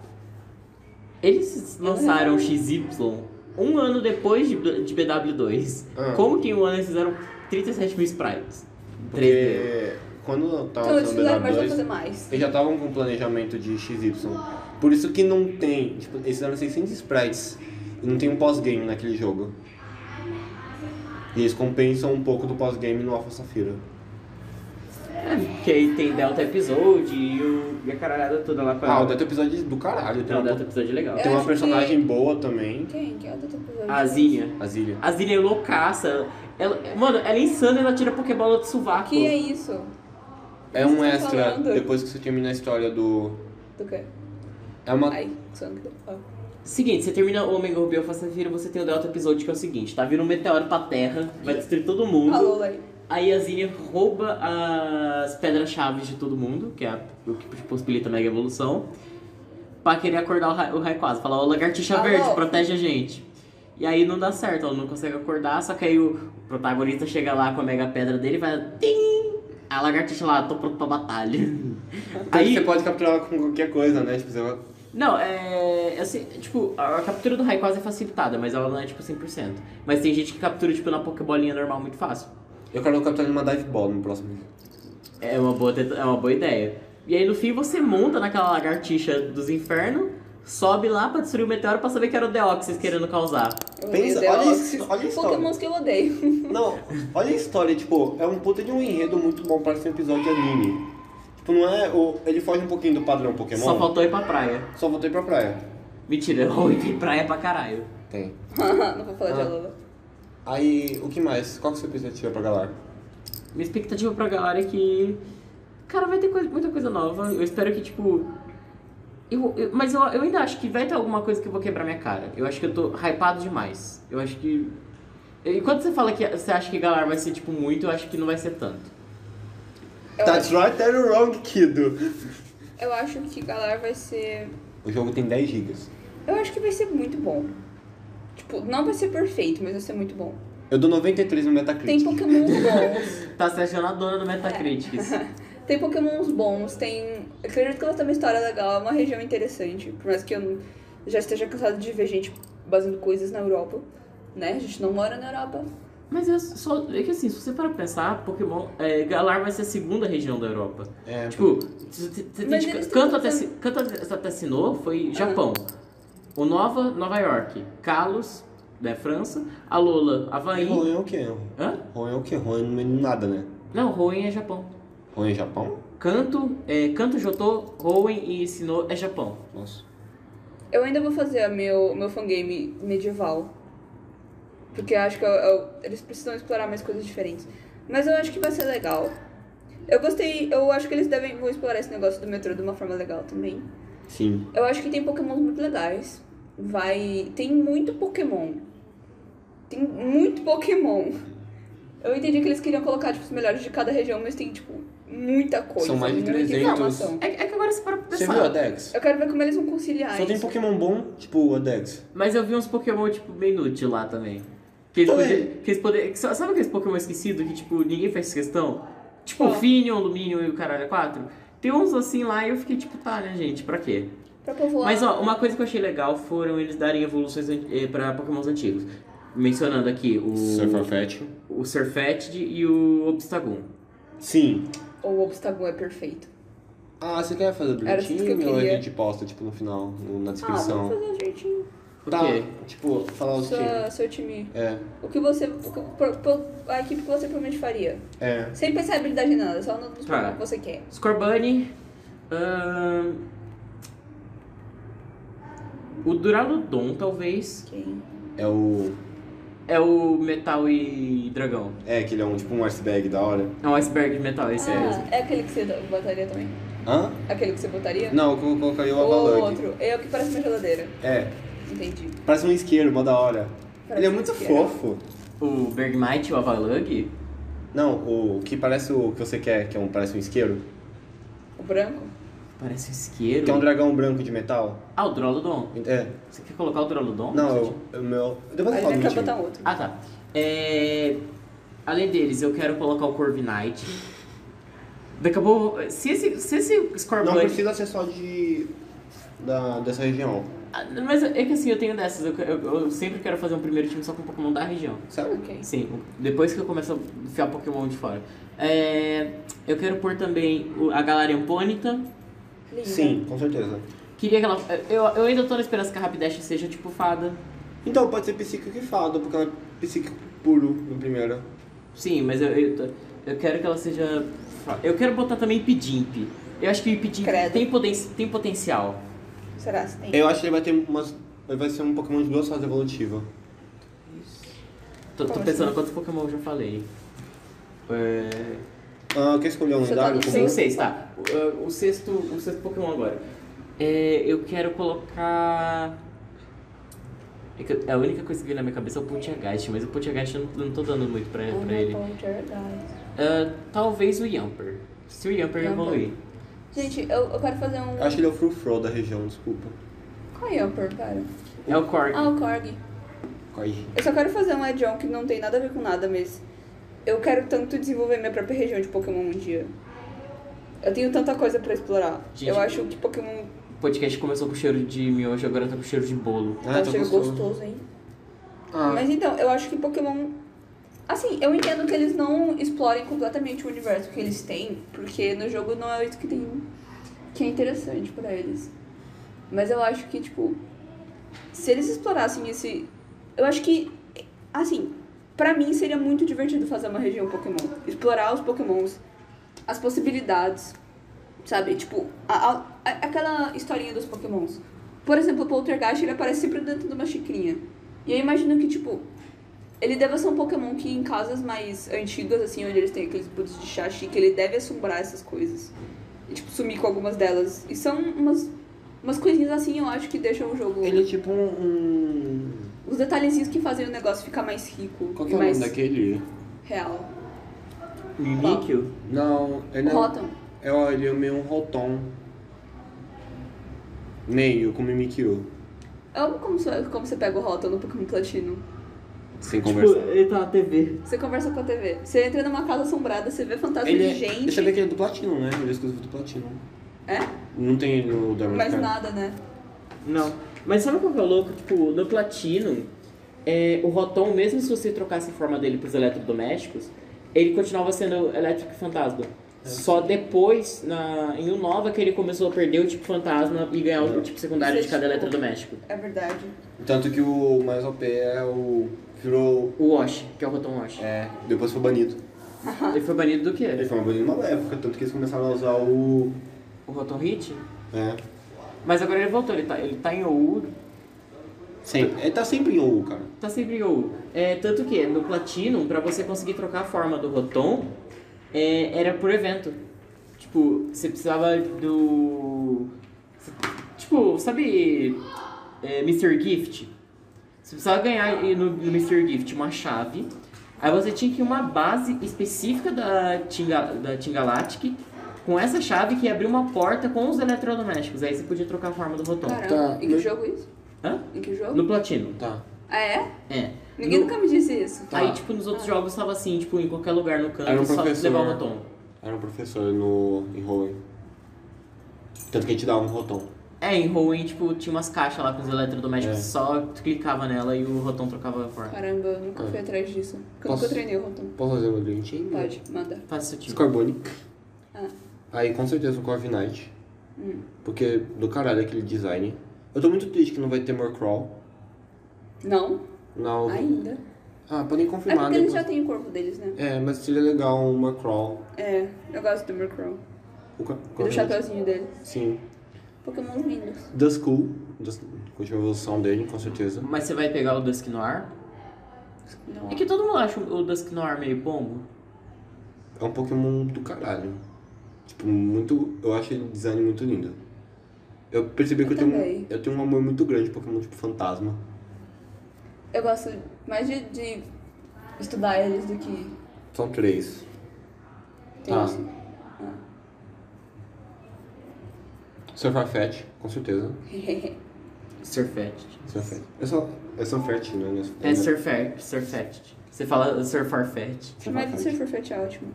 Speaker 4: Eles lançaram o XY um ano depois de, de BW2.
Speaker 2: Ah.
Speaker 4: Como que em um ano eles fizeram 37 mil sprites? 3D.
Speaker 2: Porque quando eu tava
Speaker 1: Então eles
Speaker 2: lançando o
Speaker 1: fizeram, mas vão
Speaker 2: BW2,
Speaker 1: fazer mais.
Speaker 2: eles já estavam com planejamento de XY. Por isso que não tem. Tipo, eles fizeram 600 sprites e não tem um pós-game naquele jogo. E eles compensam um pouco do pós-game no Alpha Safira.
Speaker 4: É, porque aí tem Delta Episode e, o, e a caralhada toda lá pra.
Speaker 2: Ah, o Delta Episódio é do caralho. Tem
Speaker 4: Não, Delta
Speaker 2: uma,
Speaker 4: Episode é legal.
Speaker 1: Eu
Speaker 2: tem uma
Speaker 1: acho
Speaker 2: personagem
Speaker 1: que-
Speaker 2: boa também,
Speaker 1: Quem? Quem é o do episódio?
Speaker 2: Ah,
Speaker 4: A Zinha.
Speaker 2: a Zilia.
Speaker 4: A Zilia é loucaça. Ela, mano, ela é insana ela tira Pokébola do sovaco.
Speaker 1: Que é isso?
Speaker 2: É um
Speaker 1: Vocês estão
Speaker 2: extra,
Speaker 1: falando?
Speaker 2: depois que você termina a história do.
Speaker 1: Do quê?
Speaker 2: É uma.
Speaker 1: Ai, sangue. Ah.
Speaker 4: Seguinte, você termina o Omega Ruby Alpha Safira, você tem o Delta Episode, que é o seguinte: tá vindo um meteoro pra terra, vai destruir todo mundo.
Speaker 1: Alô, Lari.
Speaker 4: Aí a Zinnia rouba as pedras-chave de todo mundo, que é o que possibilita a mega evolução, pra querer acordar o Ra- o Raikwaza. Falar, ô lagartixa
Speaker 1: Alô?
Speaker 4: verde, protege a gente. E aí não dá certo, ela não consegue acordar, só que aí o protagonista chega lá com a mega pedra dele e vai... Tim! A lagartixa lá, tô pronto pra batalha.
Speaker 2: Aí
Speaker 4: aí...
Speaker 2: você pode capturar ela com qualquer coisa, né? Tipo, você vai-
Speaker 4: Não, é... assim, tipo, a a captura do Raikwaza é facilitada, mas ela não é, tipo, 100%. Mas tem gente que captura, tipo, na pokébolinha normal muito fácil.
Speaker 2: Eu quero capturar numa dive ball no próximo vídeo.
Speaker 4: É uma boa, tenta- é uma boa ideia. E aí no fim você monta naquela lagartixa dos infernos, sobe lá pra destruir o meteoro pra saber que era o Deoxys querendo causar.
Speaker 1: Eu
Speaker 2: Pensa,
Speaker 1: odeio
Speaker 2: olha
Speaker 1: Deoxys.
Speaker 2: esse- olha a
Speaker 1: Pokémons que eu odeio.
Speaker 2: Não, olha a história, tipo, é um puta de um enredo muito bom para ser um episódio de anime. Tipo, não é. O, ele foge um pouquinho do padrão Pokémon.
Speaker 4: Só faltou ir pra praia.
Speaker 2: Só voltei pra praia.
Speaker 4: Mentira, eu tem praia pra caralho.
Speaker 2: Tem.
Speaker 1: Não vou falar de
Speaker 2: Ah.
Speaker 1: Alola.
Speaker 2: Aí, o que mais? Qual que é a sua expectativa pra galera?
Speaker 4: Minha expectativa pra galera é que. Cara, vai ter coisa- muita coisa nova. Eu espero que, tipo. eu- eu- mas eu, eu ainda acho que vai ter alguma coisa que eu vou quebrar minha cara. Eu acho que eu tô hypado demais. Eu acho que. Enquanto você fala que você acha que galera vai ser, tipo, muito, eu acho que não vai ser tanto.
Speaker 1: Eu,
Speaker 2: That's right, that you're wrong, kiddo.
Speaker 1: acho- eu acho que Galar vai ser.
Speaker 2: O jogo tem 10 gigas.
Speaker 1: Eu acho que vai ser muito bom. Tipo, não vai ser perfeito, mas vai ser muito bom.
Speaker 2: Eu dou 93 no
Speaker 1: Tem
Speaker 2: Metacritic.
Speaker 1: pokémons bons.
Speaker 4: Tá se achando a dona do Metacritics.
Speaker 1: tem pokémons bons, tem... Eu acredito que ela tem uma história legal, é uma região interessante. Por mais que eu não- já esteja cansado de ver gente baseando coisas na Europa, né? A gente não mora na Europa.
Speaker 4: Mas é só. É que assim, se você para pensar, Pokémon. É, Galar vai ser a segunda região da Europa.
Speaker 2: É,
Speaker 4: Tipo, você tem
Speaker 1: Mas eles
Speaker 4: de-
Speaker 1: tão
Speaker 4: tipo, canto até,
Speaker 1: fazendo- Ah.
Speaker 4: Si- canto até- até Sinnoh foi Japão. O Nova, Nova York. Kalos, né, França. A Lola, Havaí.
Speaker 2: Roen é o quê?
Speaker 4: Hã?
Speaker 2: Roen é o quê? Roen não é nada, né?
Speaker 4: Não, Hoenn é Japão.
Speaker 2: Roen é Japão?
Speaker 4: Canto, é, Canto Jotô, Hoenn e Sinnoh é Japão.
Speaker 2: Nossa.
Speaker 1: Eu ainda vou fazer a meu, meu fangame medieval. Porque eu acho que eu- eu- eles precisam explorar mais coisas diferentes. Mas eu acho que vai ser legal. Eu gostei, eu acho que eles devem vão explorar esse negócio do metrô de uma forma legal também.
Speaker 2: Sim.
Speaker 1: Eu acho que tem pokémons muito legais. Vai. Tem muito Pokémon. Tem muito Pokémon. Eu entendi que eles queriam colocar tipo, os melhores de cada região, mas tem, tipo, muita coisa.
Speaker 2: São mais de
Speaker 1: muita
Speaker 2: 300.
Speaker 1: informação.
Speaker 4: É, é que agora você para pra
Speaker 2: Você viu a
Speaker 4: pensar.
Speaker 2: Dex?
Speaker 1: Eu quero ver como eles vão conciliar
Speaker 2: Só tem
Speaker 1: isso.
Speaker 2: Pokémon bom, tipo a Dex.
Speaker 4: Mas eu vi uns Pokémon, tipo, bem inútil lá também. Que eles
Speaker 2: Também.
Speaker 4: podiam. Que eles podiam que sa- sabe aqueles Pokémon esquecidos que, tipo, ninguém faz questão? Tipo,
Speaker 1: Qual?
Speaker 4: o Finion, o Luminion e o Caralho 4. Tem uns assim lá e eu fiquei tipo, tá, né, gente, pra quê?
Speaker 1: Pra povoar.
Speaker 4: Mas ó, uma coisa que eu achei legal foram eles darem evoluções an- eh, pra Pokémons antigos. Mencionando aqui o.
Speaker 2: Surfarfetch.
Speaker 4: O Surfetch'd e o Obstagoon.
Speaker 2: Sim.
Speaker 1: O Obstagoon é perfeito.
Speaker 2: Ah, você quer fazer
Speaker 1: Era tudo que eu
Speaker 2: bonitinho ou a
Speaker 1: queria.
Speaker 2: gente posta, tipo, no final, no- na
Speaker 1: Ah, vamos
Speaker 2: descrição?
Speaker 1: fazer jeitinho.
Speaker 4: Por
Speaker 2: Tá,
Speaker 4: quê?
Speaker 2: tipo, falar os times.
Speaker 1: Sua, seu time.
Speaker 2: É,
Speaker 1: O que você. o que- pro- pro- a equipe que você provavelmente faria.
Speaker 2: é.
Speaker 1: Sem pensar em habilidade em nada, só no- nos problemas que você quer.
Speaker 4: Scorbunny. ahn, O Duraludon, talvez.
Speaker 1: Ok.
Speaker 2: É o.
Speaker 4: É o Metal e Dragão.
Speaker 2: É, que ele é um tipo um iceberg da hora.
Speaker 4: É um iceberg de metal, esse é mesmo.
Speaker 1: Ah, é aquele que você botaria também?
Speaker 2: Hã?
Speaker 1: Aquele que você botaria?
Speaker 2: Não, eu colocaria o
Speaker 1: Ou
Speaker 2: Avalon.
Speaker 1: outro? É o que parece uma geladeira.
Speaker 2: É,
Speaker 1: Entendi.
Speaker 2: parece um isqueiro, mó da hora.
Speaker 1: Parece
Speaker 2: ele é
Speaker 1: um
Speaker 2: muito
Speaker 1: isqueiro.
Speaker 2: fofo.
Speaker 4: O Bergmite, o Avalug.
Speaker 2: Não, o que parece o que você quer, que é um, parece um isqueiro.
Speaker 1: O branco?
Speaker 4: Parece um isqueiro.
Speaker 2: Que é um dragão branco de metal.
Speaker 4: Ah, o Duraludon.
Speaker 2: É.
Speaker 4: Você quer colocar o Duraludon?
Speaker 2: Não, eu, o meu. Depois
Speaker 1: Aí
Speaker 2: eu falo
Speaker 1: vai
Speaker 2: do meu
Speaker 1: pra
Speaker 2: time.
Speaker 1: botar outro.
Speaker 4: Ah, tá. É, Além deles, eu quero colocar o Corviknight. Daqui a pouco... Se esse, se esse
Speaker 2: Não
Speaker 4: Scorbunny...
Speaker 2: precisa ser só de. Da, dessa região.
Speaker 4: Ah, Mas é que assim, eu tenho dessas. Eu, eu- eu sempre quero fazer um primeiro time só com Pokémon da região.
Speaker 2: Sabe?
Speaker 1: Ok.
Speaker 4: Sim, depois que eu começo a enfiar Pokémon de fora. É, eu quero pôr também o- a galera Ponyta.
Speaker 1: Lindo.
Speaker 2: Sim, com certeza.
Speaker 4: Queria que ela. Eu, eu ainda tô na esperança que a Rapidash seja tipo fada.
Speaker 2: Então pode ser psíquico e fado, porque ela é psíquico puro no primeiro.
Speaker 4: Sim, mas eu, eu, tô- eu quero que ela seja. fa- Eu quero botar também Pidimp. Eu acho que Pidimp
Speaker 1: Credo.
Speaker 4: tem, poten- tem potencial.
Speaker 1: Será que tem?
Speaker 2: Eu acho que ele vai ter umas. Ele vai ser um Pokémon de duas fases evolutivas.
Speaker 4: Tô, tô
Speaker 1: Como
Speaker 4: pensando
Speaker 1: assim?
Speaker 4: quantos Pokémon eu já falei. É...
Speaker 2: Ah, quer escolher um
Speaker 1: Você tá
Speaker 2: lendário?
Speaker 1: no
Speaker 4: Tem
Speaker 2: comum?
Speaker 4: o seis, tá. O, o sexto, o sexto Pokémon agora. É, eu quero colocar. É que eu- a única coisa que veio na minha cabeça é o Poltergeist, mas o Poltergeist eu não, não tô dando muito pra,
Speaker 1: Uhum.
Speaker 4: pra ele. Ah, talvez o Yamper. Se o Yamper
Speaker 1: Yamper.
Speaker 4: evoluir.
Speaker 1: Gente, eu, eu quero fazer um.
Speaker 2: Eu Acho que ele é o Frufro da região, desculpa.
Speaker 1: Qual é o Upper, cara?
Speaker 4: É o Cork.
Speaker 1: Ah, o Korg.
Speaker 2: Corre.
Speaker 1: Eu só quero fazer um add-on que não tem nada a ver com nada, mas eu quero tanto desenvolver minha própria região de Pokémon um dia. Eu tenho tanta coisa pra explorar.
Speaker 4: Gente,
Speaker 1: eu acho que Pokémon
Speaker 4: O podcast começou com cheiro de miojo, agora tá com cheiro de bolo.
Speaker 2: Ah,
Speaker 1: tá cheiro gostoso, hein? Mas então, eu acho que Pokémon. Assim, eu entendo que eles não explorem completamente o universo que eles têm, porque no jogo não é isso que tem. que é interessante pra eles. Mas eu acho que, tipo. Se eles explorassem esse. Eu acho que. Assim, pra mim seria muito divertido fazer uma região Pokémon. Explorar os Pokémons, as possibilidades, sabe? Tipo, a- a- a- aquela historinha dos Pokémons. Por exemplo, o Poltergeist ele aparece sempre dentro de uma xicrinha. E eu imagino que, tipo, ele deve ser um Pokémon que em casas mais antigas, assim, onde eles têm aqueles putos de chá chique, ele deve assombrar essas coisas. E, tipo, sumir com algumas delas. E são umas, umas coisinhas assim, eu acho que deixam o jogo.
Speaker 2: Ele é tipo um. um...
Speaker 1: Os detalhezinhos que fazem o negócio ficar mais rico
Speaker 2: Qual
Speaker 1: e
Speaker 2: que é o
Speaker 1: mais
Speaker 2: nome daquele?
Speaker 1: real.
Speaker 4: Mimikyu?
Speaker 2: Tá. Não, ele é.
Speaker 1: Rotom.
Speaker 2: É, ó, ele é meio um Rotom. Meio, com Mimikyu.
Speaker 1: Eu amo É como você, como você pega o Rotom no Pokémon Platino.
Speaker 2: Sem
Speaker 4: Tipo,
Speaker 2: conversar.
Speaker 4: ele tá na TV.
Speaker 1: Você conversa com a TV. Você entra numa casa assombrada, você vê fantasma
Speaker 2: Ele
Speaker 1: de
Speaker 2: é,
Speaker 1: gente.
Speaker 2: eu sabia que ele é do Platino, né? Ele é exclusivo do Platino.
Speaker 1: É?
Speaker 2: Não tem ele no Diamond
Speaker 1: Mais
Speaker 2: Card.
Speaker 1: nada, né?
Speaker 4: Não. Mas sabe qual que é o louco? Tipo, no Platino, é, o Rotom, mesmo se você trocasse a forma dele pros eletrodomésticos, ele continuava sendo Electric Fantasma. Só depois, na, em um Nova, que ele começou a perder o tipo fantasma e ganhar o tipo secundário
Speaker 1: Isso é
Speaker 4: de cada
Speaker 1: tipo-
Speaker 4: eletrodoméstico.
Speaker 1: É verdade.
Speaker 2: Tanto que o mais OP é o. Virou.
Speaker 4: O Wash, que é o Rotom Wash.
Speaker 2: É, depois foi banido.
Speaker 4: Ele foi banido do
Speaker 2: Ele
Speaker 4: quê?
Speaker 2: foi banido numa época, tanto que eles começaram a usar o.
Speaker 4: O Rotom Hit?
Speaker 2: É.
Speaker 4: Mas agora ele voltou, ele tá, ele tá em OU,
Speaker 2: Sempre. Ele tá sempre em OU, cara.
Speaker 4: Tá sempre ou. É, tanto que no Platinum, pra você conseguir trocar a forma do Rotom, é, era por evento. Tipo, você precisava do. Tipo, sabe. É, Mr. Gift? Você precisava ganhar e no, no Mr. Gift uma chave. Aí você tinha que ir em uma base específica da, Tinga, da Tingalactic com essa chave que abriu uma porta com os eletrodomésticos. Aí você podia trocar a forma do Rotom.
Speaker 1: Caramba.
Speaker 5: Tá,
Speaker 1: em que
Speaker 5: mas-
Speaker 1: jogo isso?
Speaker 4: Hã?
Speaker 1: Em que jogo?
Speaker 4: No Platino.
Speaker 2: Tá.
Speaker 1: Ah, é?
Speaker 4: É.
Speaker 1: Ninguém
Speaker 4: No-
Speaker 1: nunca me disse isso.
Speaker 4: Aí, tipo, nos outros jogos tava assim, tipo, em qualquer lugar no canto,
Speaker 2: Era um
Speaker 4: só
Speaker 2: professor.
Speaker 4: levar o rotom.
Speaker 2: Era um professor no. em Hoenn. Tanto que a gente dava um Rotom.
Speaker 4: É, em Hoenn, tipo, tinha umas caixas lá com os eletrodomésticos,
Speaker 2: É.
Speaker 4: só tu clicava nela e o rotom trocava a forma.
Speaker 1: Caramba, eu nunca fui atrás disso. Porque eu
Speaker 2: Posso-
Speaker 1: nunca treinei o Rotom.
Speaker 2: Posso fazer uma brinquinho?
Speaker 1: Pode, manda.
Speaker 4: Faça isso, tipo.
Speaker 2: Scarbonic.
Speaker 1: Ah. Hum.
Speaker 2: Aí com certeza o Corv Knight. Porque do caralho aquele design. Eu tô muito triste que não vai ter Murkrow.
Speaker 1: Não,
Speaker 2: Não.
Speaker 1: ainda.
Speaker 2: Ah, podem
Speaker 1: É
Speaker 2: confirmar
Speaker 1: porque eles já
Speaker 2: depois.
Speaker 1: têm o corpo deles, né?
Speaker 2: É, mas seria legal uma crawl.
Speaker 1: É, eu gosto do Murkrow.
Speaker 2: O ca-
Speaker 1: E do chapeuzinho dele.
Speaker 2: Sim.
Speaker 1: Pokémons lindos.
Speaker 2: Duskull. Dust... Curte a evolução dele, com certeza.
Speaker 4: Mas você vai pegar o Dusk Noir?
Speaker 1: Não.
Speaker 4: É que todo mundo acha o Dusk Noir meio pombo.
Speaker 2: É um Pokémon do caralho. Tipo, muito. Eu acho ele design muito lindo. Eu percebi que eu,
Speaker 1: Eu
Speaker 2: tenho,
Speaker 1: também.
Speaker 2: um, eu tenho um amor muito grande por Pokémon tipo fantasma.
Speaker 1: Eu gosto mais de, de estudar eles do que.
Speaker 2: São três.
Speaker 1: Tem
Speaker 2: Ah.
Speaker 1: isso.
Speaker 2: Sir Farfetch, com certeza.
Speaker 4: Surfetched.
Speaker 2: Surfetch. É só. É Surfetch, né? Não
Speaker 4: É Surfetched. Surfetched. Você fala Surfarfetched.
Speaker 1: Chamar de Surfer Fetch é ótimo.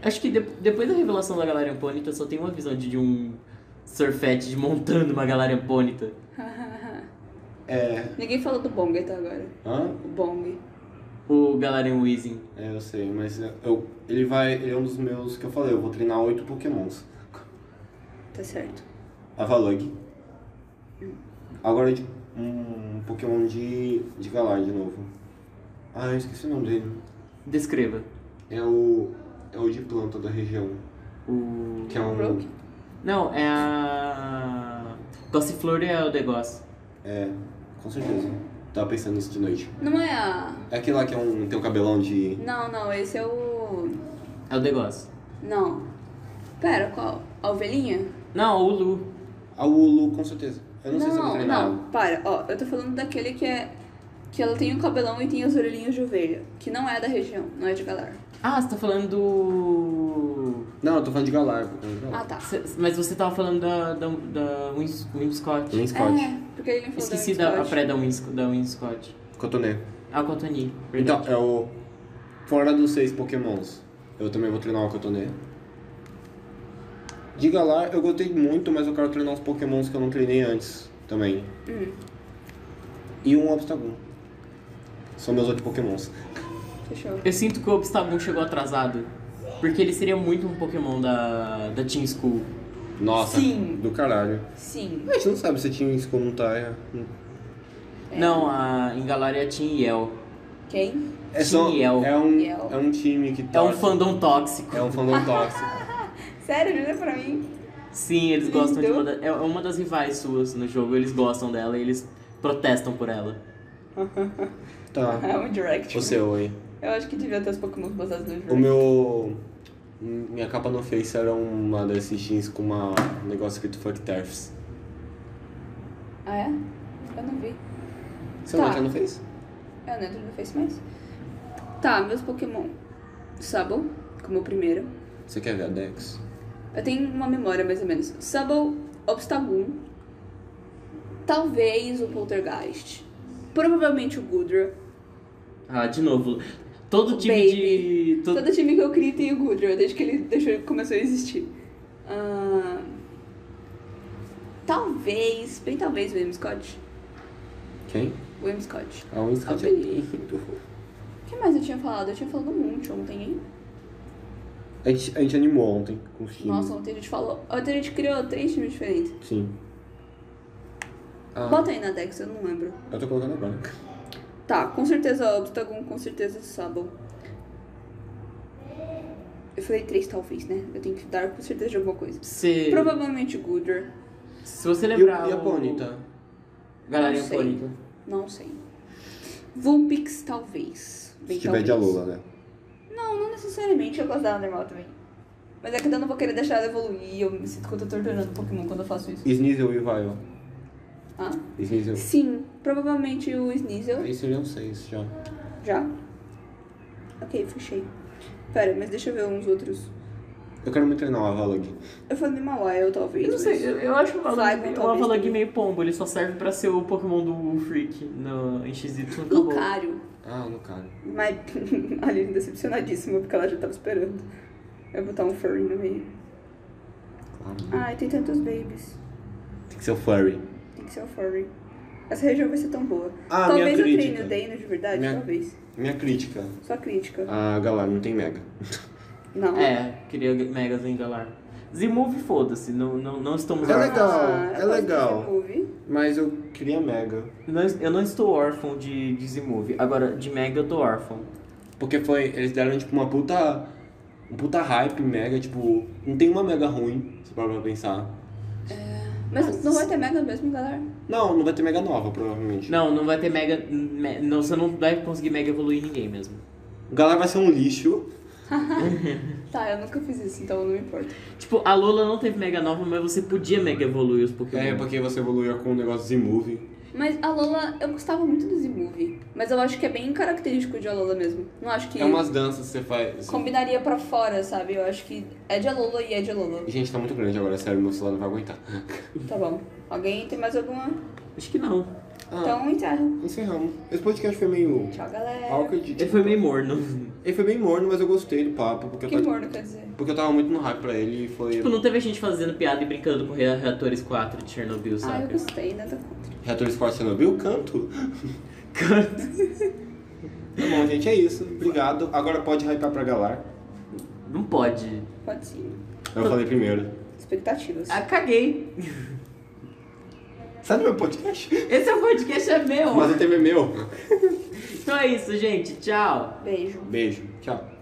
Speaker 4: Acho que de- depois da revelação da Galarian Ponyta, eu só tenho uma visão de, de um Surfetched montando uma Galarian Ponyta.
Speaker 2: É.
Speaker 1: Ninguém falou do Bong até agora.
Speaker 2: Hã?
Speaker 1: O Bong.
Speaker 4: O Galarian Weezing.
Speaker 2: É, eu sei, mas eu, ele vai. Ele é um dos meus que eu falei, eu vou treinar oito Pokémons.
Speaker 1: Tá certo.
Speaker 2: Avalug. Agora de- um Pokémon de. de Galar de novo. Ah, eu esqueci o nome dele.
Speaker 4: Descreva.
Speaker 2: É o. É o de planta da região.
Speaker 4: O...
Speaker 2: Que é um.
Speaker 1: Brook?
Speaker 4: Não, é a... Gossiflor é o negócio.
Speaker 2: É, com certeza. Tava pensando nisso de noite.
Speaker 1: Não é a.
Speaker 2: É aquele lá que é um, tem um cabelão de.
Speaker 1: Não, não, esse é o.
Speaker 4: É o negócio.
Speaker 1: Não. Pera, qual? A ovelhinha?
Speaker 4: Não, o Lu.
Speaker 2: Ah, o Ulu, com certeza. Eu não, sei se eu vou
Speaker 1: não,
Speaker 2: treinar.
Speaker 1: não, para. Ó, eu tô falando daquele que é. Que ela tem o cabelão e tem as orelhinhas de ovelha. Que não é da região, não é de Galar.
Speaker 4: Ah, você tá falando do...
Speaker 2: Não, eu tô falando de Galar. eu tô falando de Galar.
Speaker 1: Ah, tá.
Speaker 4: Cê- Mas você tava falando da, da, da Wins- Winscott.
Speaker 2: Win Scott.
Speaker 1: É, porque ele não falou
Speaker 4: Esqueci
Speaker 1: da
Speaker 4: da, a
Speaker 1: Win Scott.
Speaker 4: pré da, Winsc- da Winscott.
Speaker 2: Cotoné.
Speaker 4: Ah, o Cotonou.
Speaker 2: Então, é o. Fora dos seis Pokémons, eu também vou treinar o Cotoné. De Galar, eu gostei muito, mas eu quero treinar os Pokémons que eu não treinei antes também. E um Obstagoon. São meus outros Pokémons.
Speaker 1: Fechou.
Speaker 4: Eu sinto que o Obstagoon chegou atrasado. Porque ele seria muito um Pokémon da, da Team School.
Speaker 2: Nossa,
Speaker 1: Sim.
Speaker 2: do caralho.
Speaker 1: Sim.
Speaker 2: A gente não sabe se tinha isso como um Taia.
Speaker 4: Não, a Engalar é a Team Yell.
Speaker 1: Quem?
Speaker 2: É só.
Speaker 4: Tiel.
Speaker 2: É um,
Speaker 1: Tiel.
Speaker 2: é um time que
Speaker 4: É um
Speaker 2: torce-
Speaker 4: fandom tóxico.
Speaker 2: É um fandom tóxico.
Speaker 1: Sério, olha pra mim.
Speaker 4: Sim, eles
Speaker 1: Lindo.
Speaker 4: gostam de uma, da, é uma das rivais suas no jogo. Eles gostam dela e eles protestam por ela.
Speaker 2: tá.
Speaker 1: É um direct.
Speaker 2: O seu aí.
Speaker 1: Eu acho que devia ter os Pokémon baseados no direct.
Speaker 2: O meu. Minha capa no Face era uma desses jeans com uma, um negócio escrito Fuck Terfs.
Speaker 1: Ah, é? Eu não vi.
Speaker 2: Você
Speaker 1: Tá.
Speaker 2: não entra no Face?
Speaker 1: Eu não entro no Face né, mais. Tá, meus Pokémon. Sabo, como o primeiro.
Speaker 2: Você quer ver a Dex?
Speaker 1: Eu tenho uma memória mais ou menos. Sabo, Obstagoon. Talvez o Poltergeist. Provavelmente o Gudra.
Speaker 4: Ah, de novo. Todo time
Speaker 1: Baby.
Speaker 4: de. Todo...
Speaker 1: Todo time que eu crio tem o Gudra, desde que ele deixou, começou a existir. Ah, talvez, bem talvez o Wimscott.
Speaker 2: Quem?
Speaker 1: O Wimscott.
Speaker 2: A única que é lindo.
Speaker 1: O que mais eu tinha falado? Eu tinha falado um monte ontem, hein?
Speaker 2: A gente, a gente animou ontem com os times.
Speaker 1: Nossa, ontem a gente falou. Ontem a gente criou três times diferentes.
Speaker 2: Sim. Ah,
Speaker 1: Bota aí na Dex, eu não lembro.
Speaker 2: eu tô colocando agora.
Speaker 1: Tá, com certeza Obstagoon, com certeza Sabo. Eu falei três talvez, né? Eu tenho que dar com certeza de alguma coisa.
Speaker 4: Se,
Speaker 1: Provavelmente o Gudra.
Speaker 4: se você
Speaker 2: E, o, então?
Speaker 4: lembrar.
Speaker 2: e a tá?
Speaker 4: o-
Speaker 2: Bonita?
Speaker 4: Galerinha
Speaker 1: Não sei.
Speaker 4: Bonita.
Speaker 1: Não sei. Vulpix, talvez. Bem,
Speaker 2: Se tiver
Speaker 1: talvez.
Speaker 2: de Alola, né?
Speaker 1: Não, não necessariamente. Eu gosto dela normal também. Mas é que eu não vou querer deixar ela evoluir. E eu me sinto que eu tô torturando o Pokémon quando eu faço isso.
Speaker 2: Sneasel e Vile.
Speaker 1: Ah.
Speaker 2: Sneasel.
Speaker 1: Sim, provavelmente o Sneasel.
Speaker 2: Aí seriam é um seis já.
Speaker 1: Já? Ok, fechei. Pera, mas deixa eu ver uns outros.
Speaker 2: Eu quero muito treinar o Avalog.
Speaker 1: Eu falei Mawile, talvez. um
Speaker 4: Eu não sei, eu, eu acho o
Speaker 1: Flygon,
Speaker 4: Avalangue, o
Speaker 1: talvez,
Speaker 4: Avalangue
Speaker 1: também.
Speaker 4: meio pombo, ele só serve pra ser o Pokémon do Freak no, em XY. acabou.
Speaker 1: Lucario.
Speaker 2: Ah, no cara.
Speaker 1: Mas a Lili decepcionadíssima, porque ela já tava esperando. Eu botar um furry no meio.
Speaker 2: Claro.
Speaker 1: Ai, tem tantos babies.
Speaker 2: Tem que ser o Furry.
Speaker 1: Tem que ser o furry. Essa região vai ser tão boa.
Speaker 2: Ah,
Speaker 1: talvez
Speaker 2: minha
Speaker 1: eu treine
Speaker 2: crítica.
Speaker 1: o Dano de verdade,
Speaker 2: Minha-
Speaker 1: talvez.
Speaker 2: Minha crítica.
Speaker 1: Só crítica.
Speaker 2: A Galar não tem Mega.
Speaker 1: Não.
Speaker 2: É,
Speaker 1: Ah,
Speaker 4: É, queria Megas em Galar. Z-Move, foda-se, não, não, não estamos
Speaker 2: É
Speaker 4: órfãos.
Speaker 2: legal,
Speaker 1: Ah,
Speaker 2: é
Speaker 1: eu gosto
Speaker 2: legal.
Speaker 1: desse movie.
Speaker 2: Mas eu queria Mega.
Speaker 4: Não- eu não estou órfão de, de Z-Move. Agora, de Mega eu tô órfão.
Speaker 2: Porque foi. Eles deram tipo uma puta. Um puta hype Mega, tipo. Não tem uma Mega ruim, se for pra pensar.
Speaker 1: É, Mas não vai ter Mega mesmo, galera?
Speaker 2: Não, não vai ter Mega nova, provavelmente.
Speaker 4: Não, não vai ter Mega. me- não, você não vai conseguir Mega evoluir ninguém mesmo.
Speaker 2: O Galar vai ser um lixo.
Speaker 1: Tá, eu nunca fiz isso, então eu não me importo.
Speaker 4: Tipo, a Lola não teve Mega Nova, mas você podia Mega evoluir os Pokémon.
Speaker 2: É, porque você evoluiu com o negócio de move
Speaker 1: Mas a Lola, eu gostava muito do Z-Movie. Mas eu acho que é bem característico de a Lola mesmo. Não acho que
Speaker 2: É umas danças que você faz. assim.
Speaker 1: combinaria pra fora, sabe? Eu acho que é de a Lola e é de a Lola.
Speaker 2: Gente, tá muito grande agora, sério, meu celular não vai aguentar.
Speaker 1: Tá bom. Alguém tem mais alguma?
Speaker 4: Acho que não.
Speaker 2: Ah.
Speaker 1: Então encerra.
Speaker 2: Encerramos. Esse podcast foi meio.
Speaker 1: Tchau, galera.
Speaker 2: awkward. tipo,
Speaker 4: Ele foi meio morno.
Speaker 2: Ele foi bem morno, mas eu gostei do papo, porque,
Speaker 1: Que
Speaker 2: eu, tava...
Speaker 1: morno, quer dizer?
Speaker 2: porque eu tava muito no hype pra ele e foi.
Speaker 4: tipo, não teve a gente fazendo piada e brincando com reatores 4 de Chernobyl,
Speaker 1: Ah,
Speaker 4: saca?
Speaker 1: eu gostei, nada contra.
Speaker 2: Reator Esporte Chernobyl, canto. Tá bom, gente, é isso. Obrigado. Agora pode hypear pra Galar.
Speaker 4: Não pode.
Speaker 1: Pode sim.
Speaker 2: Eu falei primeiro.
Speaker 1: Expectativas.
Speaker 4: Ah, caguei.
Speaker 2: Sai do meu podcast?
Speaker 4: Esse é o podcast é meu.
Speaker 2: Mas o tema é meu.
Speaker 4: Então é isso, gente. Tchau.
Speaker 1: Beijo.
Speaker 2: Beijo. Tchau.